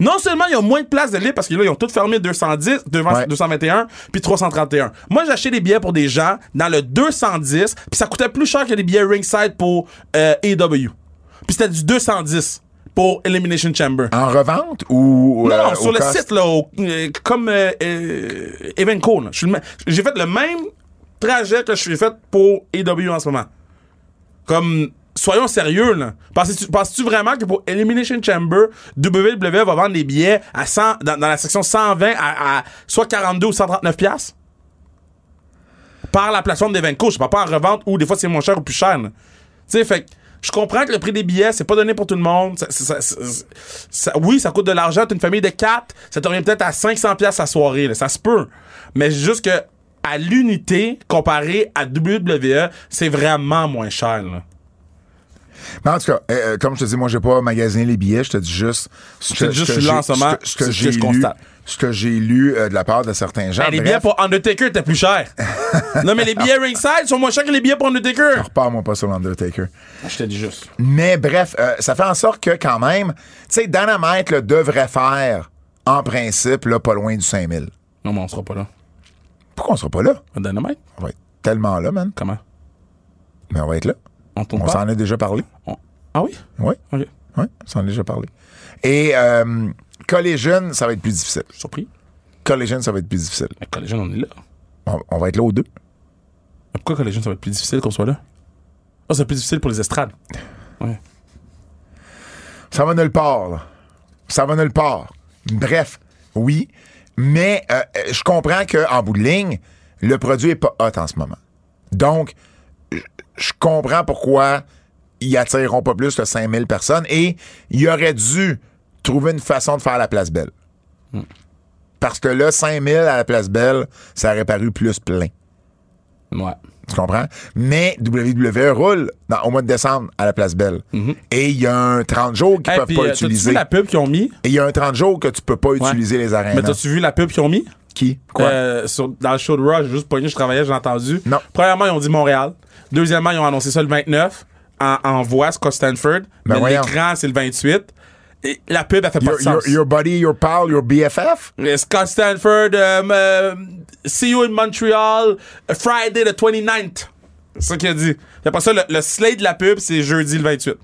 S3: Non seulement il y a moins de places de libre parce que là, ils ont toutes fermé 210, devant
S2: Ouais.
S3: 221, puis 331. Moi, j'ai acheté des billets pour des gens dans le 210, puis ça coûtait plus cher que des billets ringside pour euh, AEW. Puis c'était du 210 pour Elimination Chamber.
S2: En revente ou.
S3: Non,
S2: euh,
S3: non,
S2: au
S3: sur le
S2: cost?
S3: site, là, au- euh, comme euh, euh, Evenco, là. Je suis le ma- J'ai fait le même trajet que je suis fait pour AW en ce moment. Comme, soyons sérieux, là. Penses-tu penses-tu vraiment que pour Elimination Chamber, WWE va vendre les billets à 100, dans, dans la section 120 à, à soit 42 ou 139 piastres? Par la plateforme d'Evenco. Je parle pas en revente ou des fois c'est moins cher ou plus cher, là. Tu sais, fait que je comprends que le prix des billets, c'est pas donné pour tout le monde. Ça- ça- ça- ça- ça- oui, ça coûte de l'argent. T'as une famille de quatre, ça te revient peut-être à 500$ piastres la soirée. là. Ça se peut. Mais c'est juste que à l'unité, comparé à WWE, c'est vraiment moins cher. là.
S2: Mais en tout cas, euh, euh, comme je te dis, moi, j'ai pas magasiné les billets. Je te dis juste. Ce
S3: te dis juste, je suis
S2: j'ai-
S3: là en ce moment,
S2: ce que- ce que
S3: c'est ce que
S2: j'ai
S3: je
S2: lu-
S3: constate.
S2: Ce que j'ai lu euh, de la part de certains gens.
S3: Hey, les
S2: Bref,
S3: billets pour Undertaker étaient plus chers. non, mais les billets ringside sont moins chers que les billets pour Undertaker.
S2: Repars-moi pas sur l'Undertaker.
S3: Je te dis juste.
S2: Mais bref, euh, ça fait en sorte que quand même, tu sais, Dynamite là, devrait faire, en principe, là, pas loin du 5000.
S3: Non, mais on sera pas là.
S2: Pourquoi on sera pas là?
S3: Un Dynamite?
S2: On va être tellement là, man.
S3: Comment?
S2: Mais on va être là.
S3: On tourne
S2: On
S3: pas?
S2: s'en est déjà parlé.
S3: On- Ah oui?
S2: Oui,
S3: Ok.
S2: oui, on s'en est déjà parlé. Et euh, Collision, ça va être plus difficile.
S3: Surpris.
S2: Collision, ça va être plus difficile.
S3: Mais Collision, on est là.
S2: On, on va être là aux deux.
S3: Mais Pourquoi Collision, ça va être plus difficile qu'on soit là? Ah, c'est plus difficile pour les estrades. Ouais.
S2: Ça va nulle part, là. Ça va nulle part. Bref, oui. Mais euh, euh, je comprends qu'en bout de ligne, le produit est pas hot en ce moment. Donc, je- je comprends pourquoi ils attireront pas plus que 5000 personnes et ils auraient dû trouver une façon de faire la place belle. Parce que là, 5000 à la place belle, ça aurait paru plus plein.
S3: Ouais.
S2: Tu comprends? Mais WWE roule dans- au mois de décembre à la place belle. Et il y a un 30 jours qu'ils
S3: Mm-hmm. Hey,
S2: peuvent
S3: puis,
S2: pas
S3: euh, t'as-tu
S2: utiliser. Ben
S3: vu la pub qu'ils ont mis?
S2: Et il y a un 30 jours que tu peux pas
S3: Ouais.
S2: utiliser les arènes. hein.
S3: Mais t'as-tu vu la pub qu'ils ont mis?
S2: Qui? Quoi?
S3: Euh, sur- dans le show de Rush, juste pogné, je travaillais, j'ai entendu.
S2: Non.
S3: Premièrement, ils ont dit Montréal. Deuxièmement, ils ont annoncé ça le 29 en, en voix, Scott Stanford.
S2: Ben
S3: mais
S2: voyons.
S3: l'écran, c'est le 28. Et la pub, elle fait pas
S2: your,
S3: de sens.
S2: your- your buddy, your pal, your BFF?
S3: Euh, Scott Stanford, euh, euh, see you in Montreal, euh, Friday the 29th. C'est ça qu'il a dit. Et après ça, le, le slate de la pub, c'est jeudi le 28.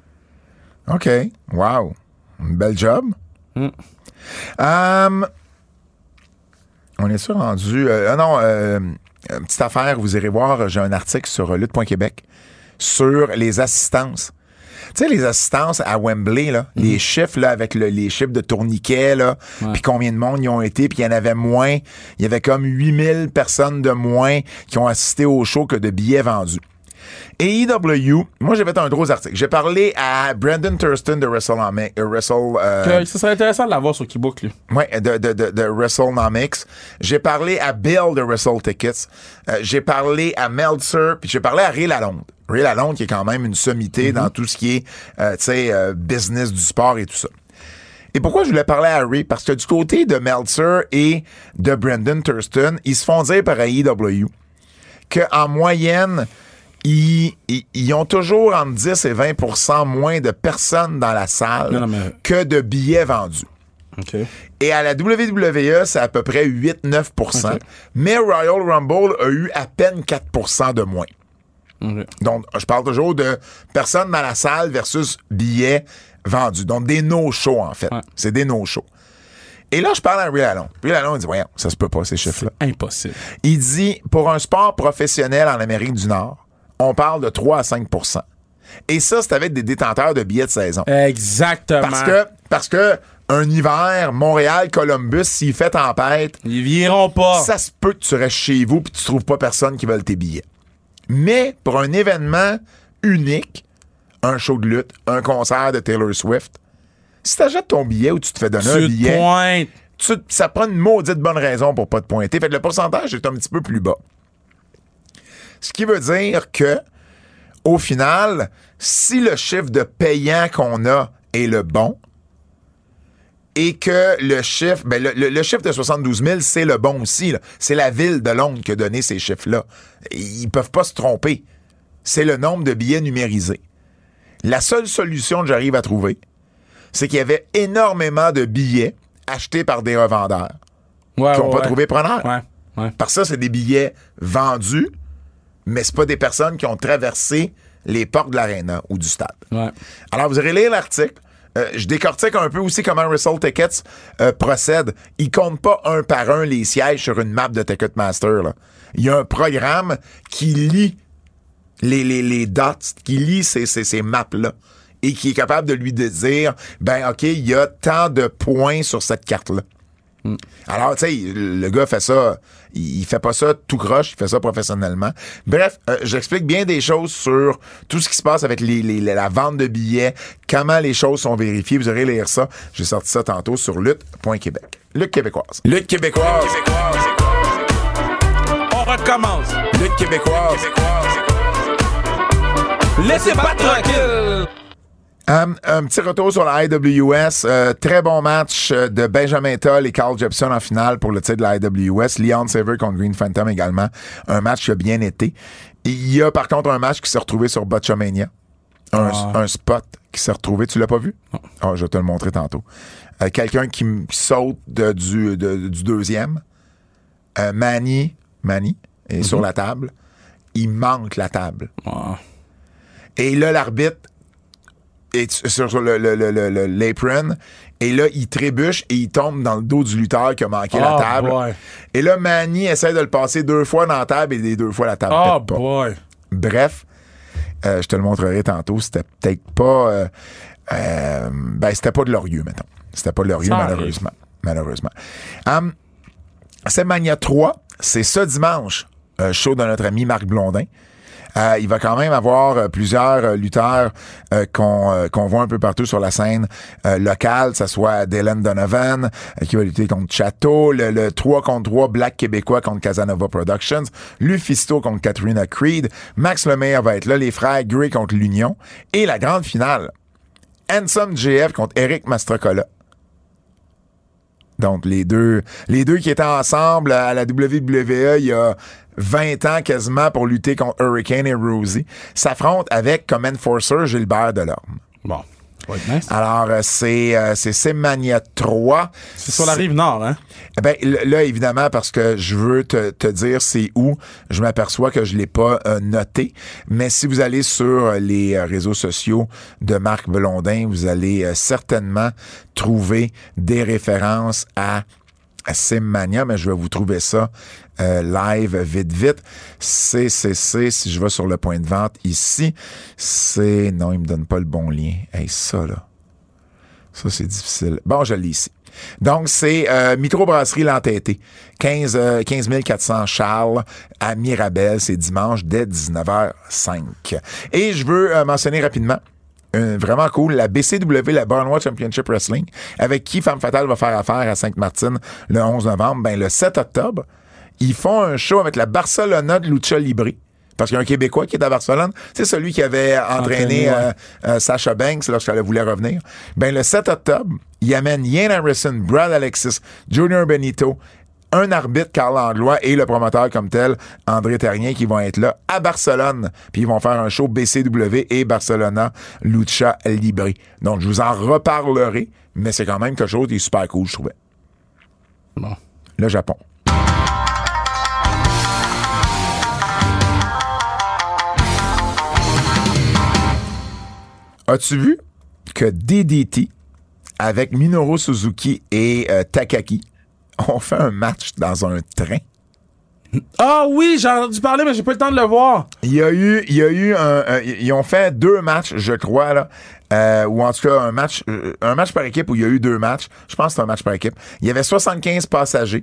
S2: OK. Wow. Bel job. Hum, on est sûr rendu. euh, ah non, euh, euh, petite affaire, vous irez voir, j'ai un article sur euh, lutte.québec sur les assistances. Tu sais, les assistances à Wembley, là, les chiffres là, avec le- les chiffres de tourniquet, là, puis combien de monde y ont été, puis il y en avait moins. Il y avait comme 8000 personnes de moins qui ont assisté au show que de billets vendus. Et EW, moi, j'avais fait un gros article. J'ai parlé à Brandon Thurston de WrestleNomics. euh, Wrestle, euh,
S3: Euh, ça serait intéressant de l'avoir sur Keybook, lui.
S2: Ouais, de, de, de, de WrestleNomics. J'ai parlé à Bill de Wrestle Tickets. Euh, j'ai parlé à Meltzer, puis j'ai parlé à Ray Lalonde. Ray Lalonde, qui est quand même une
S3: Mm-hmm.
S2: sommité dans tout ce qui est, euh, tu sais, euh, business du sport et tout ça. Et pourquoi je voulais parler à Ray? Parce que du côté de Meltzer et de Brandon Thurston, ils se font dire par E AEW qu'en moyenne, ils, ils- ils ont toujours entre 10 et 20 moins de personnes dans la salle
S3: Non, non, mais-
S2: que de billets vendus.
S3: OK.
S2: Et à la WWE, c'est à peu près 8-9 Mais Royal Rumble a eu à peine 4 de moins. Donc, je parle toujours de personnes dans la salle versus billets vendus. Donc, des no-shows, en fait.
S3: Ouais.
S2: C'est des no-shows. Et là, je parle à Ray Lalonde. Ray Lalonde il dit, voyons, ça se peut pas, ces chiffres-là.
S3: Impossible.
S2: Il dit, pour un sport professionnel en Amérique du Nord, on parle de 3 à 5 Et ça, c'est avec des détenteurs de billets de saison.
S3: Exactement.
S2: Parce que, parce que un hiver, Montréal, Columbus, s'il fait tempête,
S3: Ils viront pas.
S2: ça se peut que tu restes chez vous puis tu trouves pas personne qui vole tes billets. Mais pour un événement unique, un show de lutte, un concert de Taylor Swift, si t'achètes ton billet ou tu te fais donner un
S3: tu te
S2: billet,
S3: pointes.
S2: tu- ça prend une maudite bonne raison pour pas te pointer. Fait que le pourcentage est un petit peu plus bas. Ce qui veut dire que, au final, si le chiffre de payants qu'on a est le bon, et que le chiffre, ben, le, le- le chiffre de 72 000, c'est le bon aussi. là. C'est la ville de Londres qui a donné ces chiffres-là. Ils peuvent pas se tromper. C'est le nombre de billets numérisés. La seule solution que j'arrive à trouver, c'est qu'il y avait énormément de billets achetés par des revendeurs
S3: Ouais,
S2: qui n'ont
S3: Ah ouais,
S2: pas
S3: ouais.
S2: trouvé preneur.
S3: Ouais, ouais.
S2: Parce que ça, c'est des billets vendus, mais c'est pas des personnes qui ont traversé les portes de l'aréna ou du stade.
S3: Ouais.
S2: Alors, vous irez lire l'article. Euh, je décortique un peu aussi comment Wrestle Tickets euh, procède. Ils comptent pas un par un les sièges sur une map de Ticketmaster. là. Il y a un programme qui lit les, les, les dots, qui lit ces, ces, ces maps-là et qui est capable de lui dire, ben OK, il y a tant de points sur cette carte-là. Alors, tu sais, le gars fait ça, il il fait pas ça tout croche, il fait ça professionnellement. Bref, euh, j'explique bien des choses sur tout ce qui se passe avec les, les- la vente de billets, comment les choses sont vérifiées. Vous aurez lire ça. J'ai sorti ça tantôt sur lutte.québec. Lutte québécoise. Lutte québécoise.
S3: On recommence.
S2: Lutte québécoise.
S3: Laissez pas tranquille.
S2: Hum, un petit retour sur la IWS. Euh, très bon match euh, de Benjamin Toll et Carl Jepson en finale pour le titre de la IWS. Leon Saver contre Green Phantom également. Un match qui a bien été. Il y a par contre un match qui s'est retrouvé sur Botchamania. Un, un spot qui s'est retrouvé. Tu l'as pas vu? Ah, je vais te le montrer tantôt. Euh, Quelqu'un qui m- saute de- du, de- du deuxième. Euh, Manny, Manny est sur la table. Il manque la table.
S3: Ouais.
S2: Et là, l'arbitre est sur sur le- le- le- le- le- l'apron. Et là, il trébuche et il tombe dans le dos du lutteur qui a manqué la
S3: Oh
S2: table.
S3: boy.
S2: Et là, Manny essaie de le passer deux fois dans la table et les deux fois la table.
S3: Oh
S2: pète pas.
S3: boy.
S2: Bref, euh, je te le montrerai tantôt. C'était peut-être pas. euh, euh, ben, c'était pas de l'orieux, mettons. C'était pas de l'orieux,
S3: Ça arrive.
S2: malheureusement. Malheureusement. Hum, c'est Mania 3. C'est ce dimanche, euh, show de notre ami Marc Blondin. Euh, il va quand même avoir euh, plusieurs euh, lutteurs euh, qu'on euh, qu'on voit un peu partout sur la scène euh, locale, que ce soit Dylan Donovan euh, qui va lutter contre Chateau, le, le 3 contre 3 Black Québécois contre Casanova Productions, Lufisto contre Katrina Creed, Max Lemaire va être là, les frères Gray contre l'Union, et la grande finale, Handsome GF contre Eric Mastrocola. Donc, les deux, les deux qui étaient ensemble à la WWE il y a 20 ans quasiment pour lutter contre Hurricane et Rosie s'affrontent avec comme enforcer Gilbert Delorme.
S3: Bon. Ah, Ça va être nice.
S2: Alors, euh, c'est euh, c'est Semania 3.
S3: C'est sur la rive nord, hein?
S2: Eh Ben, l- là, évidemment, parce que je veux te, te dire c'est où, je m'aperçois que je l'ai pas euh, noté. Mais si vous allez sur euh, les euh, réseaux sociaux de Marc Blondin, vous allez euh, certainement trouver des références à Simmania, mais je vais vous trouver ça euh, live vite, vite. C'est, c'est, c'est, si je vais sur le point de vente ici, c'est... Non, il me donne pas le bon lien. Hey, ça, là. Ça, c'est difficile. Bon, je l'ai ici. Donc, c'est euh, Microbrasserie L'Entêté. 15, euh, 15 400 Charles à Mirabel. C'est dimanche dès 19h05. Et je veux euh, mentionner rapidement euh, vraiment cool, la BCW, la Barnois Championship Wrestling, avec qui Femme Fatale va faire affaire à Sainte-Martine le 11 novembre. Ben, le 7 octobre, ils font un show avec la Barcelona de Lucha Libre. Parce qu'il y a un Québécois qui est à Barcelone. C'est celui qui avait entraîné,
S3: Entraîné, ouais.
S2: euh, euh, Sasha Banks lorsqu'elle voulait revenir. Ben, le 7 octobre, il amène Ian Harrison, Brad Alexis, Junior Benito, un arbitre, Carl Langlois, et le promoteur comme tel, André Terrien, qui vont être là à Barcelone. Puis ils vont faire un show BCW et Barcelona Lucha Libre. Donc, je vous en reparlerai, mais c'est quand même quelque chose qui est super cool, je trouvais.
S3: Bon.
S2: Le Japon. As-tu vu que DDT, avec Minoru Suzuki et euh, Takaki, ont fait un match dans un train?
S3: Ah oui, j'ai entendu parler, mais j'ai pas eu le temps de le voir.
S2: Il y a eu, il y a eu un, un- ils ont fait deux matchs, je crois là, euh, ou en tout cas un match, euh, un match par équipe où il y a eu deux matchs. Je pense que c'est un match par équipe. Il y avait 75 passagers.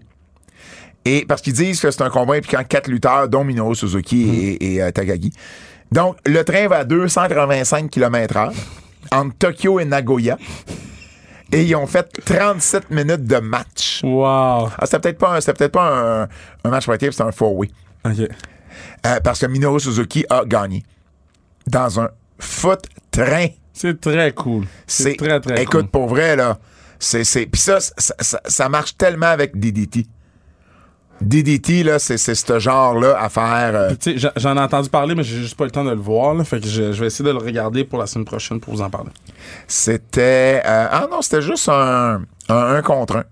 S2: Et parce qu'ils disent que c'est un combat impliquant quatre lutteurs, dont Minoru Suzuki et, et, euh, Takagi. Donc le train va à 285 km/h entre Tokyo et Nagoya. Et ils ont fait 37 minutes de match.
S3: Mm. Wow.
S2: Ah, c'était peut-être pas, un- c'était peut-être pas un, un match par équipe, c'était un four-way.
S3: OK.
S2: Euh, parce que Minoru Suzuki a gagné dans un foot train.
S3: C'est très cool. C'est très, très
S2: Écoute, pour vrai, là, c'est. c'est- Puis ça, ça, ça- ça marche tellement avec DDT. DDT, là, c'est c'est ce genre-là à faire. euh,
S3: cool. Tu sais, j'a- J'en ai entendu parler, mais j'ai juste pas eu le temps de le voir. Là, fait que je, je vais essayer de le regarder pour la semaine prochaine pour vous en parler.
S2: C'était. euh, ah non, c'était juste un, un, un contre un.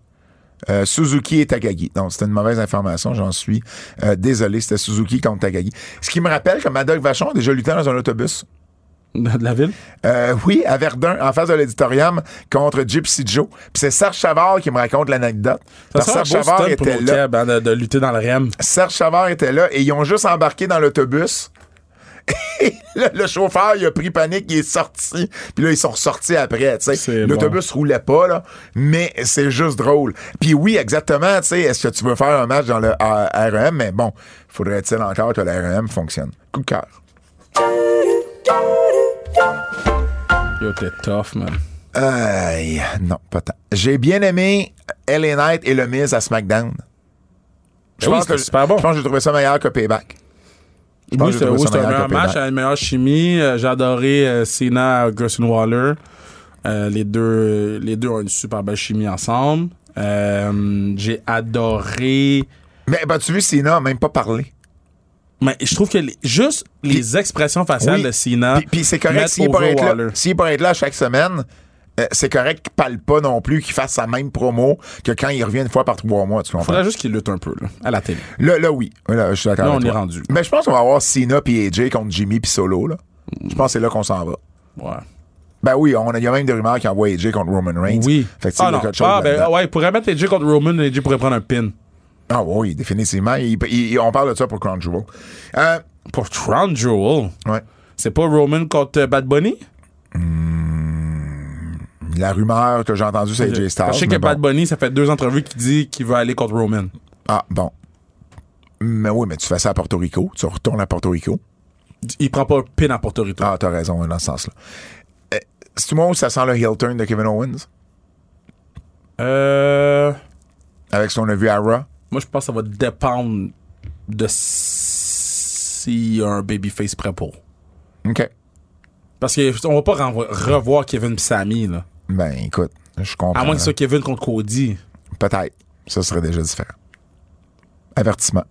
S2: Euh, Suzuki et Takagi. Donc, c'était une mauvaise information, j'en suis euh, désolé. C'était Suzuki contre Takagi. Ce qui me rappelle que Madoc Vachon a déjà lutté dans un autobus.
S3: De de la ville?
S2: Euh, oui, à Verdun, en face de l'auditorium, contre Gypsy Joe. Puis c'est Serge Chavard qui me raconte l'anecdote. Parce que
S3: serait un
S2: Serge
S3: beau
S2: Chavard
S3: stunt pour
S2: était
S3: nos
S2: là.
S3: Keb, hein, de, de lutter dans le REM.
S2: Serge Chavard était là et ils ont juste embarqué dans l'autobus. Et le, le chauffeur, il a pris panique, il est sorti. Puis là, ils sont sortis après, tu sais.
S3: C'est
S2: L'autobus roulait pas, là. Mais c'est juste drôle. Puis oui, exactement, tu sais, est-ce que tu veux faire un match dans le euh, REM? Mais bon, faudrait-il encore que le REM fonctionne? Coup de cœur.
S3: Yo, t'es tough, man.
S2: Aïe, non, pas tant. J'ai bien aimé LA Knight et le Miz à SmackDown. Je
S3: Ben oui,
S2: pense que
S3: c'était super bon.
S2: Je pense que j'ai trouvé ça meilleur que Payback. Je pense que j'ai
S3: Oui, c'était
S2: trouvé
S3: oui,
S2: ça
S3: c'était un
S2: meilleur
S3: meilleur
S2: que
S3: match,
S2: Payback.
S3: une meilleure chimie. Euh, J'ai adoré euh, Cena Gerson Waller. Euh, les, deux, les deux ont une super belle chimie ensemble. Euh, J'ai adoré.
S2: Mais ben, tu vu, Cena a même pas parlé.
S3: Mais je trouve que les- juste les expressions faciales
S2: Oui.
S3: de Cena.
S2: Puis, puis c'est correct,
S3: mettent
S2: s'il est pas
S3: over
S2: être là,
S3: Waller.
S2: s'il est pas être là chaque semaine, euh, c'est correct qu'il parle pas non plus, qu'il fasse sa même promo que quand il revient une fois par trois mois, tu comprends?
S3: Faudrait juste qu'il lutte un peu, là, à la télé.
S2: Là, là, oui. Là, je suis d'accord
S3: Là,
S2: avec
S3: on est
S2: toi.
S3: rendu.
S2: Mais je pense qu'on va avoir Cena puis AJ contre Jimmy puis Solo, là. Je pense que c'est là qu'on s'en va.
S3: Ouais.
S2: Ben oui, on a- il y a même des rumeurs qui envoient AJ contre Roman Reigns.
S3: Oui.
S2: Fait que, tu sais, il y
S3: ah
S2: a
S3: non.
S2: quelque chose
S3: Ah, ben,
S2: là-dedans.
S3: ah ouais, il pourrait mettre AJ contre Roman et AJ pourrait prendre un pin.
S2: Ah oui, définitivement. Il- il- il- on parle de ça pour Crown Jewel. Euh,
S3: Pour Crown Jewel.
S2: ouais.
S3: C'est pas Roman contre euh, Bad Bunny?
S2: La rumeur que j'ai entendue, c'est AJ Styles.
S3: Je sais que
S2: mais bon.
S3: Bad Bunny, ça fait deux entrevues qu'il dit qu'il veut aller contre Roman.
S2: Ah, bon. Mais oui, mais tu fais ça à Porto Rico. Tu retournes à Porto Rico.
S3: Il prend pas un pin à Porto Rico.
S2: Ah, t'as raison dans ce sens-là. Euh, C'est-tu moi où ça sent le heel turn de Kevin Owens?
S3: Euh,
S2: Avec ce qu'on a vu à Raw?
S3: moi, je pense que ça va dépendre de s'il y a un babyface prêt pour.
S2: OK.
S3: Parce qu'on va pas renvo- revoir Kevin pis Sammy, là.
S2: Ben, écoute, je comprends.
S3: À moins que ce soit Kevin contre Cody.
S2: Peut-être. Ça serait déjà différent. Avertissement.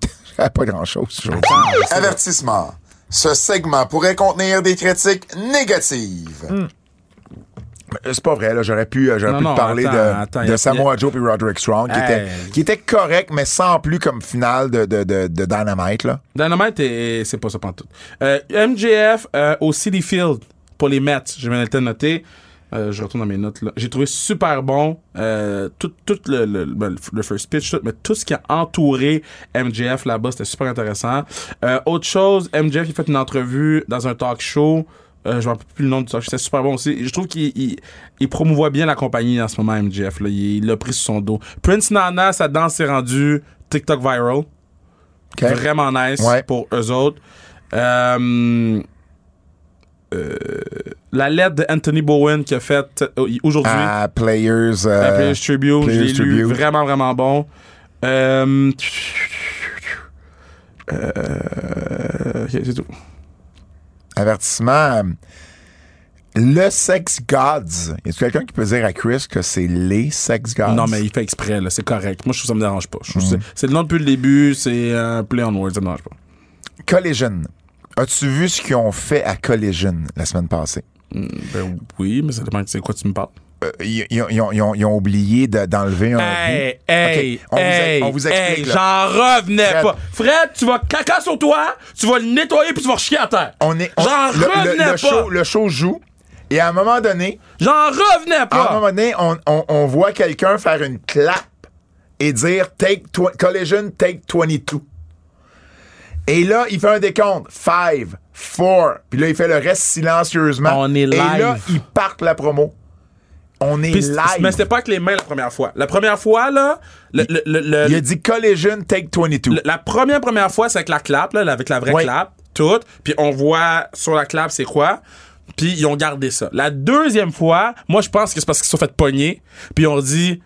S2: J'avais pas grand-chose aujourd'hui.
S7: Avertissement. Ce segment pourrait contenir des critiques négatives.
S2: euh, C'est pas vrai, là. J'aurais pu, euh, j'aurais
S3: Hmm. Non,
S2: pu te
S3: non,
S2: parler
S3: attends,
S2: de,
S3: attends,
S2: de
S3: y a-
S2: Samoa Joe et Roderick Strong, qui,
S3: Hey.
S2: était, qui était correct, mais sans plus comme finale de, de, de, de Dynamite, là.
S3: Dynamite, est- c'est pas ça pantoute. Euh, MJF euh, au City Field pour les Mets. Je viens de le noter. Euh, je retourne dans mes notes. là. J'ai trouvé super bon euh, tout, tout le, le, ben, le first pitch, tout, mais tout ce qui a entouré MJF là-bas, c'était super intéressant. Euh, autre chose, MJF, il fait une entrevue dans un talk show. Euh, je ne rappelle plus le nom du talk show. C'était super bon aussi. Je trouve qu'il il, il promouvoit bien la compagnie en ce moment, MJF. Là. Il il l'a pris sur son dos. Prince Nana, sa danse s'est rendue TikTok viral.
S2: Ok.
S3: Vraiment nice
S2: Ouais.
S3: pour eux autres. Euh, euh, la lettre de Anthony Bowen qui a faite euh, aujourd'hui.
S2: À Players. euh,
S3: La Players Tribune, je
S2: Ah, Players
S3: l'ai lu,
S2: Tribune.
S3: vraiment, vraiment bon. Euh, euh, ok, c'est tout.
S2: Avertissement. euh, Le Sex Gods. Y a quelqu'un qui peut dire à Chris que c'est les Sex Gods?
S3: Non, mais il fait exprès, là, c'est correct. Moi, je trouve que ça me dérange pas. Je trouve
S2: Mm.
S3: que c'est- C'est le nom depuis le début, c'est un play on words, ça me dérange pas.
S2: Collision. As-tu vu ce qu'ils ont fait à Collision la semaine passée?
S3: Ben oui, mais ça dépend de c'est quoi tu me parles.
S2: Euh, Ils ils ont- ils ont- ils ont ils ont oublié de- d'enlever un bout. Ok, on, vous ex- on vous explique. là.
S3: j'en revenais
S2: Fred.
S3: pas. Fred, tu vas caca sur toi, tu vas le nettoyer puis tu vas chier à terre.
S2: On est, on-
S3: J'en
S2: le- le-
S3: revenais
S2: le
S3: pas.
S2: show- le show joue. Et à un moment donné,
S3: J'en revenais
S2: À un
S3: pas.
S2: moment donné, on, on- on voit quelqu'un faire une clap et dire take twen- Collision Take 22. Et là, il fait un décompte. 5, 4. Puis là, il fait le reste silencieusement.
S3: On est
S2: Et là,
S3: live.
S2: ils partent la promo. On est
S3: Puis c- Mais
S2: live.
S3: c'était pas avec les mains la première fois. La première fois, là, le- le- le- le-
S2: Il a dit Collision Take 22.
S3: le- la première première fois, c'est avec la clap, là, avec la vraie
S2: Ouais.
S3: clap, toute. Puis on voit sur la clap, c'est quoi. Puis ils ont gardé ça. La deuxième fois, moi, je pense que c'est parce qu'ils se sont fait pogner. Puis on dit,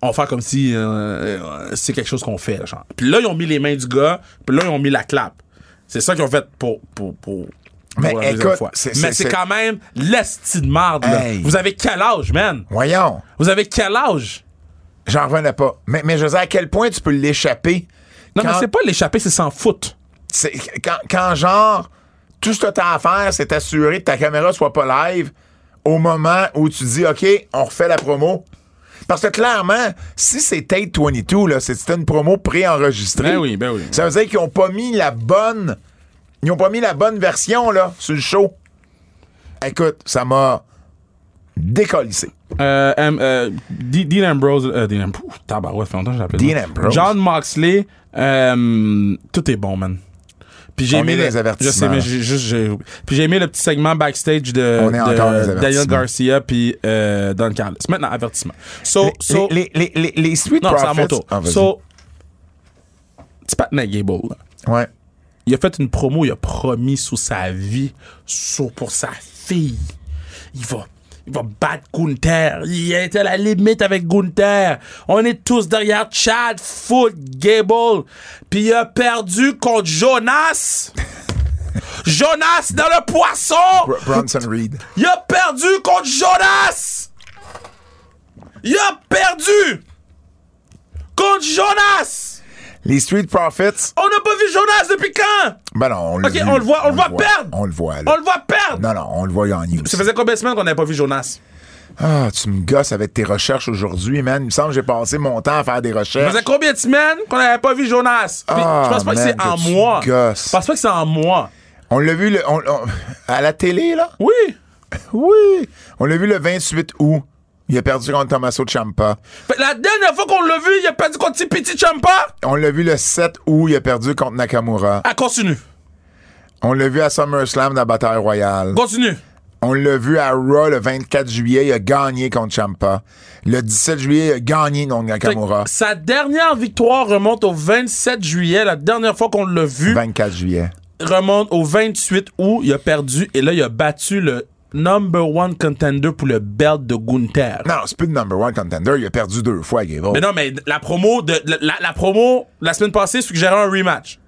S3: on va faire comme si euh, euh, c'est quelque chose qu'on fait. là, genre. Puis là, ils ont mis les mains du gars. Puis là, ils ont mis la clap. C'est ça qu'ils ont fait pour... pour, pour pour
S2: Mais
S3: la deuxième
S2: écoute,
S3: fois.
S2: c'est-
S3: mais
S2: c'est-
S3: c'est
S2: c'est-
S3: quand même l'esti de marde. là.
S2: Hey.
S3: Vous avez quel âge, man?
S2: Voyons,
S3: Vous avez quel âge?
S2: j'en revenais pas. Mais, mais je veux dire, à quel point tu peux l'échapper?
S3: Non, mais
S2: Quand-
S3: c'est pas l'échapper, c'est s'en foutre.
S2: c'est- quand, quand genre, tout ce que t'as à faire, c'est t'assurer que ta caméra soit pas live au moment où tu dis, OK, on refait la promo. Parce que clairement, si c'est Tate 22, là, c'est- c'était une promo préenregistrée.
S3: Ben oui, ben oui.
S2: Ça veut dire qu'ils ont pas mis la bonne. Ils ont pas mis la bonne version, là, sur le show. Écoute, ça m'a décollissé.
S3: Euh, euh, euh, D- Dean Ambrose. Euh, Dean Ambrose. Ouh, tabarouette, ça fait longtemps que je l'appelle.
S2: Dean Ambrose.
S3: John Moxley. euh, tout est bon, man. Puis j'ai
S2: On
S3: aimé
S2: est
S3: le-
S2: dans les avertissements,
S3: Je sais, mais
S2: là.
S3: j'ai juste. j'ai- Puis j'ai aimé le petit segment backstage de,
S2: On est
S3: de
S2: encore dans les avertissements.
S3: Daniel Garcia puis euh, Don Carlos. Maintenant, avertissement. So, so,
S2: les, les, les, les, les Sweet
S3: non, c'est à
S2: Profits-
S3: mon tour.
S2: Ah, vas-y.
S3: so, petit Pat Gable, là.
S2: Ouais.
S3: Il a fait une promo, il a promis sous sa vie, sur pour sa fille. Il va, il va battre Gunther. Il est à la limite avec Gunther. On est tous derrière Chad, Foot, Gable. Puis il a perdu contre Jonas. Jonas dans le poisson.
S2: Br- Bronson Reed.
S3: Il a perdu contre Jonas. Il a perdu contre Jonas.
S2: Les Street Profits,
S3: On n'a pas vu Jonas depuis quand?
S2: ben non, on l'a
S3: Ok,
S2: vu.
S3: on le voit, on le voit perdre.
S2: On le voit, là.
S3: On le voit perdre.
S2: Non, non, on le voit gagner aussi.
S3: Ça faisait combien de semaines qu'on n'avait pas vu Jonas?
S2: Ah, tu me gosses avec tes recherches aujourd'hui, man. Il me semble que j'ai passé mon temps à faire des
S3: Ça
S2: recherches.
S3: faisait combien de semaines qu'on n'avait pas vu Jonas? Puis,
S2: Ah,
S3: je pense pas que
S2: man,
S3: c'est en
S2: que tu
S3: moi.
S2: gosses.
S3: Je pense pas que c'est en moi.
S2: On l'a vu le, on- on- à la télé, là?
S3: Oui.
S2: Oui. On l'a vu le 28 août. Il a perdu contre Tommaso Ciampa.
S3: Fait que la dernière fois qu'on l'a vu, il a perdu contre petit Petit Champa.
S2: On l'a vu le 7 août. Il a perdu contre Nakamura.
S3: Ah, continue.
S2: On l'a vu à SummerSlam dans la Bataille Royale.
S3: Continue.
S2: On l'a vu à Raw le 24 juillet. Il a gagné contre Ciampa. Le 17 juillet, il a gagné contre
S3: Fait que
S2: Nakamura.
S3: Sa dernière victoire remonte au 27 juillet. La dernière fois qu'on l'a vu
S2: 24 juillet.
S3: remonte au 28 août. Il a perdu et là, il a battu le number one contender pour le belt de Gunther.
S2: Non, c'est plus le number one contender. Il a perdu deux fois, Gable.
S3: Mais non, mais la promo de la, la- la promo la semaine passée suggérait un rematch.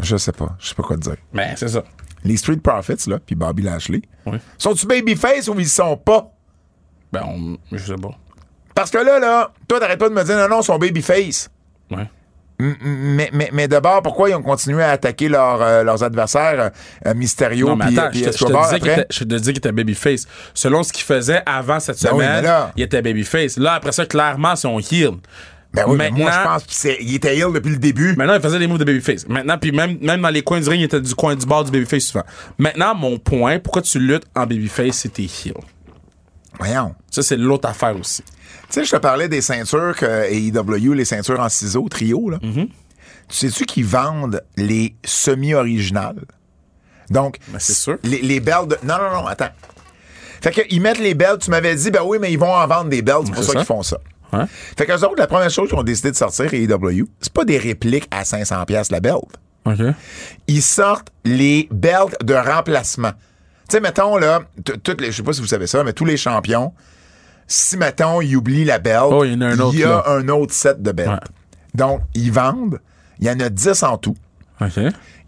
S2: Je sais pas. Je sais pas quoi te dire.
S3: Mais c'est ça.
S2: les Street Profits, là, puis Bobby Lashley,
S3: Oui.
S2: sont-tu babyface ou ils sont pas?
S3: Ben, on- je sais pas.
S2: Parce que là, là, toi, t'arrêtes pas de me dire non, non, ils sont babyface.
S3: Ouais.
S2: M- m- Mais, mais, mais d'abord, pourquoi ils ont continué à attaquer leurs, euh, leurs adversaires, euh, euh, Mysterio
S3: Non, mais
S2: puis
S3: attends,
S2: puis
S3: je te, je te
S2: Escobar
S3: disais qu'il
S2: après?
S3: était- je te disais qu'il était babyface. Selon ce qu'il faisait avant cette
S2: Ben oui,
S3: semaine,
S2: mais là-
S3: il était babyface. Là, après ça, clairement, c'est on heal.
S2: Ben oui, mais moi, je
S3: Maintenant-
S2: pense qu'il était ill depuis le début.
S3: Maintenant, il faisait des moves de babyface. Maintenant, puis même, même dans les coins du ring, il était du coin du bord du babyface souvent. Maintenant, mon point, pourquoi tu luttes en babyface, c'est tes heal.
S2: Voyons.
S3: Ça, c'est l'autre affaire aussi.
S2: Tu sais, je te parlais des ceintures que AEW, les ceintures en ciseaux,
S3: Mm-hmm.
S2: trio, là. Tu sais-tu qu'ils vendent les semi-originales? Donc,
S3: Mais Ben, c'est sûr.
S2: Les, les bells de- Non, non, non, attends. Fait que, ils mettent les bells. Tu m'avais dit, ben oui, mais ils vont en vendre des bells. C'est pour
S3: c'est
S2: ça,
S3: ça.
S2: qu'ils font ça.
S3: Ouais.
S2: Fait qu'eux autres, la première chose qu'ils ont décidé de sortir, AEW, c'est pas des répliques à 500$ piastres, la belt.
S3: OK.
S2: Ils sortent les belts de remplacement. Tu sais, mettons, là, t- toutes les, je sais pas si vous savez ça, mais tous les champions, si, mettons, ils oublient la belt,
S3: Oh, il y en a un autre,
S2: il y a
S3: là.
S2: un autre set de belts.
S3: Ouais.
S2: Donc, ils vendent, il y en a 10 en tout.
S3: OK.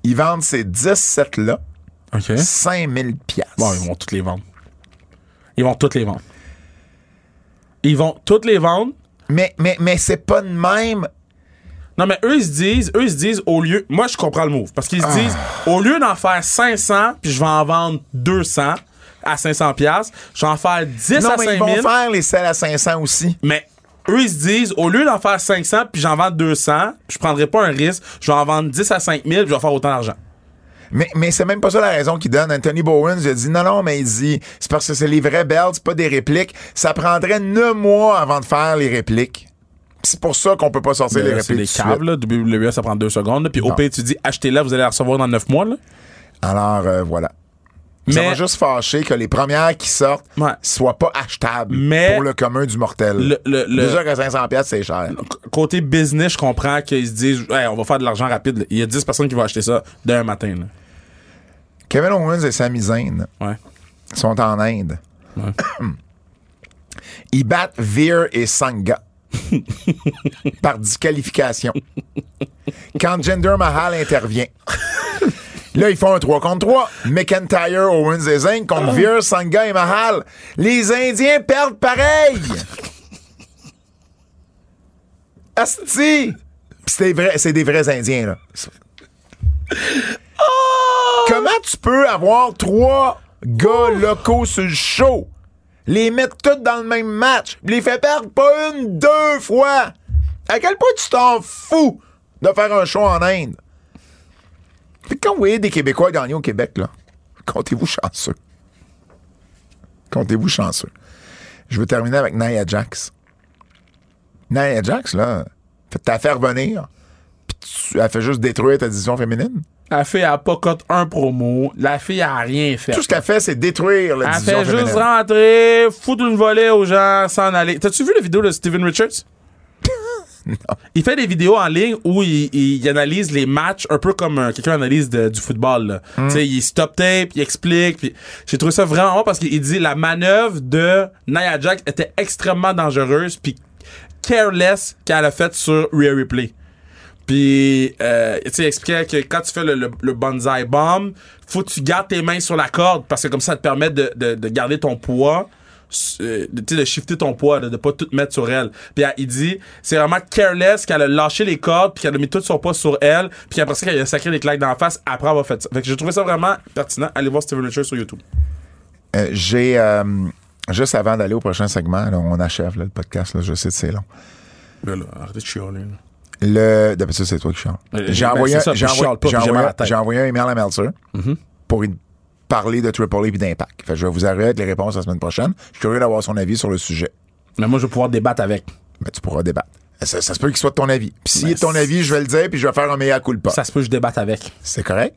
S2: Ils vendent ces 10 sets-là,
S3: OK.
S2: 5000 piastres.
S3: Hein? Bon, ils vont toutes les vendre. Ils vont toutes les vendre. Ils vont toutes les vendre.
S2: Mais, mais, mais c'est pas de même.
S3: Non, mais eux, ils se disent, eux, ils se disent, au lieu. Moi, je comprends le move. Parce qu'ils se disent, au lieu d'en faire 500, puis je vais en vendre 200 à 500$, piastres, je vais en faire 10
S2: Non,
S3: à
S2: mais ils
S3: 5000$.
S2: vont faire les selles à 500 aussi.
S3: Mais eux, ils se disent, au lieu d'en faire 500, puis j'en vends 200, je prendrai pas un risque, je vais en vendre 10 à 5000, puis je vais faire autant d'argent.
S2: Mais, mais c'est même pas ça la raison qu'il donne. Anthony Bowens, il a dit non, non, mais il dit c'est parce que c'est les vrais belts, c'est pas des répliques. Ça prendrait neuf mois avant de faire les répliques. Pis C'est pour ça qu'on peut pas sortir les
S3: Là, Euh, C'est
S2: répliques.
S3: des
S2: tout de suite.
S3: câbles, là. WWE, ça prend deux secondes. là. Puis au
S2: Non.
S3: pire, tu dis, achetez-la, vous allez la recevoir dans 9 mois, là.
S2: Alors, euh, voilà. Ça
S3: Mais
S2: m'a juste fâché que les premières qui sortent
S3: Ouais.
S2: soient pas achetables
S3: Mais-
S2: pour le commun du mortel.
S3: Le- le- le-
S2: Déjà que 500$, piastres, c'est cher.
S3: c- côté business, je comprends qu'ils se disent, Hey, on va faire de l'argent rapide. là. Il y a 10 personnes qui vont acheter ça d'un matin, là.
S2: Kevin Owens et Sami Zayn
S3: Ouais.
S2: sont en Inde. Ils battent Veer et Sangha par disqualification. Quand Jinder Mahal intervient. Là, ils font un 3 contre 3. McIntyre, Owens et Zayn contre Veer, Sangha et Mahal. Les Indiens perdent pareil. Asti! Pis C'est des vrais- c'est des vrais Indiens, là. Comment tu peux avoir trois gars locaux sur le show, les mettre tous dans le même match, pis les faire perdre pas une, deux fois? À quel point tu t'en fous de faire un show en Inde? Puis quand vous voyez des Québécois gagner au Québec, là, comptez-vous chanceux. Comptez-vous chanceux. Je veux terminer avec Nia Jax. Nia Jax, là, t'as fait revenir, puis tu- elle fait juste détruire ta division féminine.
S3: La fille, elle a pas cote un promo. La fille, elle a rien fait.
S2: Tout ce qu'elle fait, c'est détruire la
S3: Elle
S2: division
S3: fait juste
S2: féminine.
S3: rentrer, foutre une volée aux gens, s'en aller. T'as-tu vu la vidéo de Steven Richards? Il fait des vidéos en ligne où il, il analyse les matchs un peu comme euh, quelqu'un analyse de- du football. là.
S2: Hmm.
S3: Tu sais, il stop tape, il explique. puis J'ai trouvé ça vraiment bon parce qu'il dit la manœuvre de Nia Jax était extrêmement dangereuse puis careless qu'elle a faite sur Rhea Ripley. Puis, euh, tu sais, il expliquait que quand tu fais le, le, le bonsai bomb, faut que tu gardes tes mains sur la corde parce que comme ça, ça te permet de, de, de garder ton poids, euh, de, tu sais, de shifter ton poids, de, de pas tout mettre sur elle. Puis, elle- il dit, c'est vraiment careless qu'elle a lâché les cordes, puis qu'elle a mis tout son poids sur elle, puis après ça, qu'elle a sacré les claques d'en face après avoir fait ça. Fait que j'ai trouvé ça vraiment pertinent. Allez voir Steven Richards sur YouTube.
S2: Euh, J'ai. euh, juste avant d'aller au prochain segment, là, on achève là, le podcast, là, je sais que c'est long.
S3: Là, là, arrêtez de chialer, là.
S2: Le. D'habitude, c'est toi qui chantes.
S3: Euh,
S2: J'ai
S3: ben,
S2: envoyé,
S3: c'est ça,
S2: j'ai
S3: puis je
S2: envoyé,
S3: chiale pas,
S2: j'ai
S3: puis j'ai mal
S2: envoyé-
S3: à la tête. Mhm.
S2: j'ai envoyé un email à Meltzer pour y parler de Triple A et d'Impact. Fait que je vais vous arrêter les réponses la semaine prochaine. Je suis curieux d'avoir son avis sur le sujet.
S3: Mais moi, je vais pouvoir débattre avec.
S2: Mais tu pourras débattre. Ça, ça se peut qu'il soit de ton avis. Puis si
S3: Ben,
S2: est ton
S3: c'est-
S2: avis, je vais le dire, puis je vais faire un meilleur coup de pas.
S3: Ça se peut que je débatte avec.
S2: C'est correct.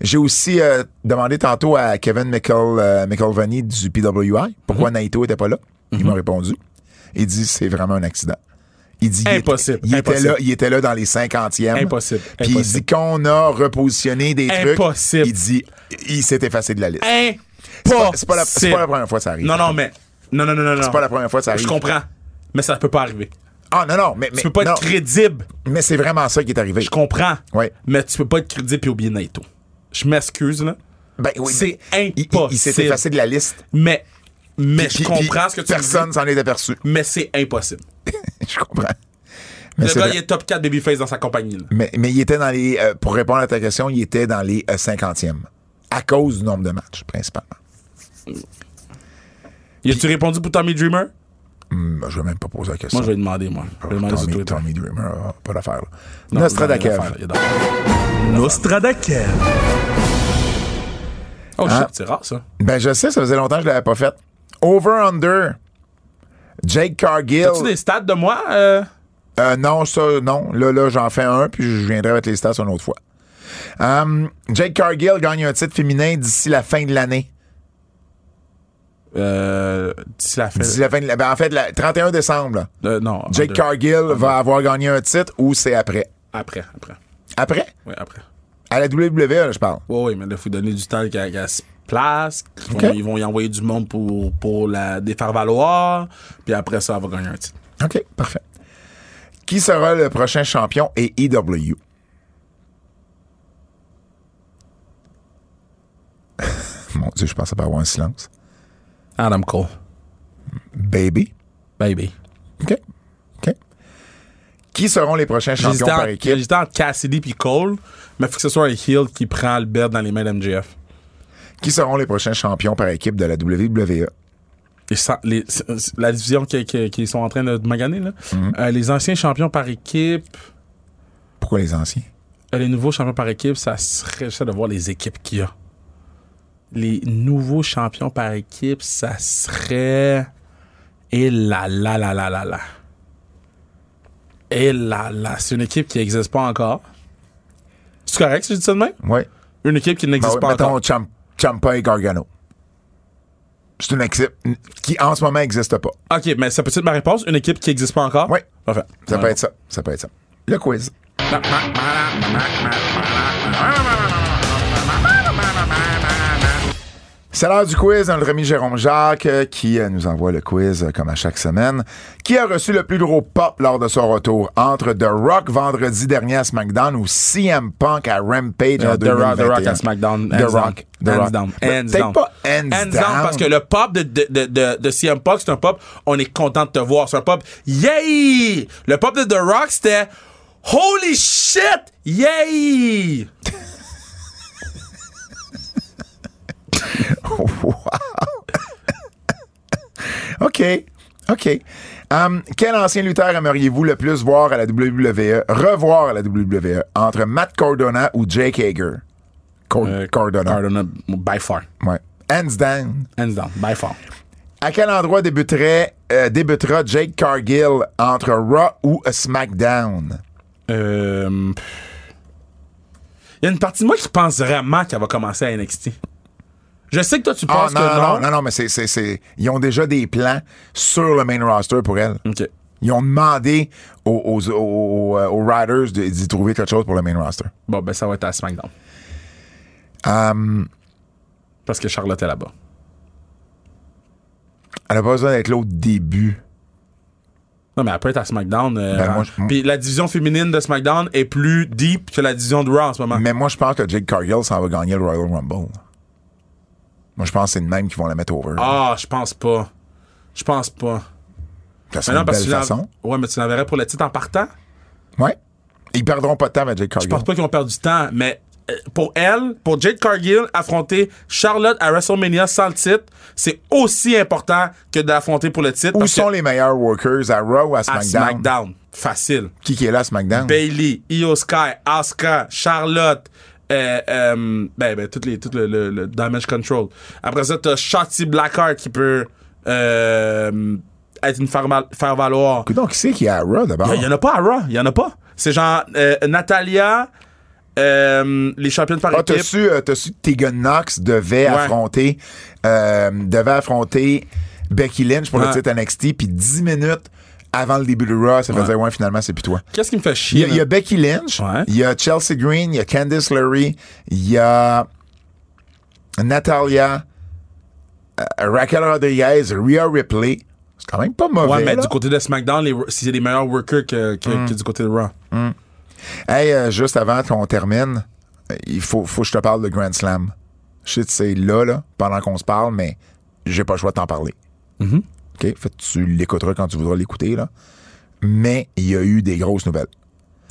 S2: J'ai aussi euh, demandé tantôt à Kevin McCall, euh, McIlvany du PWI pourquoi
S3: Mhm.
S2: Naito était pas là. Il m'a répondu. Il dit c'est vraiment un accident. Il dit il était-
S3: Impossible.
S2: Il était,
S3: Impossible.
S2: là, il était là dans les 50e.
S3: Impossible.
S2: Puis il
S3: Impossible.
S2: dit qu'on a repositionné des trucs.
S3: Impossible.
S2: Il dit il s'est effacé de la liste. C'est pas-
S3: Impossible.
S2: C'est pas, la- c'est pas la première fois que ça arrive.
S3: Hein? Non, non, mais. Non, non, non, non.
S2: C'est pas la première fois que ça arrive.
S3: Je comprends. Mais ça peut pas arriver.
S2: Ah non, non, mais, mais-
S3: tu peux pas
S2: non,
S3: être crédible.
S2: mais c'est vraiment ça qui est arrivé.
S3: Je comprends.
S2: Ouais.
S3: Mais tu peux pas être crédible puis oublier Naito. Je m'excuse, là.
S2: Ben oui,
S3: C'est
S2: il- il- Il, s'est
S3: impossible.
S2: effacé de la liste.
S3: Mais, mais je
S2: Puis-
S3: comprends
S2: puis
S3: ce que tu
S2: Personne
S3: dis.
S2: s'en est aperçu.
S3: Mais c'est impossible.
S2: Je comprends. Mais
S3: Le
S2: c'est
S3: gars,
S2: vrai.
S3: il est top 4 babyface dans sa compagnie. là.
S2: Mais, mais il était dans les. euh, pour répondre à ta question, il était dans les euh, 50e. À cause du nombre de matchs, principalement.
S3: Y a-tu répondu pour Tommy Dreamer?
S2: Hum, je vais même pas poser la question.
S3: Moi, je vais lui demander, moi. Je vais lui demander sur
S2: Tommy,
S3: Twitter.
S2: Tommy Dreamer, ah, pas d'affaire. là.
S3: Non,
S2: Nostradakev.
S3: il y a d'affaires, il y a d'affaires. Nostradakev. Oh, shit, c'est rare, ça.
S2: Ben, je sais, ça faisait longtemps que je l'avais pas fait. Over-under. Jake Cargill.
S3: As-tu des stats de moi? euh?
S2: Euh, non, ça, non. Là, là j'en fais un, puis je viendrai avec les stats une autre fois. Hum, Jake Cargill gagne un titre féminin d'ici la fin de l'année.
S3: Euh, d'ici la fin.
S2: D'ici la fin de la- ben, en fait, le 31 décembre. là.
S3: Euh, non. en
S2: Jake
S3: deux.
S2: Cargill va avoir gagné un titre ou c'est après?
S3: Après, après.
S2: Après?
S3: Oui, après.
S2: À la WWE, là, je parle.
S3: Oui, oui, mais là, il faut donner du temps qu'elle qu'elle se place. qu'ils vont-
S2: Ok.
S3: Ils vont y envoyer du monde pour, pour la défaire valoir. Puis après ça, elle va gagner un titre.
S2: OK, parfait. Qui sera le prochain champion et E EW? Mon Dieu, je pensais pas avoir un silence.
S3: Adam Cole.
S2: Baby.
S3: Baby.
S2: OK. OK. Qui seront les prochains champions
S3: J'hésitais
S2: par
S3: en-
S2: équipe?
S3: J'hésitais entre Cassidy puis Cole, mais faut que ce soit un heel qui prend le belt dans les mains d'MJF.
S2: Qui seront les prochains champions par équipe de la E? WWE?
S3: Et sans- les- c- c- la division qui- qui- qu'ils sont en train de de maganer, là.
S2: Mm-hmm.
S3: Euh, les anciens champions par équipe,
S2: Pourquoi les anciens?
S3: euh, les nouveaux champions par équipe, ça serait j'essaie de voir les équipes qu'il y a. Les nouveaux champions par équipe, ça serait. Et là là là là là là. Et là là. C'est une équipe qui n'existe pas encore. C'est correct si je dis ça de même?
S2: Oui.
S3: Une équipe qui n'existe pas encore.
S2: Ben mettons Champ- Ciampa et Gargano. C'est une équipe qui, en ce moment, n'existe pas.
S3: OK, mais ça peut être ma réponse, une équipe qui n'existe pas encore?
S2: Oui.
S3: Parfait.
S2: Ça peut être ça. Ça peut être ça. Le quiz. C'est l'heure du quiz, notre ami Jérôme Jacques, euh, qui euh, nous envoie le quiz euh, comme à chaque semaine. Qui a reçu le plus gros pop lors de son retour entre The Rock vendredi dernier à SmackDown ou CM Punk à Rampage
S3: Euh,
S2: en
S3: The, Rock,
S2: 2021?
S3: The Rock à SmackDown.
S2: The
S3: hands
S2: Rock. The
S3: down. Hands
S2: Rock.
S3: down.
S2: Mais
S3: Hands
S2: peut-être
S3: down.
S2: pas hands down.
S3: Parce que le pop de, de, de, de, de CM Punk, c'est un pop, on est content de te voir. C'est un pop, yay! Le pop de The Rock, c'était holy shit, yay!
S2: Wow. OK. OK. Hum, quel ancien lutteur aimeriez-vous le plus voir à la WWE, revoir à la WWE, entre Matt Cardona ou Jake Hager? Cor-
S3: Euh,
S2: Cardona.
S3: Cardona, by far.
S2: Ouais. Hands down.
S3: Hands down, by far.
S2: À quel endroit débuterait, euh, débutera Jake Cargill entre Raw ou SmackDown?
S3: Euh, Il y a une partie de moi qui pense vraiment qu'elle va commencer à NXT. Je sais que toi, tu
S2: Ah
S3: penses
S2: non,
S3: que
S2: non, non, non, non, mais c'est, c'est, c'est- Ils ont déjà des plans sur le main roster pour elle.
S3: OK.
S2: Ils ont demandé aux, aux, aux- euh, aux- aux Riders de- d'y trouver quelque chose pour le main roster.
S3: Bon, ben ça va être à SmackDown.
S2: Hum,
S3: Parce que Charlotte est là-bas.
S2: elle n'a pas besoin d'être là au début.
S3: Non, mais elle peut être à SmackDown. euh,
S2: Ben, moi,
S3: hein.
S2: je-
S3: Puis la division féminine de SmackDown est plus deep que la division de Raw en ce moment.
S2: Mais moi, je pense que Jake Cargill s'en va gagner le Royal Rumble. Moi, je pense que c'est le même qui vont la mettre over.
S3: Ah, je pense pas. Je pense pas.
S2: Ça serait
S3: Mais non,
S2: une
S3: parce
S2: belle
S3: que tu l'en-
S2: façon.
S3: Ouais, mais tu l'enverrais pour le titre en partant.
S2: Ouais. Ils perdront pas de temps avec Jake
S3: Je
S2: Cargill.
S3: pense pas qu'ils vont perdre du temps, mais euh, pour elle, pour Jade Cargill, affronter Charlotte à WrestleMania sans le titre, c'est aussi important que d'affronter pour le titre.
S2: Où
S3: parce que
S2: sont les meilleurs workers à Raw ou à
S3: à
S2: SmackDown?
S3: SmackDown? Facile.
S2: Qui, qui est là à SmackDown?
S3: Bailey, Io Sky, Asuka, Charlotte, euh, euh, ben, ben, tout, les, tout le, le- le damage control. Après ça, t'as Shotzi Blackheart qui peut euh, être une faire, mal- faire valoir.
S2: Donc, qui c'est qui est à Raw d'abord?
S3: Il y en a pas à Raw, il y en a pas. C'est genre euh, Natalia, euh, les championnes par
S2: Ah, t'as
S3: équipe.
S2: su, euh, t'as su que Tegan Knox devait affronter, euh, devait affronter Becky Lynch pour le
S3: Ouais.
S2: titre NXT, puis 10 minutes avant le début de Raw, ça faisait, ouais, finalement, c'est plus toi.
S3: Qu'est-ce qui me fait
S2: Il y
S3: chier?
S2: a, il y a
S3: là?
S2: Becky Lynch,
S3: Ouais.
S2: il y a Chelsea Green, il y a Candice LeRae, il y a Natalia, euh, Raquel Rodriguez, Rhea Ripley. C'est quand même pas mauvais.
S3: ouais, mais
S2: là. Mm.
S3: du côté de SmackDown, les, si c'est des meilleurs workers que, que- que du côté de Raw.
S2: Hey, euh, juste avant qu'on termine, euh, il faut, faut que je te parle de Grand Slam. Je sais que c'est là, là, pendant qu'on se parle, mais j'ai pas le choix de t'en parler.
S3: Mm-hmm.
S2: OK? Fait que tu l'écouteras quand tu voudras l'écouter, là. Mais il y a eu des grosses nouvelles.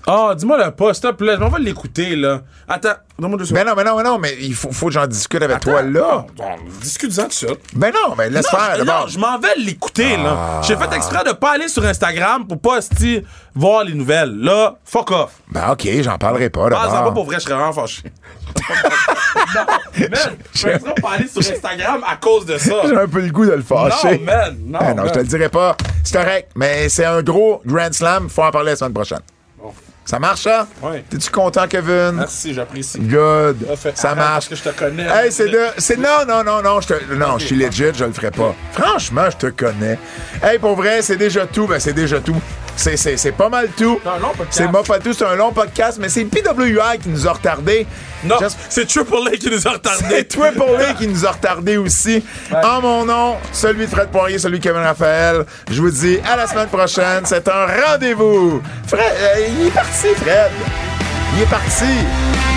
S3: Ah, dis-moi le pas, stop, là, je m'en vais l'écouter, là. Attends, donne-moi deux
S2: Mais
S3: secondes.
S2: non, mais non, mais non, mais il faut, faut que j'en discute avec toi, là.
S3: Discute-en tout ça.
S2: Mais non, mais laisse
S3: Non,
S2: faire,
S3: je-
S2: d'abord. Ah.
S3: non, je m'en vais l'écouter, là. J'ai fait exprès de pas aller sur Instagram pour pas sti, voir les nouvelles. Là, fuck off.
S2: Ben, OK, j'en parlerai pas,
S3: Ah, ça va
S2: d'abord.
S3: pour vrai, je serais vraiment fâché. non, man, je vais exprès pas aller sur Instagram à cause de ça.
S2: J'ai un peu le goût de le fâcher.
S3: Non, man, non,
S2: Ben non,
S3: man.
S2: je te le dirai pas. C'est correct, mais c'est un gros Grand Slam. Faut en parler la semaine prochaine. Ça marche, ça?
S3: Ouais.
S2: T'es-tu content, Kevin?
S3: Merci, j'apprécie.
S2: Good.
S3: Là, fais-
S2: Ça
S3: arrête,
S2: marche.
S3: parce que je te connais.
S2: Hey, c'est de- c'est- non, non, non, non. Je te- non, je suis legit, je le ferai pas. Franchement, je te connais. Hey, pour vrai, c'est déjà tout. Ben, c'est déjà tout. C'est- C'est c'est pas mal tout.
S3: C'est un long podcast.
S2: C'est pas tout. C'est un long podcast, mais c'est PWI qui nous a retardés.
S3: Non,
S2: Just-
S3: c'est Triple A qui nous a retardés.
S2: C'est toi pour lui qui nous a retardés aussi. En mon nom, celui de Fred Poirier, celui de Kevin Raphaël. Je vous dis à la semaine prochaine. C'est un rendez-vous. Fred, euh, il est parti, Fred. Il est parti.